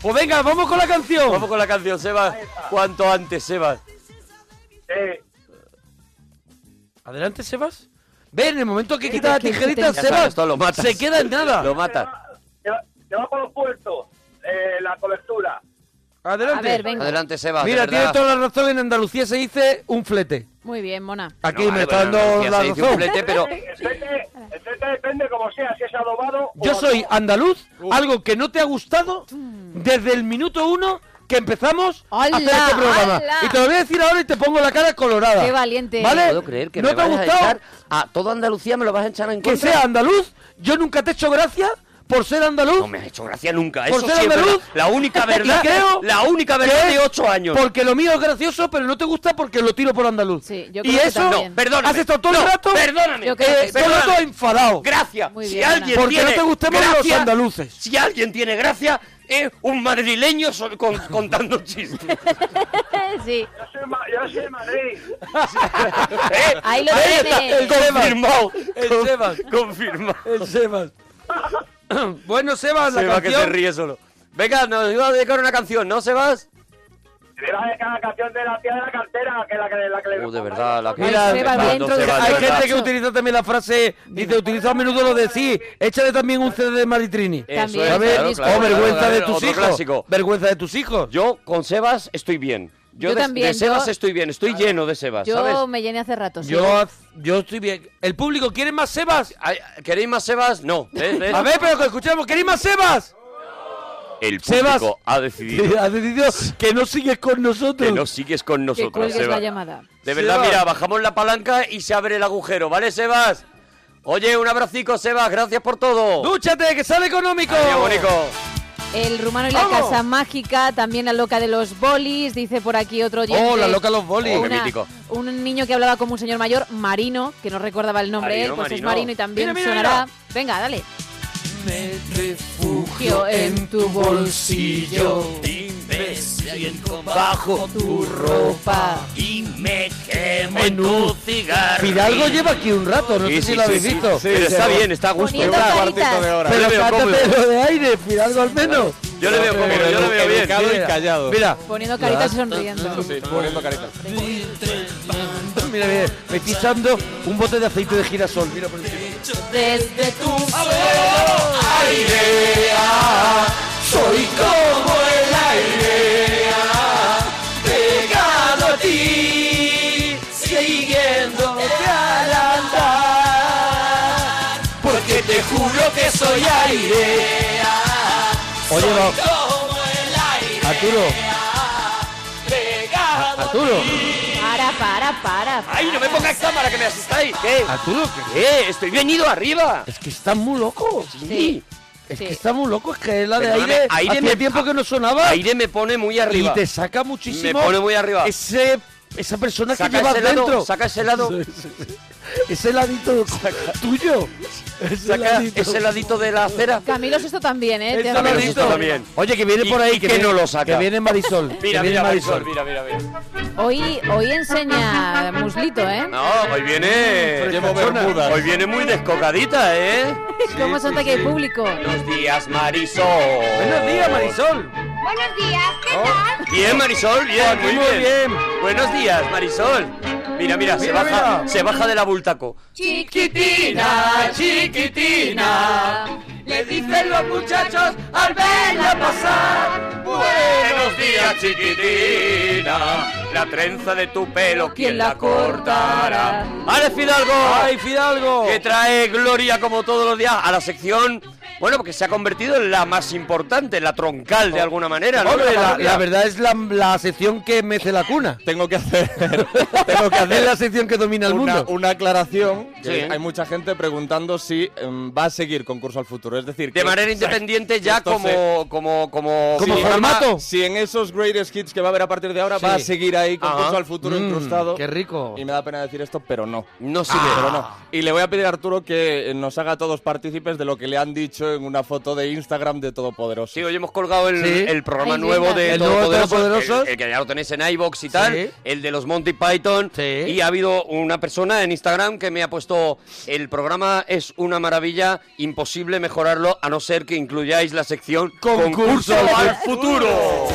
Speaker 1: Pues venga, vamos con la canción.
Speaker 2: Vamos con la canción, Sebas. Cuanto antes, Sebas.
Speaker 7: Eh,
Speaker 1: Adelante, Sebas. Ve, en el momento que quita
Speaker 3: te- que- que
Speaker 1: la
Speaker 3: te-
Speaker 1: tijerita,
Speaker 3: Ya
Speaker 2: sabes,
Speaker 1: Sebas,
Speaker 2: esto lo matas.
Speaker 1: se queda en nada.
Speaker 2: Lo mata.
Speaker 7: te, va, te va por los puertos eh, la cobertura.
Speaker 1: Adelante.
Speaker 3: A ver, venga.
Speaker 2: Adelante, Sebas. de
Speaker 1: Mira,
Speaker 2: verdad.
Speaker 1: tiene toda la razón. En Andalucía se dice un flete.
Speaker 3: Muy bien, Mona.
Speaker 1: Aquí
Speaker 2: No,
Speaker 1: me
Speaker 2: vale,
Speaker 1: está
Speaker 2: bueno,
Speaker 1: dando
Speaker 2: Andalucía
Speaker 1: la
Speaker 2: se dice un
Speaker 1: razón.
Speaker 2: flete, pero
Speaker 7: El flete, el flete depende como sea, si es adobado o
Speaker 1: Yo soy
Speaker 7: adobado.
Speaker 1: andaluz, algo que no te ha gustado desde el minuto uno que empezamos
Speaker 3: ¡Hala,
Speaker 1: a hacer este programa.
Speaker 3: hala!
Speaker 1: Y te lo voy a decir ahora y te pongo la cara colorada.
Speaker 3: Qué valiente.
Speaker 1: ¿Vale?
Speaker 2: no puedo creer que
Speaker 1: ¿No
Speaker 2: me
Speaker 1: te ha
Speaker 2: vayas a
Speaker 1: gustado?
Speaker 2: echar a toda Andalucía me lo vas a echar en
Speaker 1: Que
Speaker 2: contra.
Speaker 1: sea andaluz, yo nunca te he hecho gracia por ser andaluz.
Speaker 2: No me has hecho gracia nunca.
Speaker 1: Por
Speaker 2: Eso
Speaker 1: ser
Speaker 2: sí es verdad.
Speaker 1: andaluz.
Speaker 2: La única verdad.
Speaker 1: Y creo
Speaker 2: la única verdad
Speaker 1: que
Speaker 2: de ocho años.
Speaker 1: Porque lo mío es gracioso, pero no te gusta porque lo tiro por andaluz.
Speaker 3: Sí, yo
Speaker 1: y
Speaker 3: creo que
Speaker 1: eso,
Speaker 3: también.
Speaker 2: No, perdóname.
Speaker 1: Has estado todo el
Speaker 2: No,
Speaker 1: rato.
Speaker 2: perdóname.
Speaker 3: Yo creo
Speaker 1: eh,
Speaker 3: que
Speaker 1: todo el rato
Speaker 2: perdóname.
Speaker 1: enfadado.
Speaker 2: Gracias.
Speaker 3: Muy
Speaker 2: si
Speaker 3: bien,
Speaker 2: alguien
Speaker 1: Porque no
Speaker 2: tiene
Speaker 1: te gustemos los
Speaker 2: gracia-
Speaker 1: andaluces.
Speaker 2: Si alguien tiene gracia, es un madrileño so- con- contando chistes.
Speaker 3: sí.
Speaker 7: Yo soy, ma- yo soy de Madrid.
Speaker 2: ¿Eh?
Speaker 3: Ahí lo
Speaker 2: está,
Speaker 3: tienes.
Speaker 2: el confirmado.
Speaker 1: El
Speaker 2: Con-
Speaker 1: Sebas.
Speaker 2: Confirmado.
Speaker 1: El Sebas. bueno, Sebas, la
Speaker 2: Sebas que se
Speaker 1: canción.
Speaker 2: ríe solo. Venga, nos iba a dedicar una canción, ¿no, Sebas?
Speaker 7: Le va a dedicar la canción de la tía de la cartera, que es la que, la que le...
Speaker 2: Oh, de verdad, la que
Speaker 1: Mira,
Speaker 2: de
Speaker 1: Sebas,
Speaker 2: verdad,
Speaker 3: bien
Speaker 2: no,
Speaker 3: introducido.
Speaker 2: Sebas, de
Speaker 1: Hay
Speaker 2: verdad.
Speaker 1: gente que utiliza también la frase, dice, utiliza a menudo lo de sí, échale también un CD de Maritrini.
Speaker 2: Eso
Speaker 3: También,
Speaker 2: es,
Speaker 1: ¿Sabes?
Speaker 2: claro,
Speaker 3: disculpa.
Speaker 2: claro,
Speaker 1: oh, vergüenza
Speaker 2: claro,
Speaker 1: de
Speaker 2: claro,
Speaker 1: tus
Speaker 2: otro
Speaker 1: hijos.
Speaker 2: clásico.
Speaker 1: Vergüenza de tus hijos.
Speaker 2: Yo con Sebas estoy bien. Yo,
Speaker 3: Yo
Speaker 2: de,
Speaker 3: también,
Speaker 2: de Sebas
Speaker 3: yo-
Speaker 2: estoy bien, estoy lleno de Sebas,
Speaker 3: Yo
Speaker 2: ¿sabes?
Speaker 3: me llené hace rato. sí.
Speaker 1: Yo, yo estoy bien. ¿El público quiere más Sebas?
Speaker 2: Ay, ¿Queréis más Sebas? No. ¿ves? ¿ves?
Speaker 1: A ver, pero que escuchemos, ¿queréis más Sebas?
Speaker 2: El público
Speaker 1: Sebas.
Speaker 2: ha decidido
Speaker 1: Ha decidido que no sigues con nosotros.
Speaker 2: que no sigues con
Speaker 3: que
Speaker 2: nosotros,
Speaker 3: cuelgues la
Speaker 2: Sebas.
Speaker 3: llamada.
Speaker 2: De verdad,
Speaker 1: Sebas.
Speaker 2: mira, bajamos la palanca y se abre el agujero, ¿vale, Sebas? Oye, un abracico, Sebas, gracias por todo.
Speaker 1: ¡Dúchate, que sale económico!
Speaker 2: Adiós, Bonico.
Speaker 3: El rumano y la
Speaker 2: ¡Vamos!
Speaker 3: casa mágica, también la loca de los bolis, dice por aquí otro oyente.
Speaker 1: Oh, la loca de los bolis.
Speaker 2: Qué mítico.
Speaker 3: un niño que hablaba como un señor mayor, Marino, que no recordaba el nombre
Speaker 2: Marino,
Speaker 3: él, pues es
Speaker 2: Marino.
Speaker 3: Marino y también
Speaker 2: Mira, mira,
Speaker 3: sonará. Venga, dale.
Speaker 4: Me refugio
Speaker 3: Yo en tu
Speaker 4: bolsillo
Speaker 2: bajo tu ropa y me quemo en tu cigarro.
Speaker 1: Fidalgo lleva aquí un rato, no sé si lo habéis visto.
Speaker 2: Pero está bien, está a gusto.
Speaker 3: Poniendo caritas.
Speaker 9: de hora.
Speaker 2: Yo
Speaker 1: Pero
Speaker 2: le veo
Speaker 1: cántate
Speaker 2: cómodo.
Speaker 1: lo de aire, Fidalgo al menos.
Speaker 2: Yo le veo cómodo, yo le veo bien.
Speaker 9: Educado
Speaker 1: Mira,
Speaker 9: y callado.
Speaker 1: Mira,
Speaker 3: Poniendo caritas y sonriendo.
Speaker 9: Sí, poniendo careta.
Speaker 1: mira, mira, me estoy echando un bote de aceite de girasol. Mira por encima.
Speaker 3: Desde tu
Speaker 2: Soy como el aire pegado a ti, siguiéndote al andar, porque te juro que soy aire.
Speaker 1: Oye, no. Arturo, Arturo,
Speaker 3: Para, para, para.
Speaker 2: ¡Ay, no me pongas cámara que me asustáis! ¿Qué?
Speaker 1: Arturo, que-
Speaker 2: ¿Qué? ¡Estoy venido arriba!
Speaker 1: es que está muy loco.
Speaker 3: Sí.
Speaker 1: Es
Speaker 3: Sí.
Speaker 1: que está muy loco, es que la de
Speaker 2: Perdóname,
Speaker 1: aire,
Speaker 2: aire
Speaker 1: hacía
Speaker 2: me-
Speaker 1: tiempo que no sonaba
Speaker 2: Aire me pone muy
Speaker 1: y
Speaker 2: arriba.
Speaker 1: te saca muchísimo.
Speaker 2: Me pone muy arriba.
Speaker 1: Ese, esa persona que
Speaker 2: Saca
Speaker 1: llevas
Speaker 2: ese lado,
Speaker 1: dentro.
Speaker 2: saca ese lado,
Speaker 1: Ese ladito tuyo. Ese
Speaker 2: saca
Speaker 1: ladito.
Speaker 2: ese ladito de la acera.
Speaker 3: Camilo esto también, ¿eh?
Speaker 1: Ese
Speaker 3: Te
Speaker 2: Camilo
Speaker 1: ladito.
Speaker 2: Esto también.
Speaker 1: Oye, que viene
Speaker 2: Y-
Speaker 1: por ahí.
Speaker 2: y que
Speaker 1: viene-
Speaker 2: no lo saca.
Speaker 1: Que viene Marisol. que
Speaker 2: Mira,
Speaker 1: viene
Speaker 2: mira, Marisol, mira, mira, mira.
Speaker 3: Hoy, hoy enseña muslito, ¿eh?
Speaker 2: No, hoy viene.
Speaker 9: Llevo bermudas.
Speaker 2: Hoy viene muy descocadita, ¿eh?
Speaker 3: ¿Cómo son que hay público?
Speaker 2: Buenos días, Marisol.
Speaker 1: Buenos días, Marisol.
Speaker 8: Buenos días, ¿qué
Speaker 2: Oh,
Speaker 8: tal?
Speaker 2: Bien, Marisol, bien, muy
Speaker 1: Muy
Speaker 2: bien.
Speaker 1: bien.
Speaker 2: Buenos días, Marisol. Mira, mira, se
Speaker 1: Mira,
Speaker 2: baja,
Speaker 1: mira.
Speaker 2: se baja del abultaco.
Speaker 3: Chiquitina, chiquitina.
Speaker 2: Le dicen los muchachos al verla pasar. Buenos días, chiquitina. La trenza de tu pelo,
Speaker 3: ¿quién la cortará?
Speaker 2: ¡Ale Fidalgo!
Speaker 1: ¡Ay, Fidalgo!
Speaker 2: Que trae Gloria como todos los días a la sección. Bueno, porque se ha convertido en la más importante, en la troncal de alguna manera, ¿no?
Speaker 1: Hombre,
Speaker 2: De
Speaker 1: la,
Speaker 2: Gloria.
Speaker 1: la verdad es la, la sección que mece la cuna.
Speaker 9: Tengo que hacer, tengo que
Speaker 1: Es
Speaker 9: hacer
Speaker 1: la sección que domina el
Speaker 9: una,
Speaker 1: mundo.
Speaker 9: una aclaración. que
Speaker 2: Sí.
Speaker 9: Hay mucha gente preguntando si em, va a seguir concurso al futuro. Es decir,
Speaker 2: De
Speaker 9: que-
Speaker 2: manera independiente ya
Speaker 9: Esto se-
Speaker 2: como, como, como...
Speaker 1: Como
Speaker 2: Sí.
Speaker 9: si en-
Speaker 1: formato.
Speaker 9: Si en esos greatest hits que va a haber a partir de ahora
Speaker 1: Sí.
Speaker 9: va a seguir ahí concurso
Speaker 2: Ajá.
Speaker 9: al futuro
Speaker 1: Mm,
Speaker 9: incrustado.
Speaker 1: qué rico.
Speaker 9: Y me da pena decir esto, pero no.
Speaker 2: No sirve.
Speaker 9: Pero no. Y le voy a pedir a Arturo que eh, nos haga a todos partícipes de lo que le han dicho en una foto de Instagram de Todopoderoso.
Speaker 2: Sí, hoy hemos colgado el,
Speaker 1: Sí.
Speaker 2: el programa
Speaker 3: Ay,
Speaker 2: nuevo
Speaker 3: venga.
Speaker 2: de
Speaker 1: El nuevo
Speaker 2: Todopoderosos,
Speaker 1: Todopoderosos.
Speaker 2: el, el que ya lo tenéis en iBox y tal,
Speaker 1: Sí.
Speaker 2: el de los Monty Python.
Speaker 1: Sí.
Speaker 2: Y ha habido una persona en Instagram que me ha puesto: el programa es una maravilla, imposible mejorarlo a no ser que incluyáis la sección
Speaker 1: Concurso
Speaker 2: al futuro.
Speaker 3: Entonces,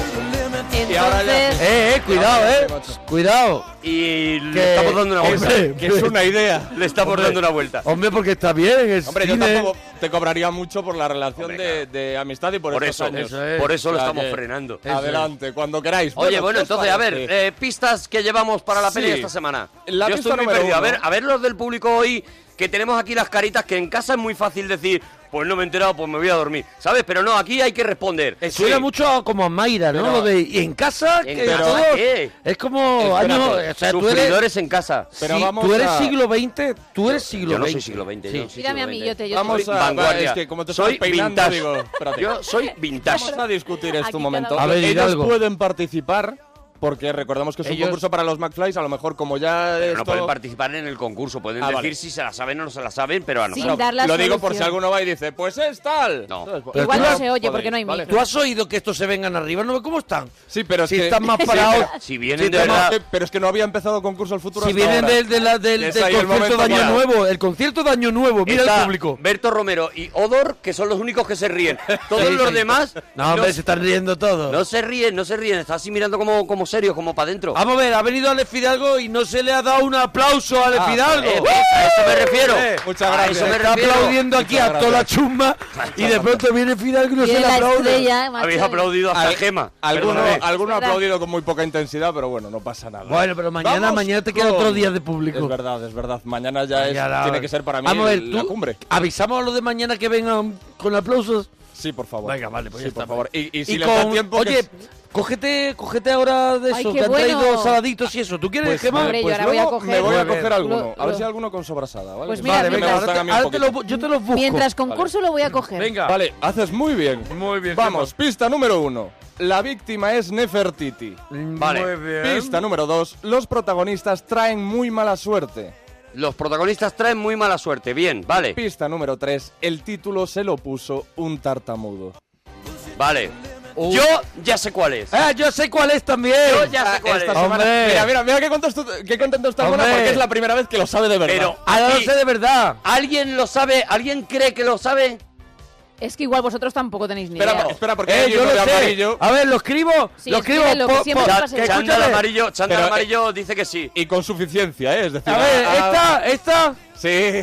Speaker 1: Eh, eh, cuidado, eh. Cuidado.
Speaker 2: Y
Speaker 1: Que-
Speaker 2: le estamos dando una vuelta.
Speaker 1: hombre,
Speaker 9: Que es una idea.
Speaker 2: Le estamos dando una vuelta.
Speaker 1: Hombre, porque está bien. es
Speaker 9: Hombre, yo
Speaker 1: cine.
Speaker 9: tampoco te cobraría mucho por la relación
Speaker 2: Hombre,
Speaker 9: de, de amistad y por,
Speaker 2: Por
Speaker 9: estos
Speaker 2: eso,
Speaker 9: años.
Speaker 1: eso es.
Speaker 2: por eso lo
Speaker 9: O sea
Speaker 2: estamos
Speaker 9: que-
Speaker 2: frenando.
Speaker 9: Adelante, cuando queráis. pues
Speaker 2: Oye, bueno,
Speaker 9: ¿qué os
Speaker 2: entonces, a ver,
Speaker 9: parece?
Speaker 2: eh, pistas que llevamos para la
Speaker 9: Sí.
Speaker 2: peli esta semana.
Speaker 9: La
Speaker 2: Yo
Speaker 9: pista
Speaker 2: estoy muy
Speaker 9: número
Speaker 2: perdido. A
Speaker 9: uno.
Speaker 2: ver, a ver los del público hoy, que tenemos aquí las caritas, que en casa es muy fácil decir, pues no me he enterado, pues me voy a dormir, ¿sabes? Pero no, aquí hay que responder.
Speaker 1: Eh, Suena
Speaker 2: Sí.
Speaker 1: mucho a- como a Mayra, ¿no?
Speaker 9: Pero-
Speaker 1: Lo de, y en casa,
Speaker 2: En
Speaker 1: que
Speaker 2: casa,
Speaker 1: todo-
Speaker 2: ¿qué?
Speaker 1: es como
Speaker 9: Espérate,
Speaker 1: año, o sea, tú eres,
Speaker 2: Sufridores en casa.
Speaker 9: Pero
Speaker 1: si-
Speaker 9: vamos
Speaker 1: tú eres
Speaker 9: a-
Speaker 1: siglo XX, tú eres siglo
Speaker 2: Yo no
Speaker 1: XX.
Speaker 2: soy siglo XX. yo
Speaker 1: Sí.
Speaker 2: soy
Speaker 3: mírame a
Speaker 2: siglo
Speaker 3: mí,
Speaker 2: XX.
Speaker 3: yo te yo
Speaker 9: Vamos
Speaker 3: te-
Speaker 9: a-
Speaker 2: Vanguardia.
Speaker 9: es que como te estás
Speaker 2: soy
Speaker 9: peinando,
Speaker 2: vintage.
Speaker 9: digo, espérate.
Speaker 2: Yo soy vintage.
Speaker 9: Vamos a discutir
Speaker 3: Aquí
Speaker 9: esto un momento.
Speaker 3: cada
Speaker 1: uno. A ver,
Speaker 9: Ellos
Speaker 1: Hidalgo.
Speaker 9: pueden participar, porque recordamos que es un
Speaker 1: Ellos-
Speaker 9: concurso para los McFlys, a lo mejor como ya
Speaker 2: Pero
Speaker 9: esto...
Speaker 2: no pueden participar en el concurso, pueden
Speaker 9: Ah,
Speaker 2: decir
Speaker 9: vale.
Speaker 2: si se la saben o no se la saben, pero a nosotros.
Speaker 3: Sin dar la
Speaker 9: Lo digo por si
Speaker 3: solución.
Speaker 9: alguno va y dice, pues es tal.
Speaker 2: No.
Speaker 9: Entonces, pues,
Speaker 1: Pero
Speaker 3: Igual
Speaker 1: tú
Speaker 3: no
Speaker 1: no
Speaker 3: se oye
Speaker 9: podéis,
Speaker 3: porque no hay
Speaker 9: ¿vale?
Speaker 3: micro.
Speaker 1: ¿Tú has oído que estos se vengan arriba? ¿No? ¿Cómo están?
Speaker 9: Sí, pero es
Speaker 1: si
Speaker 9: que...
Speaker 1: están más
Speaker 9: sí,
Speaker 1: parados,
Speaker 9: pero-
Speaker 2: Si vienen
Speaker 9: sí,
Speaker 2: de
Speaker 9: pero-
Speaker 2: verdad.
Speaker 9: Pero es que no había empezado concurso al futuro
Speaker 1: si
Speaker 9: hasta
Speaker 1: vienen
Speaker 9: ahora.
Speaker 1: del, de la- del,
Speaker 9: Es
Speaker 1: del
Speaker 9: ahí el
Speaker 1: concierto de
Speaker 9: momento
Speaker 1: Año
Speaker 9: para-
Speaker 1: Nuevo, el concierto de Año Nuevo, mira
Speaker 2: Está
Speaker 1: el público.
Speaker 2: Berto Romero y Odor, que son los únicos que se ríen. Todos
Speaker 1: Sí,
Speaker 2: los
Speaker 1: sí.
Speaker 2: demás
Speaker 1: No, hombre, se
Speaker 2: se...
Speaker 1: están riendo todos.
Speaker 2: no se ríen, no se ríen. Está así mirando como, como serio, como para adentro.
Speaker 1: Vamos a ver, ha venido Alex Fidalgo y no se le ha dado un aplauso a Alex Fidalgo.
Speaker 2: Eh, pues, a eso me refiero.
Speaker 1: Eh,
Speaker 9: muchas
Speaker 2: A
Speaker 9: gracias.
Speaker 2: eso me
Speaker 1: Está
Speaker 2: refiero.
Speaker 1: aplaudiendo aquí
Speaker 9: Muchas
Speaker 1: a toda la
Speaker 9: gracias.
Speaker 1: chumba y de pronto viene Fidalgo y no se
Speaker 3: Tiene
Speaker 1: le
Speaker 3: la
Speaker 1: aplaude.
Speaker 3: estrella, macho.
Speaker 2: Habéis aplaudido hasta Gema.
Speaker 9: Alguno,
Speaker 2: Perdóname.
Speaker 9: alguno ha
Speaker 3: Verdad.
Speaker 9: aplaudido con muy poca intensidad, pero bueno, no pasa nada.
Speaker 1: Bueno, pero mañana-
Speaker 9: Vamos
Speaker 1: mañana te queda otro día de público.
Speaker 9: Es verdad, es verdad. Mañana ya es-
Speaker 1: Ya la-
Speaker 9: tiene que ser para mí
Speaker 1: Vamos a ver,
Speaker 9: la
Speaker 1: tú
Speaker 9: cumbre.
Speaker 1: Avisamos a los de mañana que vengan con aplausos.
Speaker 9: Sí, por favor.
Speaker 1: Venga, vale, pues
Speaker 9: sí,
Speaker 1: ya está,
Speaker 9: por favor. Y, y si
Speaker 1: Y
Speaker 9: le
Speaker 1: con-
Speaker 9: da tiempo. que-
Speaker 1: Oye, cógete, cógete ahora de
Speaker 3: Ay,
Speaker 1: eso.
Speaker 3: qué
Speaker 1: Te han traído
Speaker 3: bueno.
Speaker 1: saladitos y eso. ¿Tú quieres,
Speaker 9: pues,
Speaker 1: Gemma?
Speaker 3: Hombre, yo
Speaker 9: pues
Speaker 3: ahora voy a
Speaker 9: luego
Speaker 3: coger-
Speaker 9: me voy a
Speaker 1: Lo-
Speaker 9: coger alguno. a ver
Speaker 3: lo-
Speaker 9: si alguno con sobrasada, ¿vale?
Speaker 3: Pues
Speaker 9: Que
Speaker 3: mira,
Speaker 9: me
Speaker 1: vale, venga,
Speaker 3: mientras-
Speaker 1: ahora,
Speaker 9: gustan
Speaker 1: te-
Speaker 9: a mí un
Speaker 1: ahora te
Speaker 9: poquito.
Speaker 1: lo- yo te los busco.
Speaker 3: Mientras
Speaker 9: Vale.
Speaker 3: concurso lo voy a coger.
Speaker 1: Venga.
Speaker 9: Vale, haces muy bien.
Speaker 1: Muy bien.
Speaker 9: Vamos, pista número uno. La víctima es Nefertiti.
Speaker 1: Vale.
Speaker 2: Muy
Speaker 9: Pista número dos. Los protagonistas traen muy mala suerte.
Speaker 2: Los protagonistas traen muy mala suerte. Bien, vale,
Speaker 9: Pista número tres. El título se lo puso un tartamudo.
Speaker 2: vale.
Speaker 9: Uh.
Speaker 2: Yo ya sé cuál es.
Speaker 1: Ah, yo sé cuál es también.
Speaker 2: Yo ya sé cuál
Speaker 9: Ah, Esta
Speaker 2: es.
Speaker 1: Hombre.
Speaker 9: semana- Mira, mira, mira qué contento, qué contento está Mona
Speaker 1: Hombre.
Speaker 9: porque es la primera vez que lo sabe de verdad.
Speaker 2: Pero
Speaker 1: Ahora lo
Speaker 2: aquí,
Speaker 1: sé de verdad.
Speaker 2: ¿alguien lo sabe? ¿Alguien cree que lo sabe?
Speaker 3: Es que igual vosotros tampoco tenéis ni
Speaker 9: espera,
Speaker 3: idea.
Speaker 9: espera, porque
Speaker 1: Eh,
Speaker 9: hay
Speaker 1: yo
Speaker 9: uno
Speaker 1: lo
Speaker 9: de
Speaker 1: sé.
Speaker 9: amarillo.
Speaker 1: A ver, lo escribo.
Speaker 3: Sí,
Speaker 1: lo escribo.
Speaker 3: escribo,
Speaker 1: po-
Speaker 3: que siempre
Speaker 1: po-
Speaker 3: nos pasa
Speaker 1: que
Speaker 3: en la-
Speaker 2: Chándal
Speaker 1: escúchame.
Speaker 2: amarillo, chándal
Speaker 9: Pero, eh,
Speaker 2: amarillo dice que sí.
Speaker 9: Y con suficiencia, ¿eh? Es decir,
Speaker 1: A ver, esta, esta.
Speaker 9: Sí.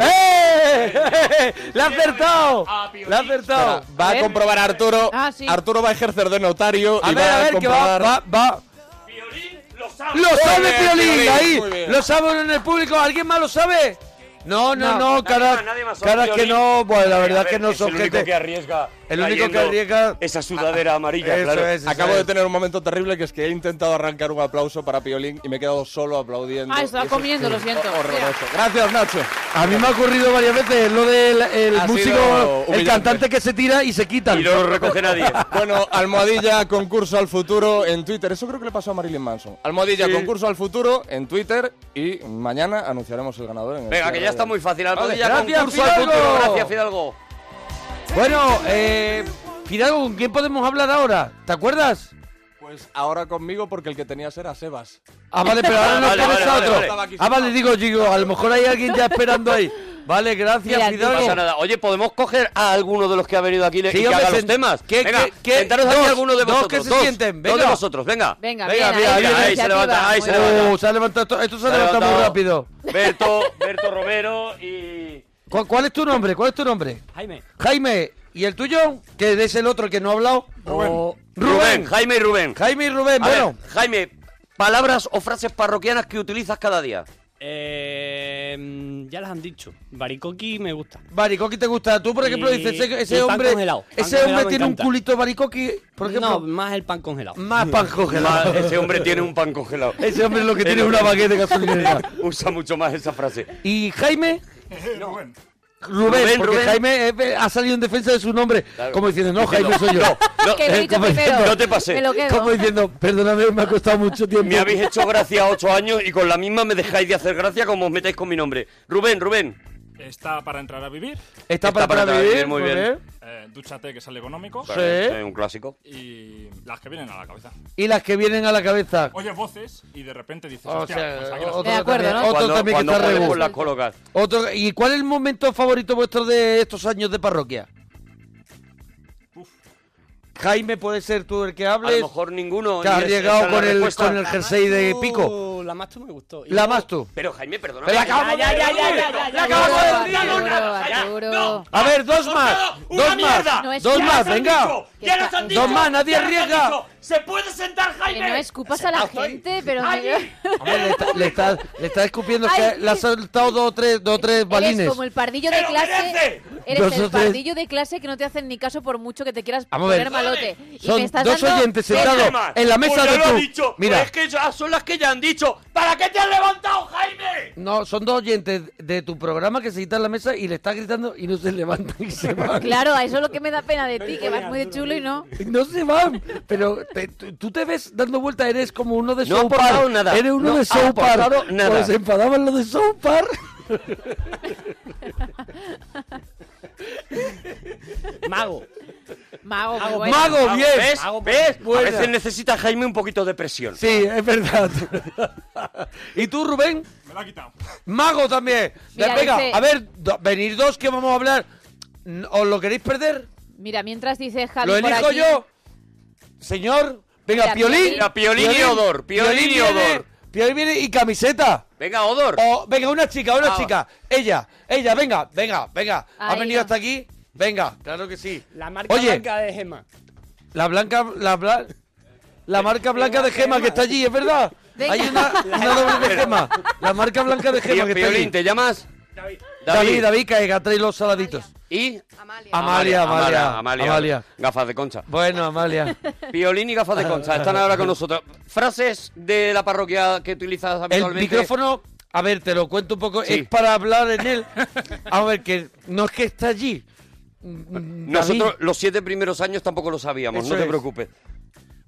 Speaker 1: ¡Eh! ¡La ha acertado! ¡La ha acertado!
Speaker 9: Espera, va a,
Speaker 3: ver.
Speaker 9: comprobar Arturo.
Speaker 3: Ah, sí.
Speaker 9: Arturo va a ejercer de notario
Speaker 1: A
Speaker 9: y
Speaker 1: ver,
Speaker 9: va
Speaker 1: a ver, que va,
Speaker 9: comprobar.
Speaker 1: va, va. ¡Lo
Speaker 9: Muy
Speaker 1: sabe
Speaker 9: bien,
Speaker 1: Piolín!
Speaker 9: Piolín,
Speaker 1: Ahí,
Speaker 9: muy bien.
Speaker 1: lo sabe en el público. ¿Alguien más lo sabe? No, no, no,
Speaker 3: No.
Speaker 1: cara,
Speaker 2: más, nadie más, solo
Speaker 1: cara que
Speaker 2: Piolín.
Speaker 1: no, bueno, la verdad
Speaker 2: A ver,
Speaker 1: que no
Speaker 2: es el
Speaker 1: son
Speaker 2: único
Speaker 1: gente.
Speaker 2: que arriesga.
Speaker 1: El único que
Speaker 2: trayendo
Speaker 1: arriesga-
Speaker 2: Esa sudadera amarilla,
Speaker 1: Eso
Speaker 2: claro.
Speaker 1: es, eso
Speaker 9: Acabo
Speaker 1: es.
Speaker 9: de tener un momento terrible que es que he intentado arrancar un aplauso para Piolín y me he quedado solo aplaudiendo.
Speaker 3: Ah,
Speaker 9: Y
Speaker 3: estaba
Speaker 9: eso es
Speaker 3: comiendo, lo siento. Mira.
Speaker 9: horroroso. Gracias, Nacho.
Speaker 1: A mí me ha ocurrido varias veces lo del el
Speaker 9: Ha sido
Speaker 1: músico, el
Speaker 9: humillante.
Speaker 1: cantante que se tira y se quita.
Speaker 2: Y no lo recoge nadie.
Speaker 9: Bueno, almohadilla concurso al futuro en Twitter. Eso creo que le pasó a Marilyn Manson. Almohadilla
Speaker 1: Sí.
Speaker 9: concurso al futuro en Twitter y mañana anunciaremos el ganador. En el
Speaker 2: Venga, que ya
Speaker 9: cierre
Speaker 2: está
Speaker 9: del-
Speaker 2: muy fácil. Almohadilla,
Speaker 1: gracias,
Speaker 2: concurso al
Speaker 1: Fidalgo.
Speaker 2: futuro. Gracias, Fidalgo.
Speaker 1: Bueno, eh, Fidalgo, ¿con quién podemos hablar ahora? ¿Te acuerdas?
Speaker 9: Pues ahora conmigo porque el que tenías era Sebas.
Speaker 1: Ah, vale, pero ahora
Speaker 2: Ah,
Speaker 1: nos
Speaker 2: vale,
Speaker 1: pones
Speaker 2: vale,
Speaker 1: a
Speaker 2: vale,
Speaker 1: otro.
Speaker 9: vale.
Speaker 1: Ah, vale, digo, digo, a lo mejor hay alguien ya esperando ahí. Vale, gracias,
Speaker 3: Mira,
Speaker 2: No
Speaker 1: Fidalgo.
Speaker 2: pasa nada. Oye, ¿podemos coger a alguno de los que ha venido aquí y
Speaker 1: Sí,
Speaker 2: que
Speaker 1: hombre,
Speaker 2: haga los
Speaker 1: sen-
Speaker 2: temas?
Speaker 1: ¿qué-
Speaker 2: venga,
Speaker 1: qué- qué-
Speaker 2: sentaros aquí
Speaker 1: dos,
Speaker 2: alguno de
Speaker 1: dos
Speaker 2: vosotros.
Speaker 1: que se sienten,
Speaker 2: Dos de
Speaker 1: venga.
Speaker 2: vosotros, venga.
Speaker 3: Venga,
Speaker 1: Venga,
Speaker 3: bien,
Speaker 1: mira,
Speaker 3: ahí,
Speaker 1: mira,
Speaker 3: la
Speaker 1: ahí
Speaker 2: se levanta, ahí se
Speaker 3: iniciativa, muy
Speaker 2: levanta.
Speaker 3: bien.
Speaker 1: Oh, se ha levantado, esto se ha
Speaker 2: Se ha
Speaker 1: levantado muy
Speaker 2: levantado.
Speaker 1: rápido.
Speaker 2: Berto, Berto Romero y...
Speaker 1: ¿Cuál, cuál es tu nombre? ¿Cuál es tu nombre?
Speaker 4: Jaime,
Speaker 1: Jaime, ¿y el tuyo? Que es el otro que no ha hablado.
Speaker 2: Rubén.
Speaker 1: Rubén.
Speaker 2: Jaime y Rubén.
Speaker 1: Jaime y Rubén,
Speaker 2: A
Speaker 1: bueno.
Speaker 2: ver, Jaime, palabras o frases parroquianas que utilizas cada día.
Speaker 4: eh, mm, ya las han dicho. Baricoqui me gusta.
Speaker 1: Baricoqui te gusta. Tú, por ejemplo,
Speaker 4: Y-
Speaker 1: dices, ese, ese
Speaker 4: y pan
Speaker 1: hombre,
Speaker 4: congelado. Pan
Speaker 1: ese
Speaker 4: congelado
Speaker 1: hombre
Speaker 4: me
Speaker 1: tiene un
Speaker 4: encanta.
Speaker 1: culito baricoqui, por ejemplo.
Speaker 4: No, más el pan congelado.
Speaker 1: Más pan congelado.
Speaker 2: Ma- Ese hombre tiene un pan congelado.
Speaker 1: Ese hombre es lo que tiene una baguette de gasolinera.
Speaker 2: Usa mucho más esa frase.
Speaker 1: ¿Y Jaime? Rubén,
Speaker 2: Rubén,
Speaker 1: porque
Speaker 2: Rubén.
Speaker 1: Jaime eh, ha salido en defensa de su nombre, como diciendo, no, Jaime soy yo.
Speaker 2: No,
Speaker 3: Que lo he
Speaker 1: Eh,
Speaker 3: dicho
Speaker 1: como
Speaker 3: primero.
Speaker 1: diciendo-
Speaker 2: No te pasé.
Speaker 3: Me lo quedo.
Speaker 1: Como diciendo, perdóname, me ha costado mucho tiempo.
Speaker 2: Me habéis hecho gracia ocho años y con la misma me dejáis de hacer gracia como os metáis con mi nombre. Rubén, Rubén.
Speaker 10: Está para entrar a vivir,
Speaker 1: Está,
Speaker 2: Está
Speaker 1: para,
Speaker 2: para
Speaker 1: para
Speaker 2: vivir,
Speaker 1: vivir,
Speaker 2: muy
Speaker 1: muy bien.
Speaker 2: bien.
Speaker 10: eh, dúchate que sale económico
Speaker 1: Sí.
Speaker 2: Vale, es un clásico.
Speaker 10: y las que vienen a la cabeza.
Speaker 1: Y las que vienen a la cabeza.
Speaker 10: Oyes voces y de repente dices,
Speaker 1: O
Speaker 10: hostia,
Speaker 1: sea,
Speaker 10: pues aquí las
Speaker 1: otro
Speaker 3: De acuerdo,
Speaker 1: también,
Speaker 3: ¿no?
Speaker 1: otro
Speaker 2: Cuando-
Speaker 1: también que
Speaker 2: cuando
Speaker 1: está
Speaker 2: podemos
Speaker 1: rebus.
Speaker 2: las colocas.
Speaker 1: Otro- ¿Y cuál es el momento favorito vuestro de estos años de parroquia? Jaime, puede ser tú el que
Speaker 2: A lo
Speaker 1: hables.
Speaker 2: mejor ninguno.
Speaker 1: Que Pues, has
Speaker 2: y es- esa
Speaker 1: llegado
Speaker 2: es la
Speaker 1: con el,
Speaker 2: respuesta.
Speaker 1: con el jersey de pico.
Speaker 4: Uh, La más tú me gustó. Y
Speaker 1: La
Speaker 4: luego-
Speaker 1: más tú.
Speaker 2: Pero Jaime, perdona.
Speaker 1: Pero acabamos
Speaker 3: Ya, ya, ya, ya, ya, ya. Arturo, Arturo, Arturo.
Speaker 1: A ver, dos más. Dos
Speaker 3: No
Speaker 1: más.
Speaker 3: es
Speaker 1: Dos
Speaker 3: nada.
Speaker 1: más,
Speaker 3: Ya se
Speaker 1: venga.
Speaker 3: Ya nos han
Speaker 1: Dos más, nadie arriesga.
Speaker 3: Que no escupas a la gente, pero...
Speaker 1: Hombre, le está, le está- le está escupiendo.
Speaker 3: Ay.
Speaker 1: que le ha soltado dos o tres, dos o tres
Speaker 3: Eres
Speaker 1: balines.
Speaker 3: como el pardillo de clase. Eres
Speaker 1: Dos o
Speaker 3: el
Speaker 1: tres.
Speaker 3: pardillo de clase que no te hacen ni caso por mucho que te quieras
Speaker 1: Vamos a ver.
Speaker 3: poner malote. Y
Speaker 1: Son
Speaker 3: me estás
Speaker 1: dos
Speaker 3: dando-
Speaker 1: oyentes sentados en la
Speaker 2: pues
Speaker 1: mesa de tú. Mira,
Speaker 2: que son las que ya han dicho. ¿Para qué te has levantado, Jaime?
Speaker 1: no, son dos oyentes de tu programa que se quitan la mesa y le estás gritando y no se levantan y se van.
Speaker 3: Claro, a eso es lo que me da pena de ti, que vas muy de chulo y no.
Speaker 1: No se van, pero te- tú tú te ves dando vuelta, eres como uno de
Speaker 2: No ha
Speaker 1: South Park.
Speaker 2: aportado nada.
Speaker 1: Eres uno
Speaker 2: No
Speaker 1: de
Speaker 2: ha
Speaker 1: South Park.
Speaker 2: aportado nada.
Speaker 1: Cuando se enfadaban los de South Park.
Speaker 4: Mago.
Speaker 3: Mago, muy bueno.
Speaker 1: Mago, bien.
Speaker 2: ¿Ves?
Speaker 4: Hago-
Speaker 2: ¿Ves? A
Speaker 1: Buena.
Speaker 2: veces necesita Jaime un poquito de presión.
Speaker 1: Sí, es verdad. ¿Y tú, Rubén?
Speaker 10: Me la ha quitado.
Speaker 1: Mago también.
Speaker 3: Mira,
Speaker 1: Venga,
Speaker 3: dice-
Speaker 1: a ver, do- venir dos que vamos a hablar. N- ¿Os lo queréis perder?
Speaker 3: Mira, mientras dice Javi
Speaker 1: ¿Lo
Speaker 3: por
Speaker 1: elijo
Speaker 3: aquí-
Speaker 1: yo? Señor, venga,
Speaker 3: Mira,
Speaker 1: Piolín.
Speaker 3: Piolín. Mira,
Speaker 2: Piolín y Odor, Piolín y
Speaker 1: viene-
Speaker 2: Odor.
Speaker 1: Piolín viene y camiseta.
Speaker 2: Venga, Odor.
Speaker 1: O, venga, una chica, una
Speaker 2: Ah.
Speaker 1: chica. Ella, ella, venga, venga, venga. ¿Ha
Speaker 3: Ahí
Speaker 1: venido
Speaker 3: va.
Speaker 1: hasta aquí? Venga, claro que sí.
Speaker 4: La marca
Speaker 1: Oye,
Speaker 4: blanca de Gema.
Speaker 1: la blanca, la bla- La marca blanca de gema que está allí, es verdad.
Speaker 3: Venga.
Speaker 1: Hay una, una doble de gema. La marca blanca de
Speaker 2: Pi-
Speaker 1: gema que está allí.
Speaker 2: Piolín, ¿te llamas?
Speaker 1: David, David, caiga, trae los saladitos.
Speaker 2: Y
Speaker 1: Amalia. Amalia, Amalia,
Speaker 2: Amalia,
Speaker 1: Amalia.
Speaker 2: Gafas de concha.
Speaker 1: Bueno, Amalia.
Speaker 2: Piolín y gafas de concha están ahora con nosotros. Frases de la parroquia que utilizas
Speaker 1: El
Speaker 2: habitualmente.
Speaker 1: micrófono, a ver, te lo cuento un poco,
Speaker 2: Sí.
Speaker 1: es para hablar en él. A ver, que no es que está allí. Mm,
Speaker 2: Nosotros
Speaker 1: David.
Speaker 2: los siete primeros años tampoco lo sabíamos,
Speaker 1: Eso
Speaker 2: no te
Speaker 1: es.
Speaker 2: preocupes.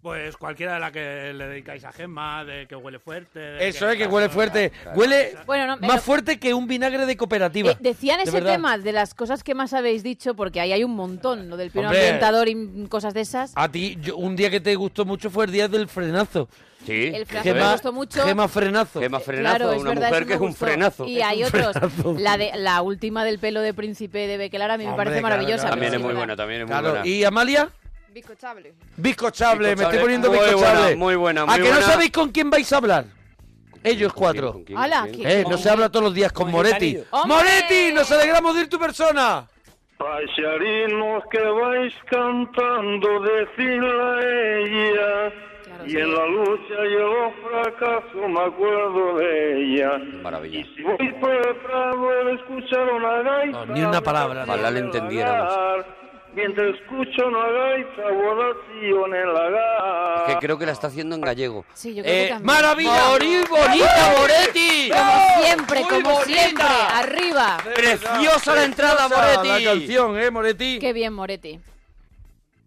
Speaker 11: Pues cualquiera de la que le dedicáis a Gemma, de que huele fuerte. de
Speaker 1: Eso es que huele fuerte. Huele
Speaker 3: Bueno, no, pero-
Speaker 1: más fuerte que un vinagre de cooperativa.
Speaker 3: Eh, decían
Speaker 1: de
Speaker 3: ese
Speaker 1: verdad.
Speaker 3: tema de las cosas que más habéis dicho, porque ahí hay un montón, lo del piano
Speaker 1: Hombre.
Speaker 3: ambientador y mm, cosas de esas.
Speaker 1: A ti, yo- un día que te gustó mucho fue el día del frenazo.
Speaker 2: Sí.
Speaker 3: El frenazo me gustó mucho. Eh,
Speaker 1: Gema frenazo.
Speaker 2: Gema
Speaker 3: Claro, es verdad, eso me gustó. Y hay otros.
Speaker 1: frenazo.
Speaker 3: La, de, la última del pelo de príncipe de Bequelar a mí me
Speaker 1: Hombre,
Speaker 3: parece
Speaker 1: claro,
Speaker 3: maravillosa.
Speaker 1: claro.
Speaker 2: También
Speaker 3: pero
Speaker 2: es
Speaker 3: sí,
Speaker 2: muy
Speaker 3: verdad.
Speaker 2: buena, también es muy
Speaker 1: Claro,
Speaker 2: buena.
Speaker 1: ¿Y Amalia?
Speaker 12: Bizcochable.
Speaker 1: Bizcochable, me estoy
Speaker 2: Bizcochable,
Speaker 1: poniendo
Speaker 2: muy buena,
Speaker 1: bizcochable.
Speaker 2: muy buena,
Speaker 1: ¿A
Speaker 2: muy
Speaker 1: que
Speaker 2: buena.
Speaker 1: no sabéis con quién vais a hablar? Ellos cuatro.
Speaker 2: quién,
Speaker 3: Ala,
Speaker 1: Eh,
Speaker 3: quién?
Speaker 1: no se habla todos los días con Moretti.
Speaker 3: ¡Hombre!
Speaker 1: ¡Moretti! ¡Nos alegramos de ir tu persona!
Speaker 13: Paisarinos que vais cantando, decirla a ella. y en la lucha y en los fracasos me acuerdo de ella.
Speaker 2: Maravilla.
Speaker 13: Y si voy por el prado de escuchar una gaita.
Speaker 1: ni una palabra.
Speaker 2: Ojalá le entendiéramos.
Speaker 13: Mientras escucho una gaita, volación en el lagar.
Speaker 2: Que creo que la está haciendo en gallego.
Speaker 3: Sí, yo
Speaker 2: Eh,
Speaker 3: creo que también.
Speaker 2: ¡Maravilla! ¡Morir bonita, Moretti!
Speaker 3: Como siempre,
Speaker 2: Muy
Speaker 3: como
Speaker 2: bonita.
Speaker 3: siempre. Arriba.
Speaker 2: ¡Preciosa la entrada, Moretti!
Speaker 1: La canción, ¿eh, Moretti?
Speaker 3: Qué bien, Moretti.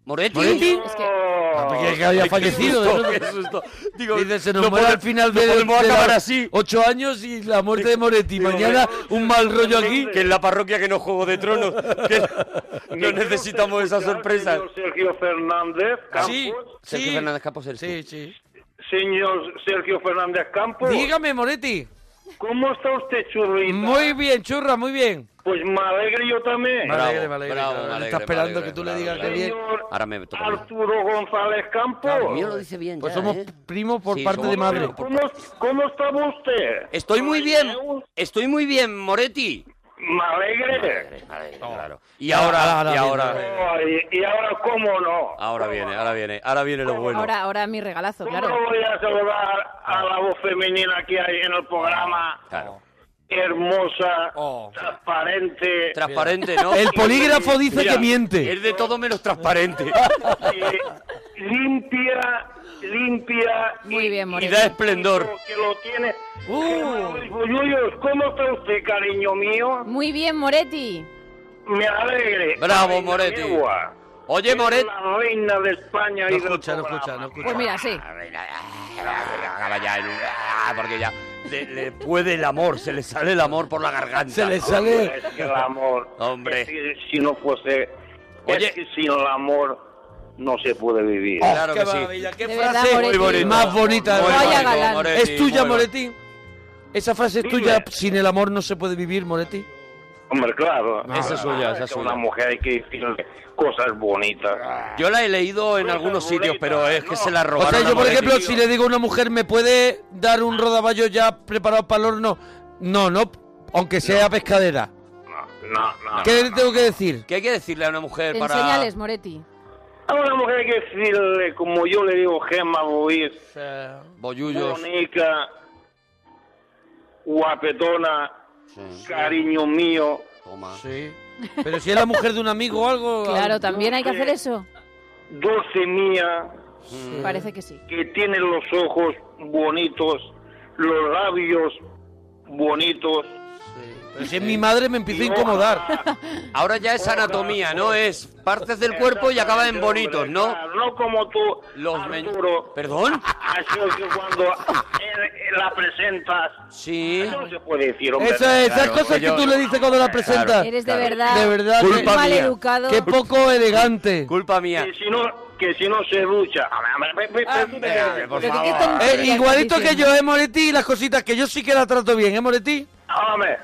Speaker 2: ¿Moretti?
Speaker 3: Es que-
Speaker 1: Ah, Porque que había
Speaker 2: Ay, qué
Speaker 1: fallecido.
Speaker 2: susto,
Speaker 1: ¿no?
Speaker 2: qué susto. Digo,
Speaker 1: Dice, se nos
Speaker 2: no
Speaker 1: muere
Speaker 2: pode-
Speaker 1: al final
Speaker 2: no
Speaker 1: de,
Speaker 2: podemos
Speaker 1: de
Speaker 2: acabar
Speaker 1: la-
Speaker 2: así.
Speaker 1: ocho años y la muerte de Moretti. Mañana un mal rollo aquí.
Speaker 2: Que en la parroquia que no juego de tronos. que no necesitamos esa sorpresa.
Speaker 13: Señor Sergio Fernández Campos.
Speaker 2: Sergio Fernández Campos el Sí,
Speaker 1: sí.
Speaker 13: Señor Sergio Fernández Campos.
Speaker 1: Dígame, Moretti.
Speaker 13: ¿Cómo está usted, churrita?
Speaker 1: Muy bien, churra, muy bien.
Speaker 13: Pues me alegro yo también.
Speaker 1: Me alegre, me alegre.
Speaker 2: bravo,
Speaker 1: claro,
Speaker 2: me
Speaker 1: él
Speaker 2: alegre,
Speaker 1: está esperando
Speaker 2: me
Speaker 1: que tú le
Speaker 2: alegre,
Speaker 1: digas
Speaker 2: me
Speaker 1: que bien.
Speaker 2: alegre. Ahora me toca. a mí.
Speaker 13: Arturo González Campos.
Speaker 2: Claro, el mío lo dice bien.
Speaker 1: Pues
Speaker 2: ya,
Speaker 1: somos
Speaker 2: ¿eh?
Speaker 1: primos por
Speaker 2: Sí,
Speaker 1: parte
Speaker 2: somos
Speaker 1: de madre.
Speaker 2: primos por
Speaker 13: ¿Cómo, ¿Cómo está usted?
Speaker 2: Estoy muy bien. Estoy muy bien, Moretti.
Speaker 13: Me alegre.
Speaker 2: Claro. Y ahora, y ahora,
Speaker 13: Ay, y ahora, ¿cómo no?
Speaker 2: ahora viene, ahora viene, ahora viene lo bueno.
Speaker 3: Ahora, ahora mi regalazo,
Speaker 13: ¿Cómo
Speaker 3: claro.
Speaker 13: no voy a saludar a la voz femenina que hay en el programa?
Speaker 2: Claro.
Speaker 13: Hermosa, transparente.
Speaker 2: Transparente, ¿no?
Speaker 1: Oh. El polígrafo dice
Speaker 2: Mira,
Speaker 1: que miente.
Speaker 2: Es de todo menos transparente.
Speaker 13: eh, limpia, limpia. Muy bien,
Speaker 2: Y da esplendor.
Speaker 13: Que lo tiene. Yuyos, ¿cómo está usted, cariño mío?
Speaker 3: Muy bien, Moretti.
Speaker 13: Me alegre.
Speaker 2: Bravo,
Speaker 13: Reina
Speaker 2: Moretti.
Speaker 13: Yegua.
Speaker 2: Oye,
Speaker 13: Es
Speaker 2: Moretti.
Speaker 13: La reina de España y
Speaker 1: No
Speaker 13: del
Speaker 1: escucha, no
Speaker 13: programa.
Speaker 1: escucha, no escucha.
Speaker 3: Pues mira, sí.
Speaker 2: Acaba ya en un- ah, Porque ya le, le puede el amor, se le sale el amor por la garganta.
Speaker 1: Se le sale.
Speaker 13: Es que el amor.
Speaker 2: Hombre.
Speaker 13: es que si no fuese.
Speaker 2: Oye.
Speaker 13: Es que sin el amor no se puede vivir.
Speaker 2: Claro
Speaker 1: Oh, Qué
Speaker 2: que sí.
Speaker 1: maravilla, qué
Speaker 3: De
Speaker 1: frase
Speaker 3: verdad, Moretti.
Speaker 2: Muy bonito.
Speaker 1: más bonita.
Speaker 2: Muy
Speaker 3: Vaya
Speaker 2: bonito,
Speaker 3: galán.
Speaker 2: Moretti,
Speaker 1: Es tuya,
Speaker 2: muy bueno.
Speaker 1: Moretti. Esa frase es tuya, sin el amor no se puede vivir, Moretti.
Speaker 13: Hombre, claro.
Speaker 2: Esa es suya, esa
Speaker 13: Es
Speaker 2: es
Speaker 13: que una
Speaker 2: suya.
Speaker 13: mujer hay que decirle cosas bonitas.
Speaker 2: Yo la he leído en algunos sitios, pero es que se la
Speaker 1: O
Speaker 2: robaron.
Speaker 1: sea,
Speaker 2: a
Speaker 1: yo, por
Speaker 2: Moretti.
Speaker 1: ejemplo, si le digo a una mujer, ¿me puede dar un rodaballo ya preparado para el horno? No, no, aunque sea pescadera.
Speaker 13: No, no.
Speaker 1: ¿Qué le tengo que decir?
Speaker 2: ¿Qué hay que decirle a una mujer Eh, para...?
Speaker 3: Enseñales, Moretti.
Speaker 13: A una mujer hay que decirle, como yo le digo, Gemma Ruiz,
Speaker 2: Bollullos.
Speaker 13: bonita, guapetona, cariño mío.
Speaker 2: Toma.
Speaker 1: Sí. Pero si es la mujer de un amigo o algo.
Speaker 3: Claro, también hay que hacer eso.
Speaker 13: dulce mía, mm,
Speaker 3: Parece que sí.
Speaker 13: que tiene los ojos bonitos, los labios bonitos.
Speaker 1: Pero si es mi madre, me empieza a incomodar.
Speaker 2: Ahora ya es anatomía, ¿no? Es partes del cuerpo y acaba en bonitos, ¿no?
Speaker 13: No como tú,
Speaker 2: Los men-
Speaker 13: Arturo.
Speaker 2: ¿Perdón?
Speaker 13: Así es que cuando eh, eh, la presentas,
Speaker 2: Sí.
Speaker 13: eso no se puede decir, hombre. pues
Speaker 1: Esa- esas
Speaker 2: Claro,
Speaker 1: cosas
Speaker 2: yo-
Speaker 1: que tú le dices cuando la presentas.
Speaker 3: Eres de
Speaker 2: Claro.
Speaker 3: verdad,
Speaker 1: De verdad,
Speaker 3: un
Speaker 1: Culpa
Speaker 3: mal
Speaker 2: mía.
Speaker 3: educado.
Speaker 1: Qué poco elegante.
Speaker 2: Culpa mía.
Speaker 13: Que si no, que si no se ducha. A ver, a ver, pe- pe- pe-
Speaker 2: Hombre, por
Speaker 3: Pero qué- qué
Speaker 2: favor.
Speaker 1: Eh,
Speaker 3: tontería
Speaker 1: igualito
Speaker 3: estás
Speaker 1: que yo,
Speaker 3: diciendo.
Speaker 1: ¿eh, Moretti? Y las cositas que yo sí que la trato bien, ¿eh, Moretti?
Speaker 13: hombre.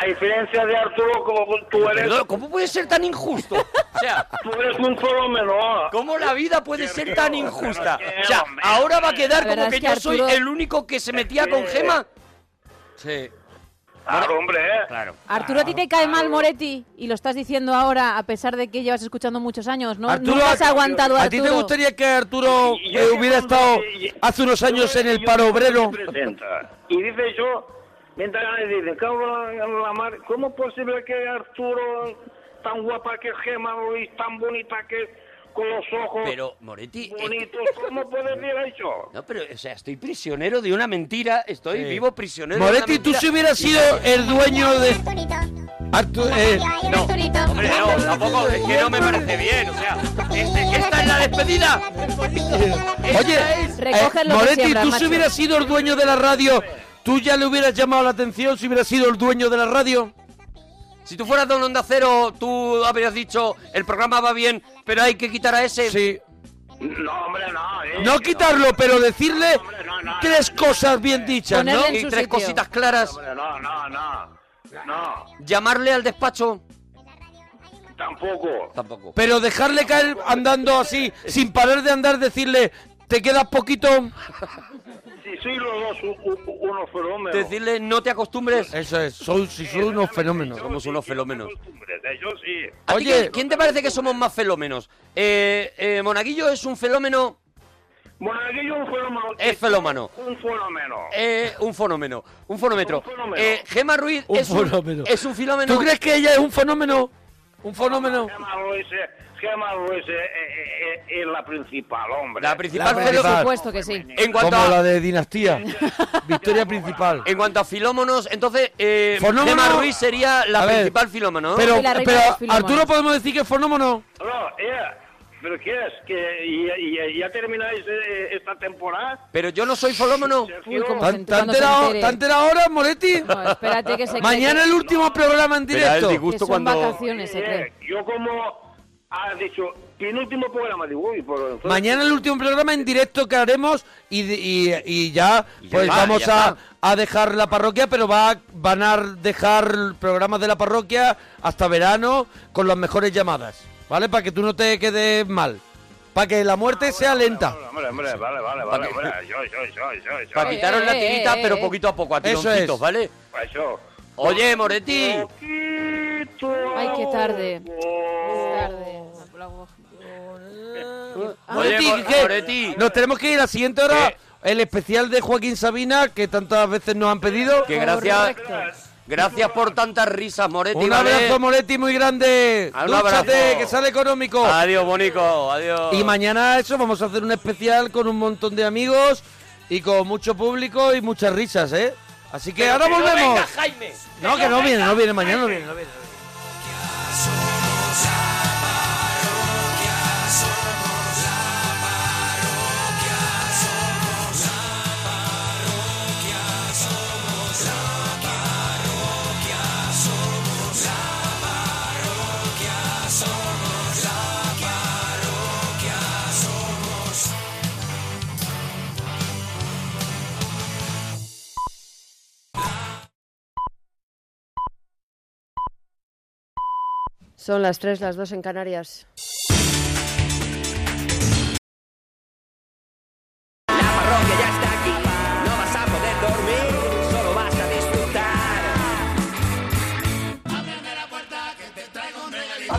Speaker 13: A diferencia de Arturo, como tú eres,
Speaker 2: Perdón, ¿cómo puede ser tan injusto? O sea,
Speaker 13: tú eres un fenómeno.
Speaker 2: ¿cómo la vida puede ser tan injusta? O sea,
Speaker 13: hombre.
Speaker 2: ahora va a quedar
Speaker 3: La verdad
Speaker 2: como
Speaker 3: es
Speaker 2: que
Speaker 3: que
Speaker 2: yo soy
Speaker 3: Arturo-
Speaker 2: el único que se metía con Gema. Sí,
Speaker 13: Claro, hombre, ¿eh?
Speaker 2: claro.
Speaker 3: Arturo, a ti te cae mal Moretti y lo estás diciendo ahora a pesar de que llevas escuchando muchos años, ¿no?
Speaker 1: Arturo,
Speaker 3: Nunca has aguantado a
Speaker 1: ¿A ti te gustaría que Arturo
Speaker 13: Y yo
Speaker 1: eh,
Speaker 13: que
Speaker 1: hubiera
Speaker 13: cuando-
Speaker 1: estado
Speaker 13: y- y-
Speaker 1: hace unos
Speaker 13: yo
Speaker 1: años
Speaker 13: que-
Speaker 1: en el
Speaker 13: yo
Speaker 1: paro
Speaker 13: que cuando
Speaker 1: obrero?
Speaker 13: me presenta, Y dice yo Mientras le dice, cabrón en la mar, ¿cómo es posible que Arturo, tan guapa que es Gemma Ruiz, tan bonita que es, con los ojos
Speaker 2: Pero, Moretti, eh.
Speaker 13: bonitos, cómo puede decir eso?
Speaker 2: No, pero, o sea, estoy prisionero de una mentira, estoy vivo prisionero de una
Speaker 1: Moretti, tú
Speaker 2: mentira.
Speaker 1: si hubieras sido el dueño de... Artu- eh,
Speaker 2: No, hombre, no, tampoco, es que no me parece bien, o sea, este- esta es la despedida.
Speaker 1: Oye,
Speaker 2: Recoge
Speaker 1: eh,
Speaker 2: lo que
Speaker 1: Moretti,
Speaker 2: siembra,
Speaker 1: tú si
Speaker 2: macho.
Speaker 1: hubieras sido el dueño de la radio, ¿tú ya le hubieras llamado la atención si hubieras sido el dueño de la radio?
Speaker 2: Si tú fueras Don Onda Cero, tú habrías dicho, el programa va bien, pero hay que quitar a ese.
Speaker 1: Sí.
Speaker 13: No, hombre, no. eh.
Speaker 1: No quitarlo, pero decirle tres cosas bien dichas, ¿no?
Speaker 2: Y tres cositas claras.
Speaker 13: No, no, no. No,
Speaker 2: Llamarle al despacho.
Speaker 13: tampoco.
Speaker 2: Tampoco.
Speaker 1: Pero dejarle caer andando así, sin parar de andar, decirle, te quedas poquito.
Speaker 13: Si soy los dos u- u- unos fenómenos.
Speaker 2: Decirle, no te acostumbres.
Speaker 1: Eso es, son, si son unos fenómenos.
Speaker 2: Somos unos fenómenos.
Speaker 13: Hombre, de- Yo sí.
Speaker 2: ¿A ti quién- ¿quién te parece que somos más fenómenos? Eh, eh, Monaguillo es un fenómeno.
Speaker 13: Monaguillo eh, es un fenómeno.
Speaker 2: Es fenómeno.
Speaker 13: Un fenómeno.
Speaker 2: Eh, un fenómeno. Un fonómetro.
Speaker 13: fenómeno.
Speaker 2: Eh, Gema Ruiz
Speaker 1: Un
Speaker 2: es,
Speaker 1: fenómeno.
Speaker 2: Un, es un fenómeno.
Speaker 1: ¿Tú crees que ella es un fenómeno? Un fenómeno.
Speaker 13: Gemma Ruiz, eh, Gemma Ruiz eh, eh, eh, es la principal, hombre.
Speaker 2: La principal
Speaker 1: La principal.
Speaker 3: Por supuesto que sí.
Speaker 2: En cuanto
Speaker 1: Como
Speaker 2: a,
Speaker 1: la de Dinastía. Victoria principal.
Speaker 2: en cuanto a filómonos, entonces eh,
Speaker 1: Fonómeno-
Speaker 2: Gemma Ruiz sería la
Speaker 1: A ver,
Speaker 2: principal filómeno. ¿no?
Speaker 1: Pero, pero Arturo, ¿podemos decir que es fenómeno?
Speaker 13: No, eh, ¿Pero qué es? ¿Que ya, ya- ya termináis eh, esta temporada?
Speaker 2: Pero yo no soy fenómeno.
Speaker 13: Uy, cómo
Speaker 1: ¿Te
Speaker 13: se-
Speaker 1: han- te
Speaker 13: cuando
Speaker 1: han
Speaker 13: se
Speaker 1: enterado
Speaker 13: entere.
Speaker 1: te han enterado ahora, Moretti?
Speaker 3: espérate que se cree
Speaker 1: Mañana
Speaker 3: que-
Speaker 1: el último programa en
Speaker 3: Verá el
Speaker 1: directo.
Speaker 3: disgusto Que son cuando- vacaciones, se
Speaker 13: Eh,
Speaker 3: cree.
Speaker 13: Yo como has dicho, penúltimo programa, digo, uy, por... entonces-
Speaker 1: Mañana el último programa en directo que haremos y, y- y ya pues
Speaker 2: va,
Speaker 1: vamos
Speaker 2: ya
Speaker 1: a, a dejar la parroquia, pero va, van a dejar programas de la parroquia hasta verano con las mejores llamadas, ¿vale? Para que tú no te quedes mal, para que la muerte sea lenta.
Speaker 13: Hombre, hombre, vale, vale, vale, hombre, yo, yo, yo, yo, yo.
Speaker 2: Para quitaros la tirita,
Speaker 1: eh,
Speaker 2: pero
Speaker 1: eh.
Speaker 2: poquito a poco, a
Speaker 1: Eso
Speaker 2: tironcitos,
Speaker 1: es.
Speaker 2: ¿vale?
Speaker 13: Eso.
Speaker 2: Oye, Moretti.
Speaker 3: Ay, qué tarde. tarde.
Speaker 1: Moretti,
Speaker 2: Oye, Mo-
Speaker 1: ¿qué?
Speaker 2: Moretti.
Speaker 1: Nos tenemos que ir a la siguiente hora. El especial de Joaquín Sabina, que tantas veces nos han pedido.
Speaker 2: Que gracias, gracias por tantas risas, Moretti.
Speaker 1: Un
Speaker 2: ¿vale?
Speaker 1: abrazo, Moretti, muy grande.
Speaker 2: Un
Speaker 1: Dúchate,
Speaker 2: abrazo.
Speaker 1: que sale económico.
Speaker 2: Adiós, Bonico. Adiós.
Speaker 1: Y mañana eso, vamos a hacer un especial con un montón de amigos y con mucho público y muchas risas, ¿eh? Así que ahora
Speaker 2: no
Speaker 1: volvemos.
Speaker 2: venga, Jaime.
Speaker 1: No, que no viene, no viene mañana, no viene, no viene.
Speaker 6: Somos la parroquia, somos la parroquia, somos la parroquia, somos la parroquia, somos la parroquia, somos la parroquia, somos.
Speaker 12: Son las 3, las 2 en Canarias.
Speaker 6: parroquia ya está aquí, no vas a poder dormir, solo vas a disfrutar. Ábreme la puerta que te traigo un regalito.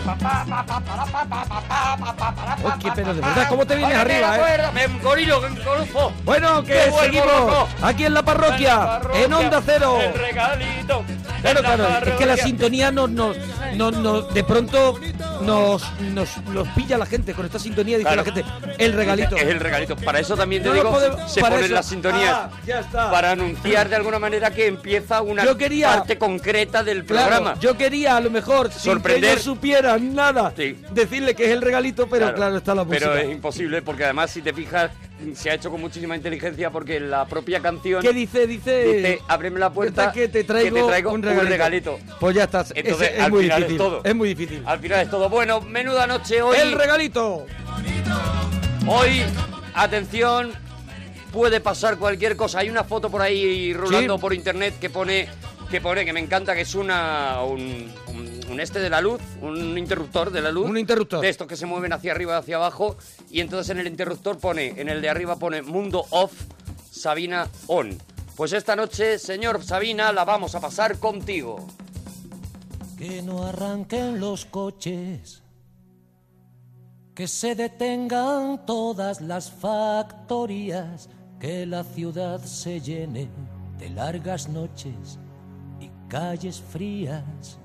Speaker 1: Uy, qué pero de verdad, ¿cómo te vienes
Speaker 2: Ábreme la
Speaker 1: arriba, eh?
Speaker 2: puerta, Me engorilo, me engolufo.
Speaker 1: Bueno, que
Speaker 2: Me vuelvo loco.
Speaker 1: seguimos aquí en la parroquia, en Onda Cero.
Speaker 2: El regalito.
Speaker 1: Claro,
Speaker 2: en la
Speaker 1: claro, es que la
Speaker 2: parroquia.
Speaker 1: sintonía nos, nos, nos- nos- de pronto nos, nos, nos pilla la gente. Con esta sintonía dice
Speaker 2: Claro.
Speaker 1: la gente, el regalito.
Speaker 2: Es el regalito. Para eso también te
Speaker 1: No lo
Speaker 2: digo,
Speaker 1: podemos-
Speaker 2: se
Speaker 1: para
Speaker 2: ponen
Speaker 1: eso.
Speaker 2: las sintonías.
Speaker 1: Ah, ya está.
Speaker 2: Para anunciar de alguna manera que empieza una
Speaker 1: Yo quería-
Speaker 2: parte concreta del
Speaker 1: Claro,
Speaker 2: programa.
Speaker 1: yo quería a lo mejor sorprender,
Speaker 2: Sorprender.
Speaker 1: no supiera nada,
Speaker 2: Sí.
Speaker 1: decirle que es el regalito, pero claro, está la música.
Speaker 2: Pero es imposible porque además, si te fijas, se ha hecho con muchísima inteligencia porque la propia canción
Speaker 1: ¿Qué dice? Dice,
Speaker 2: dice, ábreme la puerta
Speaker 1: que te traigo,
Speaker 2: un regalito.
Speaker 1: Pues ya estás.
Speaker 2: Entonces,
Speaker 1: Ese es,
Speaker 2: al
Speaker 1: muy
Speaker 2: final
Speaker 1: difícil.
Speaker 2: es todo.
Speaker 1: Es muy difícil.
Speaker 2: Al final es todo. Bueno, menuda noche hoy.
Speaker 1: El regalito.
Speaker 2: Hoy, atención, puede pasar cualquier cosa. Hay una foto por ahí rulando
Speaker 1: Sí.
Speaker 2: por internet que pone que pone que me encanta que es una un, un- un este de la luz, un interruptor de la luz.
Speaker 1: Un interruptor.
Speaker 2: De estos que se mueven hacia arriba y hacia abajo y entonces en el interruptor pone en el de arriba pone mundo off, Sabina on. Pues esta noche, señor Sabina, la vamos a pasar contigo.
Speaker 6: Que no arranquen los coches, que se detengan todas las factorías, que la ciudad se llene de largas noches
Speaker 14: calles frías,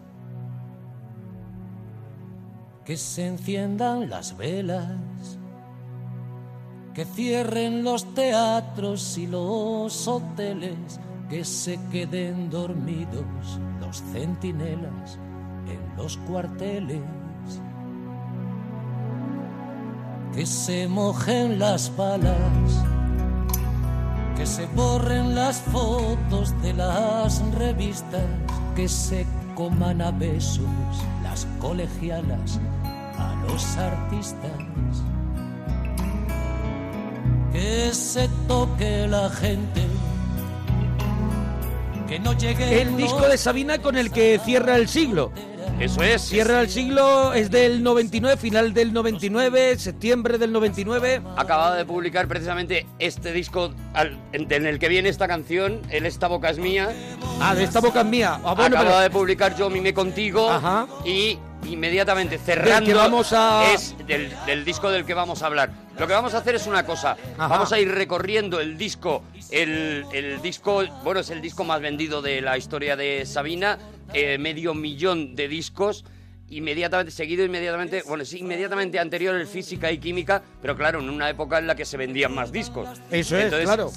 Speaker 14: que se enciendan las velas, que cierren los teatros y los hoteles, que se queden dormidos los centinelas en los cuarteles, que se mojen las balas que se borren las fotos de las revistas, que se coman a besos las colegialas a los artistas, que se toque la gente, que no llegue
Speaker 1: El disco de Sabina con el que cierra el siglo. Eso es. Cierra el siglo, es del 99, final del 99, septiembre del 99.
Speaker 2: Acababa de publicar precisamente este disco al- en, en el que viene esta canción, el Esta Boca es Mía.
Speaker 1: Ah, de esta boca es mía. Ah, bueno,
Speaker 2: Acababa de
Speaker 1: pero-
Speaker 2: publicar Yo Mimé Contigo. Y inmediatamente cerrando.
Speaker 1: que vamos a-
Speaker 2: Es del, del disco del que vamos a hablar. Lo que vamos a hacer es una cosa.
Speaker 1: Ajá.
Speaker 2: Vamos a ir recorriendo el disco. El, el disco, bueno, es el disco más vendido de la historia de Sabina. eh, medio millón de discos. Inmediatamente, seguido inmediatamente, bueno, sí, inmediatamente anterior el física y química, pero claro, en una época en la que se vendían más discos.
Speaker 1: Eso es,
Speaker 2: Entonces,
Speaker 1: claro.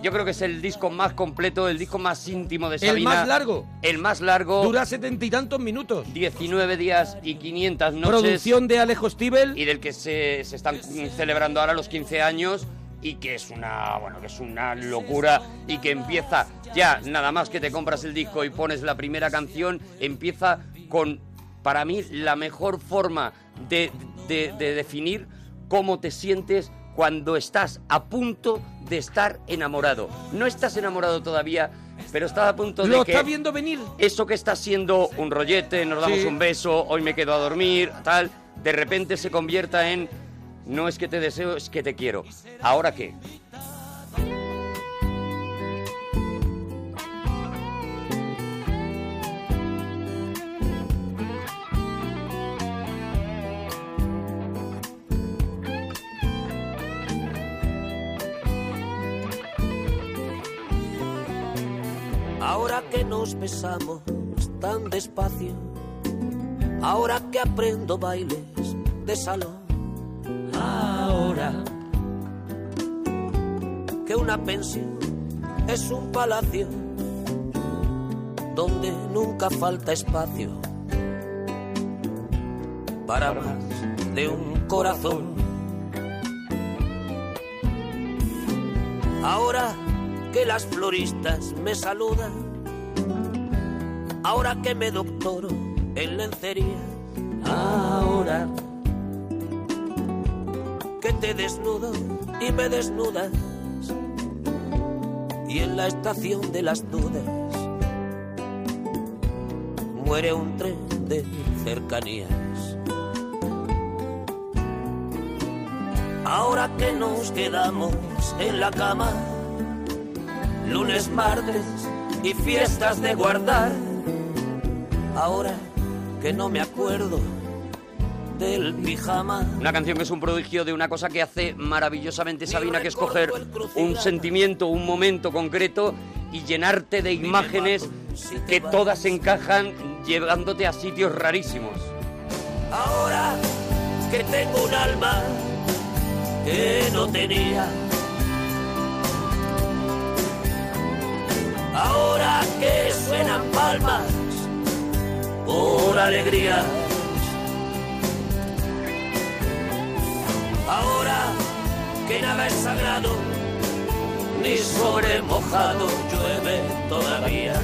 Speaker 2: Yo creo que es el disco más completo, el disco más íntimo de
Speaker 1: El
Speaker 2: Sabina.
Speaker 1: más largo.
Speaker 2: El más largo.
Speaker 1: Dura setenta y tantos minutos.
Speaker 2: 19 días y 500 noches.
Speaker 1: Producción de Alejo Stivel.
Speaker 2: Y del que se, se están celebrando ahora los 15 años y que es una bueno que es una locura y que empieza ya nada más que te compras el disco y pones la primera canción empieza con para mí la mejor forma de, de- de definir cómo te sientes cuando estás a punto de estar enamorado no estás enamorado todavía pero estás a punto de
Speaker 1: Lo
Speaker 2: que
Speaker 1: está viendo venir.
Speaker 2: eso que está siendo un rollete, nos damos
Speaker 1: Sí.
Speaker 2: un beso, hoy me quedo a dormir, tal, de repente se convierta en no es que te deseo, es que te quiero. ¿Ahora qué?
Speaker 14: Ahora que nos besamos tan despacio, ahora que aprendo bailes de salón, ahora que una pensión es un palacio donde nunca falta espacio para más de un corazón. Ahora que las floristas me saludan. Ahora que me doctoro en lencería. Ahora que te desnudo y me desnudas. Y en la estación de las dudas muere un tren de cercanías. Ahora que nos quedamos en la cama, lunes, martes y fiestas de guardar. Ahora que no me acuerdo del pijama.
Speaker 2: Una canción que es un prodigio de una cosa que hace maravillosamente Sabina, que es coger un sentimiento, un momento concreto y llenarte de imágenes que todas encajan llevándote a sitios rarísimos.
Speaker 14: Ahora que tengo un alma que no tenía. Ahora que suenan palmas por alegría. Ahora que nada es sagrado ni sobre mojado llueve todavía.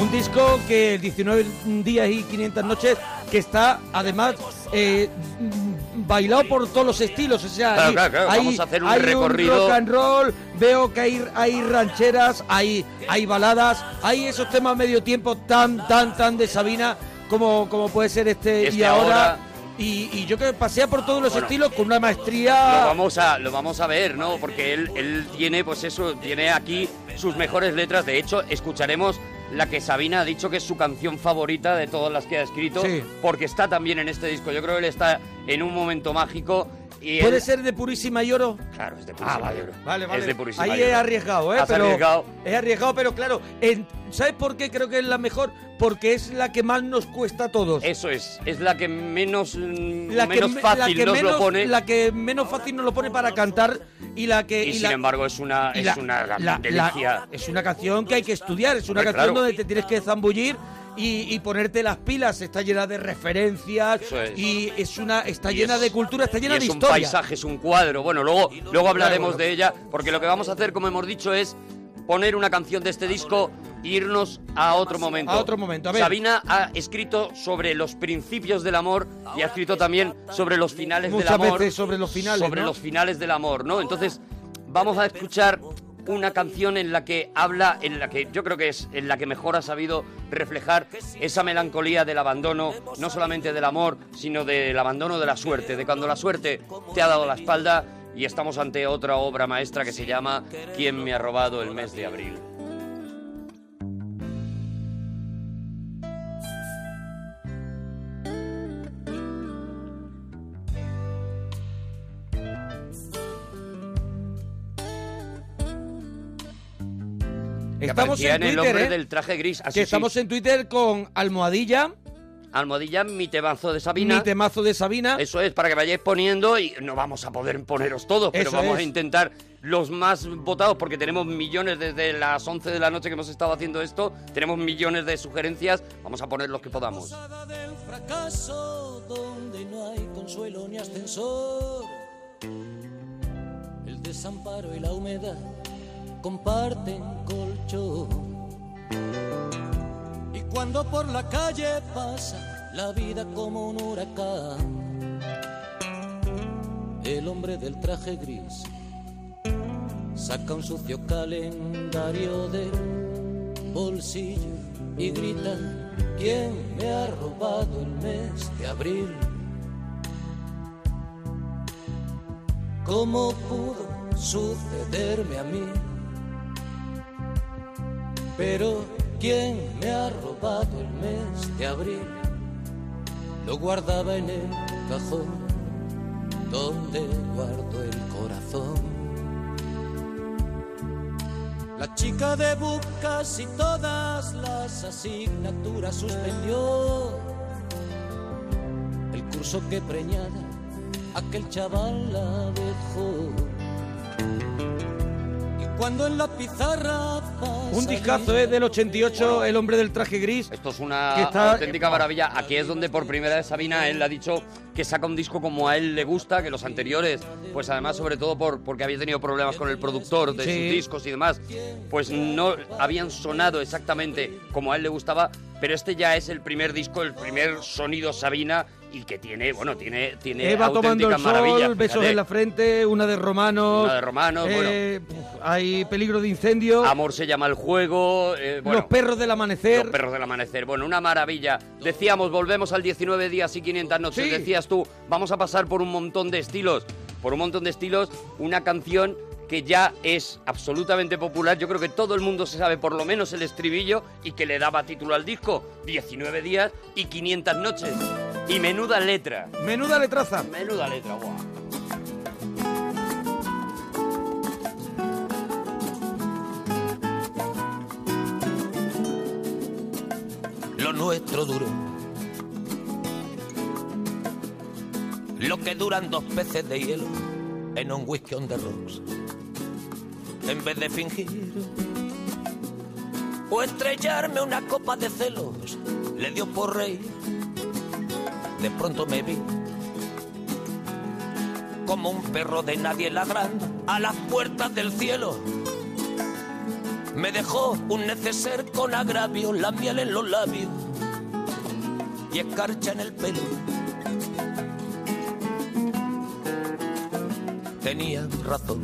Speaker 1: Un disco que 19 días y 500 noches, que está además eh, mm, bailado por todos los estilos. O sea,
Speaker 2: Claro,
Speaker 1: hay-
Speaker 2: claro, claro,
Speaker 1: hay-
Speaker 2: vamos a hacer un
Speaker 1: hay
Speaker 2: recorrido.
Speaker 1: rock and roll, veo que hay, hay rancheras, hay, hay baladas, hay esos temas medio tiempo tan, tan, tan de Sabina como, como puede ser este,
Speaker 2: Este
Speaker 1: y ahora.
Speaker 2: ahora.
Speaker 1: Y, y yo creo que pasea por todos los
Speaker 2: Bueno,
Speaker 1: estilos con una
Speaker 2: lo
Speaker 1: maestría.
Speaker 2: vamos a lo vamos a ver no porque él, él tiene pues eso tiene aquí sus mejores letras de hecho escucharemos la que Sabina ha dicho que es su canción favorita de todas las que ha escrito
Speaker 1: Sí.
Speaker 2: porque está también en este disco yo creo que él está en un momento mágico Y
Speaker 1: ¿Puede
Speaker 2: él-
Speaker 1: ser de purísima y oro?
Speaker 2: Claro, es de purísima
Speaker 1: Ah, vale.
Speaker 2: y oro.
Speaker 1: Vale, vale.
Speaker 2: Es de purísima
Speaker 1: Ahí
Speaker 2: y
Speaker 1: es
Speaker 2: oro.
Speaker 1: arriesgado, ¿eh?
Speaker 2: Has
Speaker 1: Pero
Speaker 2: arriesgado.
Speaker 1: Es arriesgado, pero claro. en- ¿Sabes por qué creo que es la mejor? Porque es la que más nos cuesta a todos.
Speaker 2: Eso es. Es la que menos, mm,
Speaker 1: La que
Speaker 2: menos
Speaker 1: me- la
Speaker 2: fácil
Speaker 1: que
Speaker 2: nos
Speaker 1: menos-
Speaker 2: lo pone.
Speaker 1: La que menos fácil nos lo pone para cantar y la que.
Speaker 2: y,
Speaker 1: y
Speaker 2: sin
Speaker 1: la-
Speaker 2: embargo, es una,
Speaker 1: y
Speaker 2: es
Speaker 1: la-
Speaker 2: una gran
Speaker 1: la-
Speaker 2: delicia.
Speaker 1: la- es una canción que hay que estudiar, es una
Speaker 2: Hombre,
Speaker 1: canción
Speaker 2: claro.
Speaker 1: donde te tienes que zambullir y, y ponerte las pilas. Está llena de referencias
Speaker 2: Eso es.
Speaker 1: y es una está
Speaker 2: Y
Speaker 1: llena
Speaker 2: es-
Speaker 1: de cultura, está llena
Speaker 2: y
Speaker 1: de
Speaker 2: es un
Speaker 1: historia.
Speaker 2: paisaje, es un cuadro. Bueno, luego, luego hablaremos
Speaker 1: Claro.
Speaker 2: de ella, porque lo que vamos a hacer, como hemos dicho, es poner una canción de este disco e irnos a otro momento.
Speaker 1: A otro momento, a ver.
Speaker 2: Sabina ha escrito sobre los principios del amor y ha escrito también sobre los finales
Speaker 1: Muchas
Speaker 2: del amor.
Speaker 1: veces sobre los finales,
Speaker 2: Sobre
Speaker 1: ¿no?
Speaker 2: los finales del amor, ¿no? Entonces, vamos a escuchar una canción en la que habla, en la que yo creo que es en la que mejor ha sabido reflejar esa melancolía del abandono, no solamente del amor, sino del abandono de la suerte, de cuando la suerte te ha dado la espalda y estamos ante otra obra maestra que se llama ¿Quién me ha robado el mes de abril? Que
Speaker 1: Estamos
Speaker 2: aparecía
Speaker 1: en
Speaker 2: el
Speaker 1: Twitter,
Speaker 2: hombre
Speaker 1: ¿eh?
Speaker 2: del traje gris. Ah, Así
Speaker 1: que estamos en Twitter con Almohadilla.
Speaker 2: Almohadilla, mi temazo de Sabina.
Speaker 1: Mi temazo de Sabina.
Speaker 2: Eso es, para que vayáis poniendo y no vamos a poder poneros todos, pero
Speaker 1: Eso
Speaker 2: vamos a
Speaker 1: es.
Speaker 2: intentar los más votados porque tenemos millones desde las 11 de la noche que hemos estado haciendo esto, tenemos millones de sugerencias, vamos a poner los que podamos.
Speaker 6: fracaso donde no hay consuelo ni ascensor. El desamparo y la humedad comparten colchón. Y cuando por la calle pasa la vida como un huracán, el hombre del traje gris saca un sucio calendario del bolsillo y grita, ¿quién me ha robado el mes de abril? ¿Cómo pudo sucederme a mí? Pero ¿quién me ha robado el mes de abril? Lo guardaba en el cajón donde guardo el corazón. La chica de bucas y todas las asignaturas suspendió. El curso que preñada aquel chaval la dejó. Y cuando en la pizarra
Speaker 1: Un discazo es del 88, El hombre del traje gris.
Speaker 2: Esto es una
Speaker 1: que está-
Speaker 2: auténtica maravilla. Aquí es donde por primera vez Sabina él ha dicho que saca un disco como a él le gusta, que los anteriores, pues además sobre todo por porque había tenido problemas con el productor de
Speaker 1: Sí.
Speaker 2: sus discos y demás, pues no habían sonado exactamente como a él le gustaba, pero este ya es el primer disco, el primer sonido Sabina y que tiene, bueno, tiene tiene
Speaker 1: Eva tomando
Speaker 2: auténtica
Speaker 1: el sol,
Speaker 2: maravilla.
Speaker 1: besos
Speaker 2: fíjate.
Speaker 1: en la frente, una de Romanos.
Speaker 2: Una de Romanos,
Speaker 1: eh, puf, Hay peligro de incendio.
Speaker 2: Amor se llama el juego. eh, bueno,
Speaker 1: los perros del amanecer.
Speaker 2: Los perros del amanecer. Bueno, una maravilla. Decíamos, volvemos al 19 días y 500 noches.
Speaker 1: Sí.
Speaker 2: Decías tú, vamos a pasar por un montón de estilos. Por un montón de estilos, una canción que ya es absolutamente popular. Yo creo que todo el mundo se sabe por lo menos el estribillo y que le daba título al disco. 19 días y 500 noches. Y menuda letra.
Speaker 1: Menuda letraza.
Speaker 2: Menuda letra, guau.
Speaker 6: lo nuestro duro. Lo que duran dos peces de hielo en un whisky on the rocks. En vez de fingir o estrellarme una copa de celos, le dio por rey. De pronto me vi como un perro de nadie ladrando a las puertas del cielo. Me dejó un neceser con agravio, la miel en los labios y escarcha en el pelo. Tenía razón.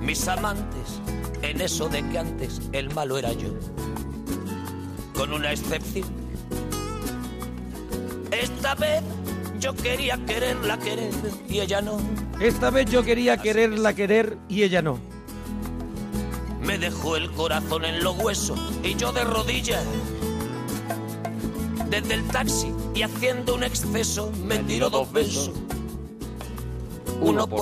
Speaker 6: Mis amantes, en eso de que antes el malo era yo. Con una excepción. Esta vez yo quería quererla querer y ella no.
Speaker 1: Esta vez yo quería quererla querer y ella no.
Speaker 6: Me dejó el corazón en los huesos y yo de rodillas.
Speaker 14: desde el taxi y haciendo un exceso me tiró dos besos. Uno por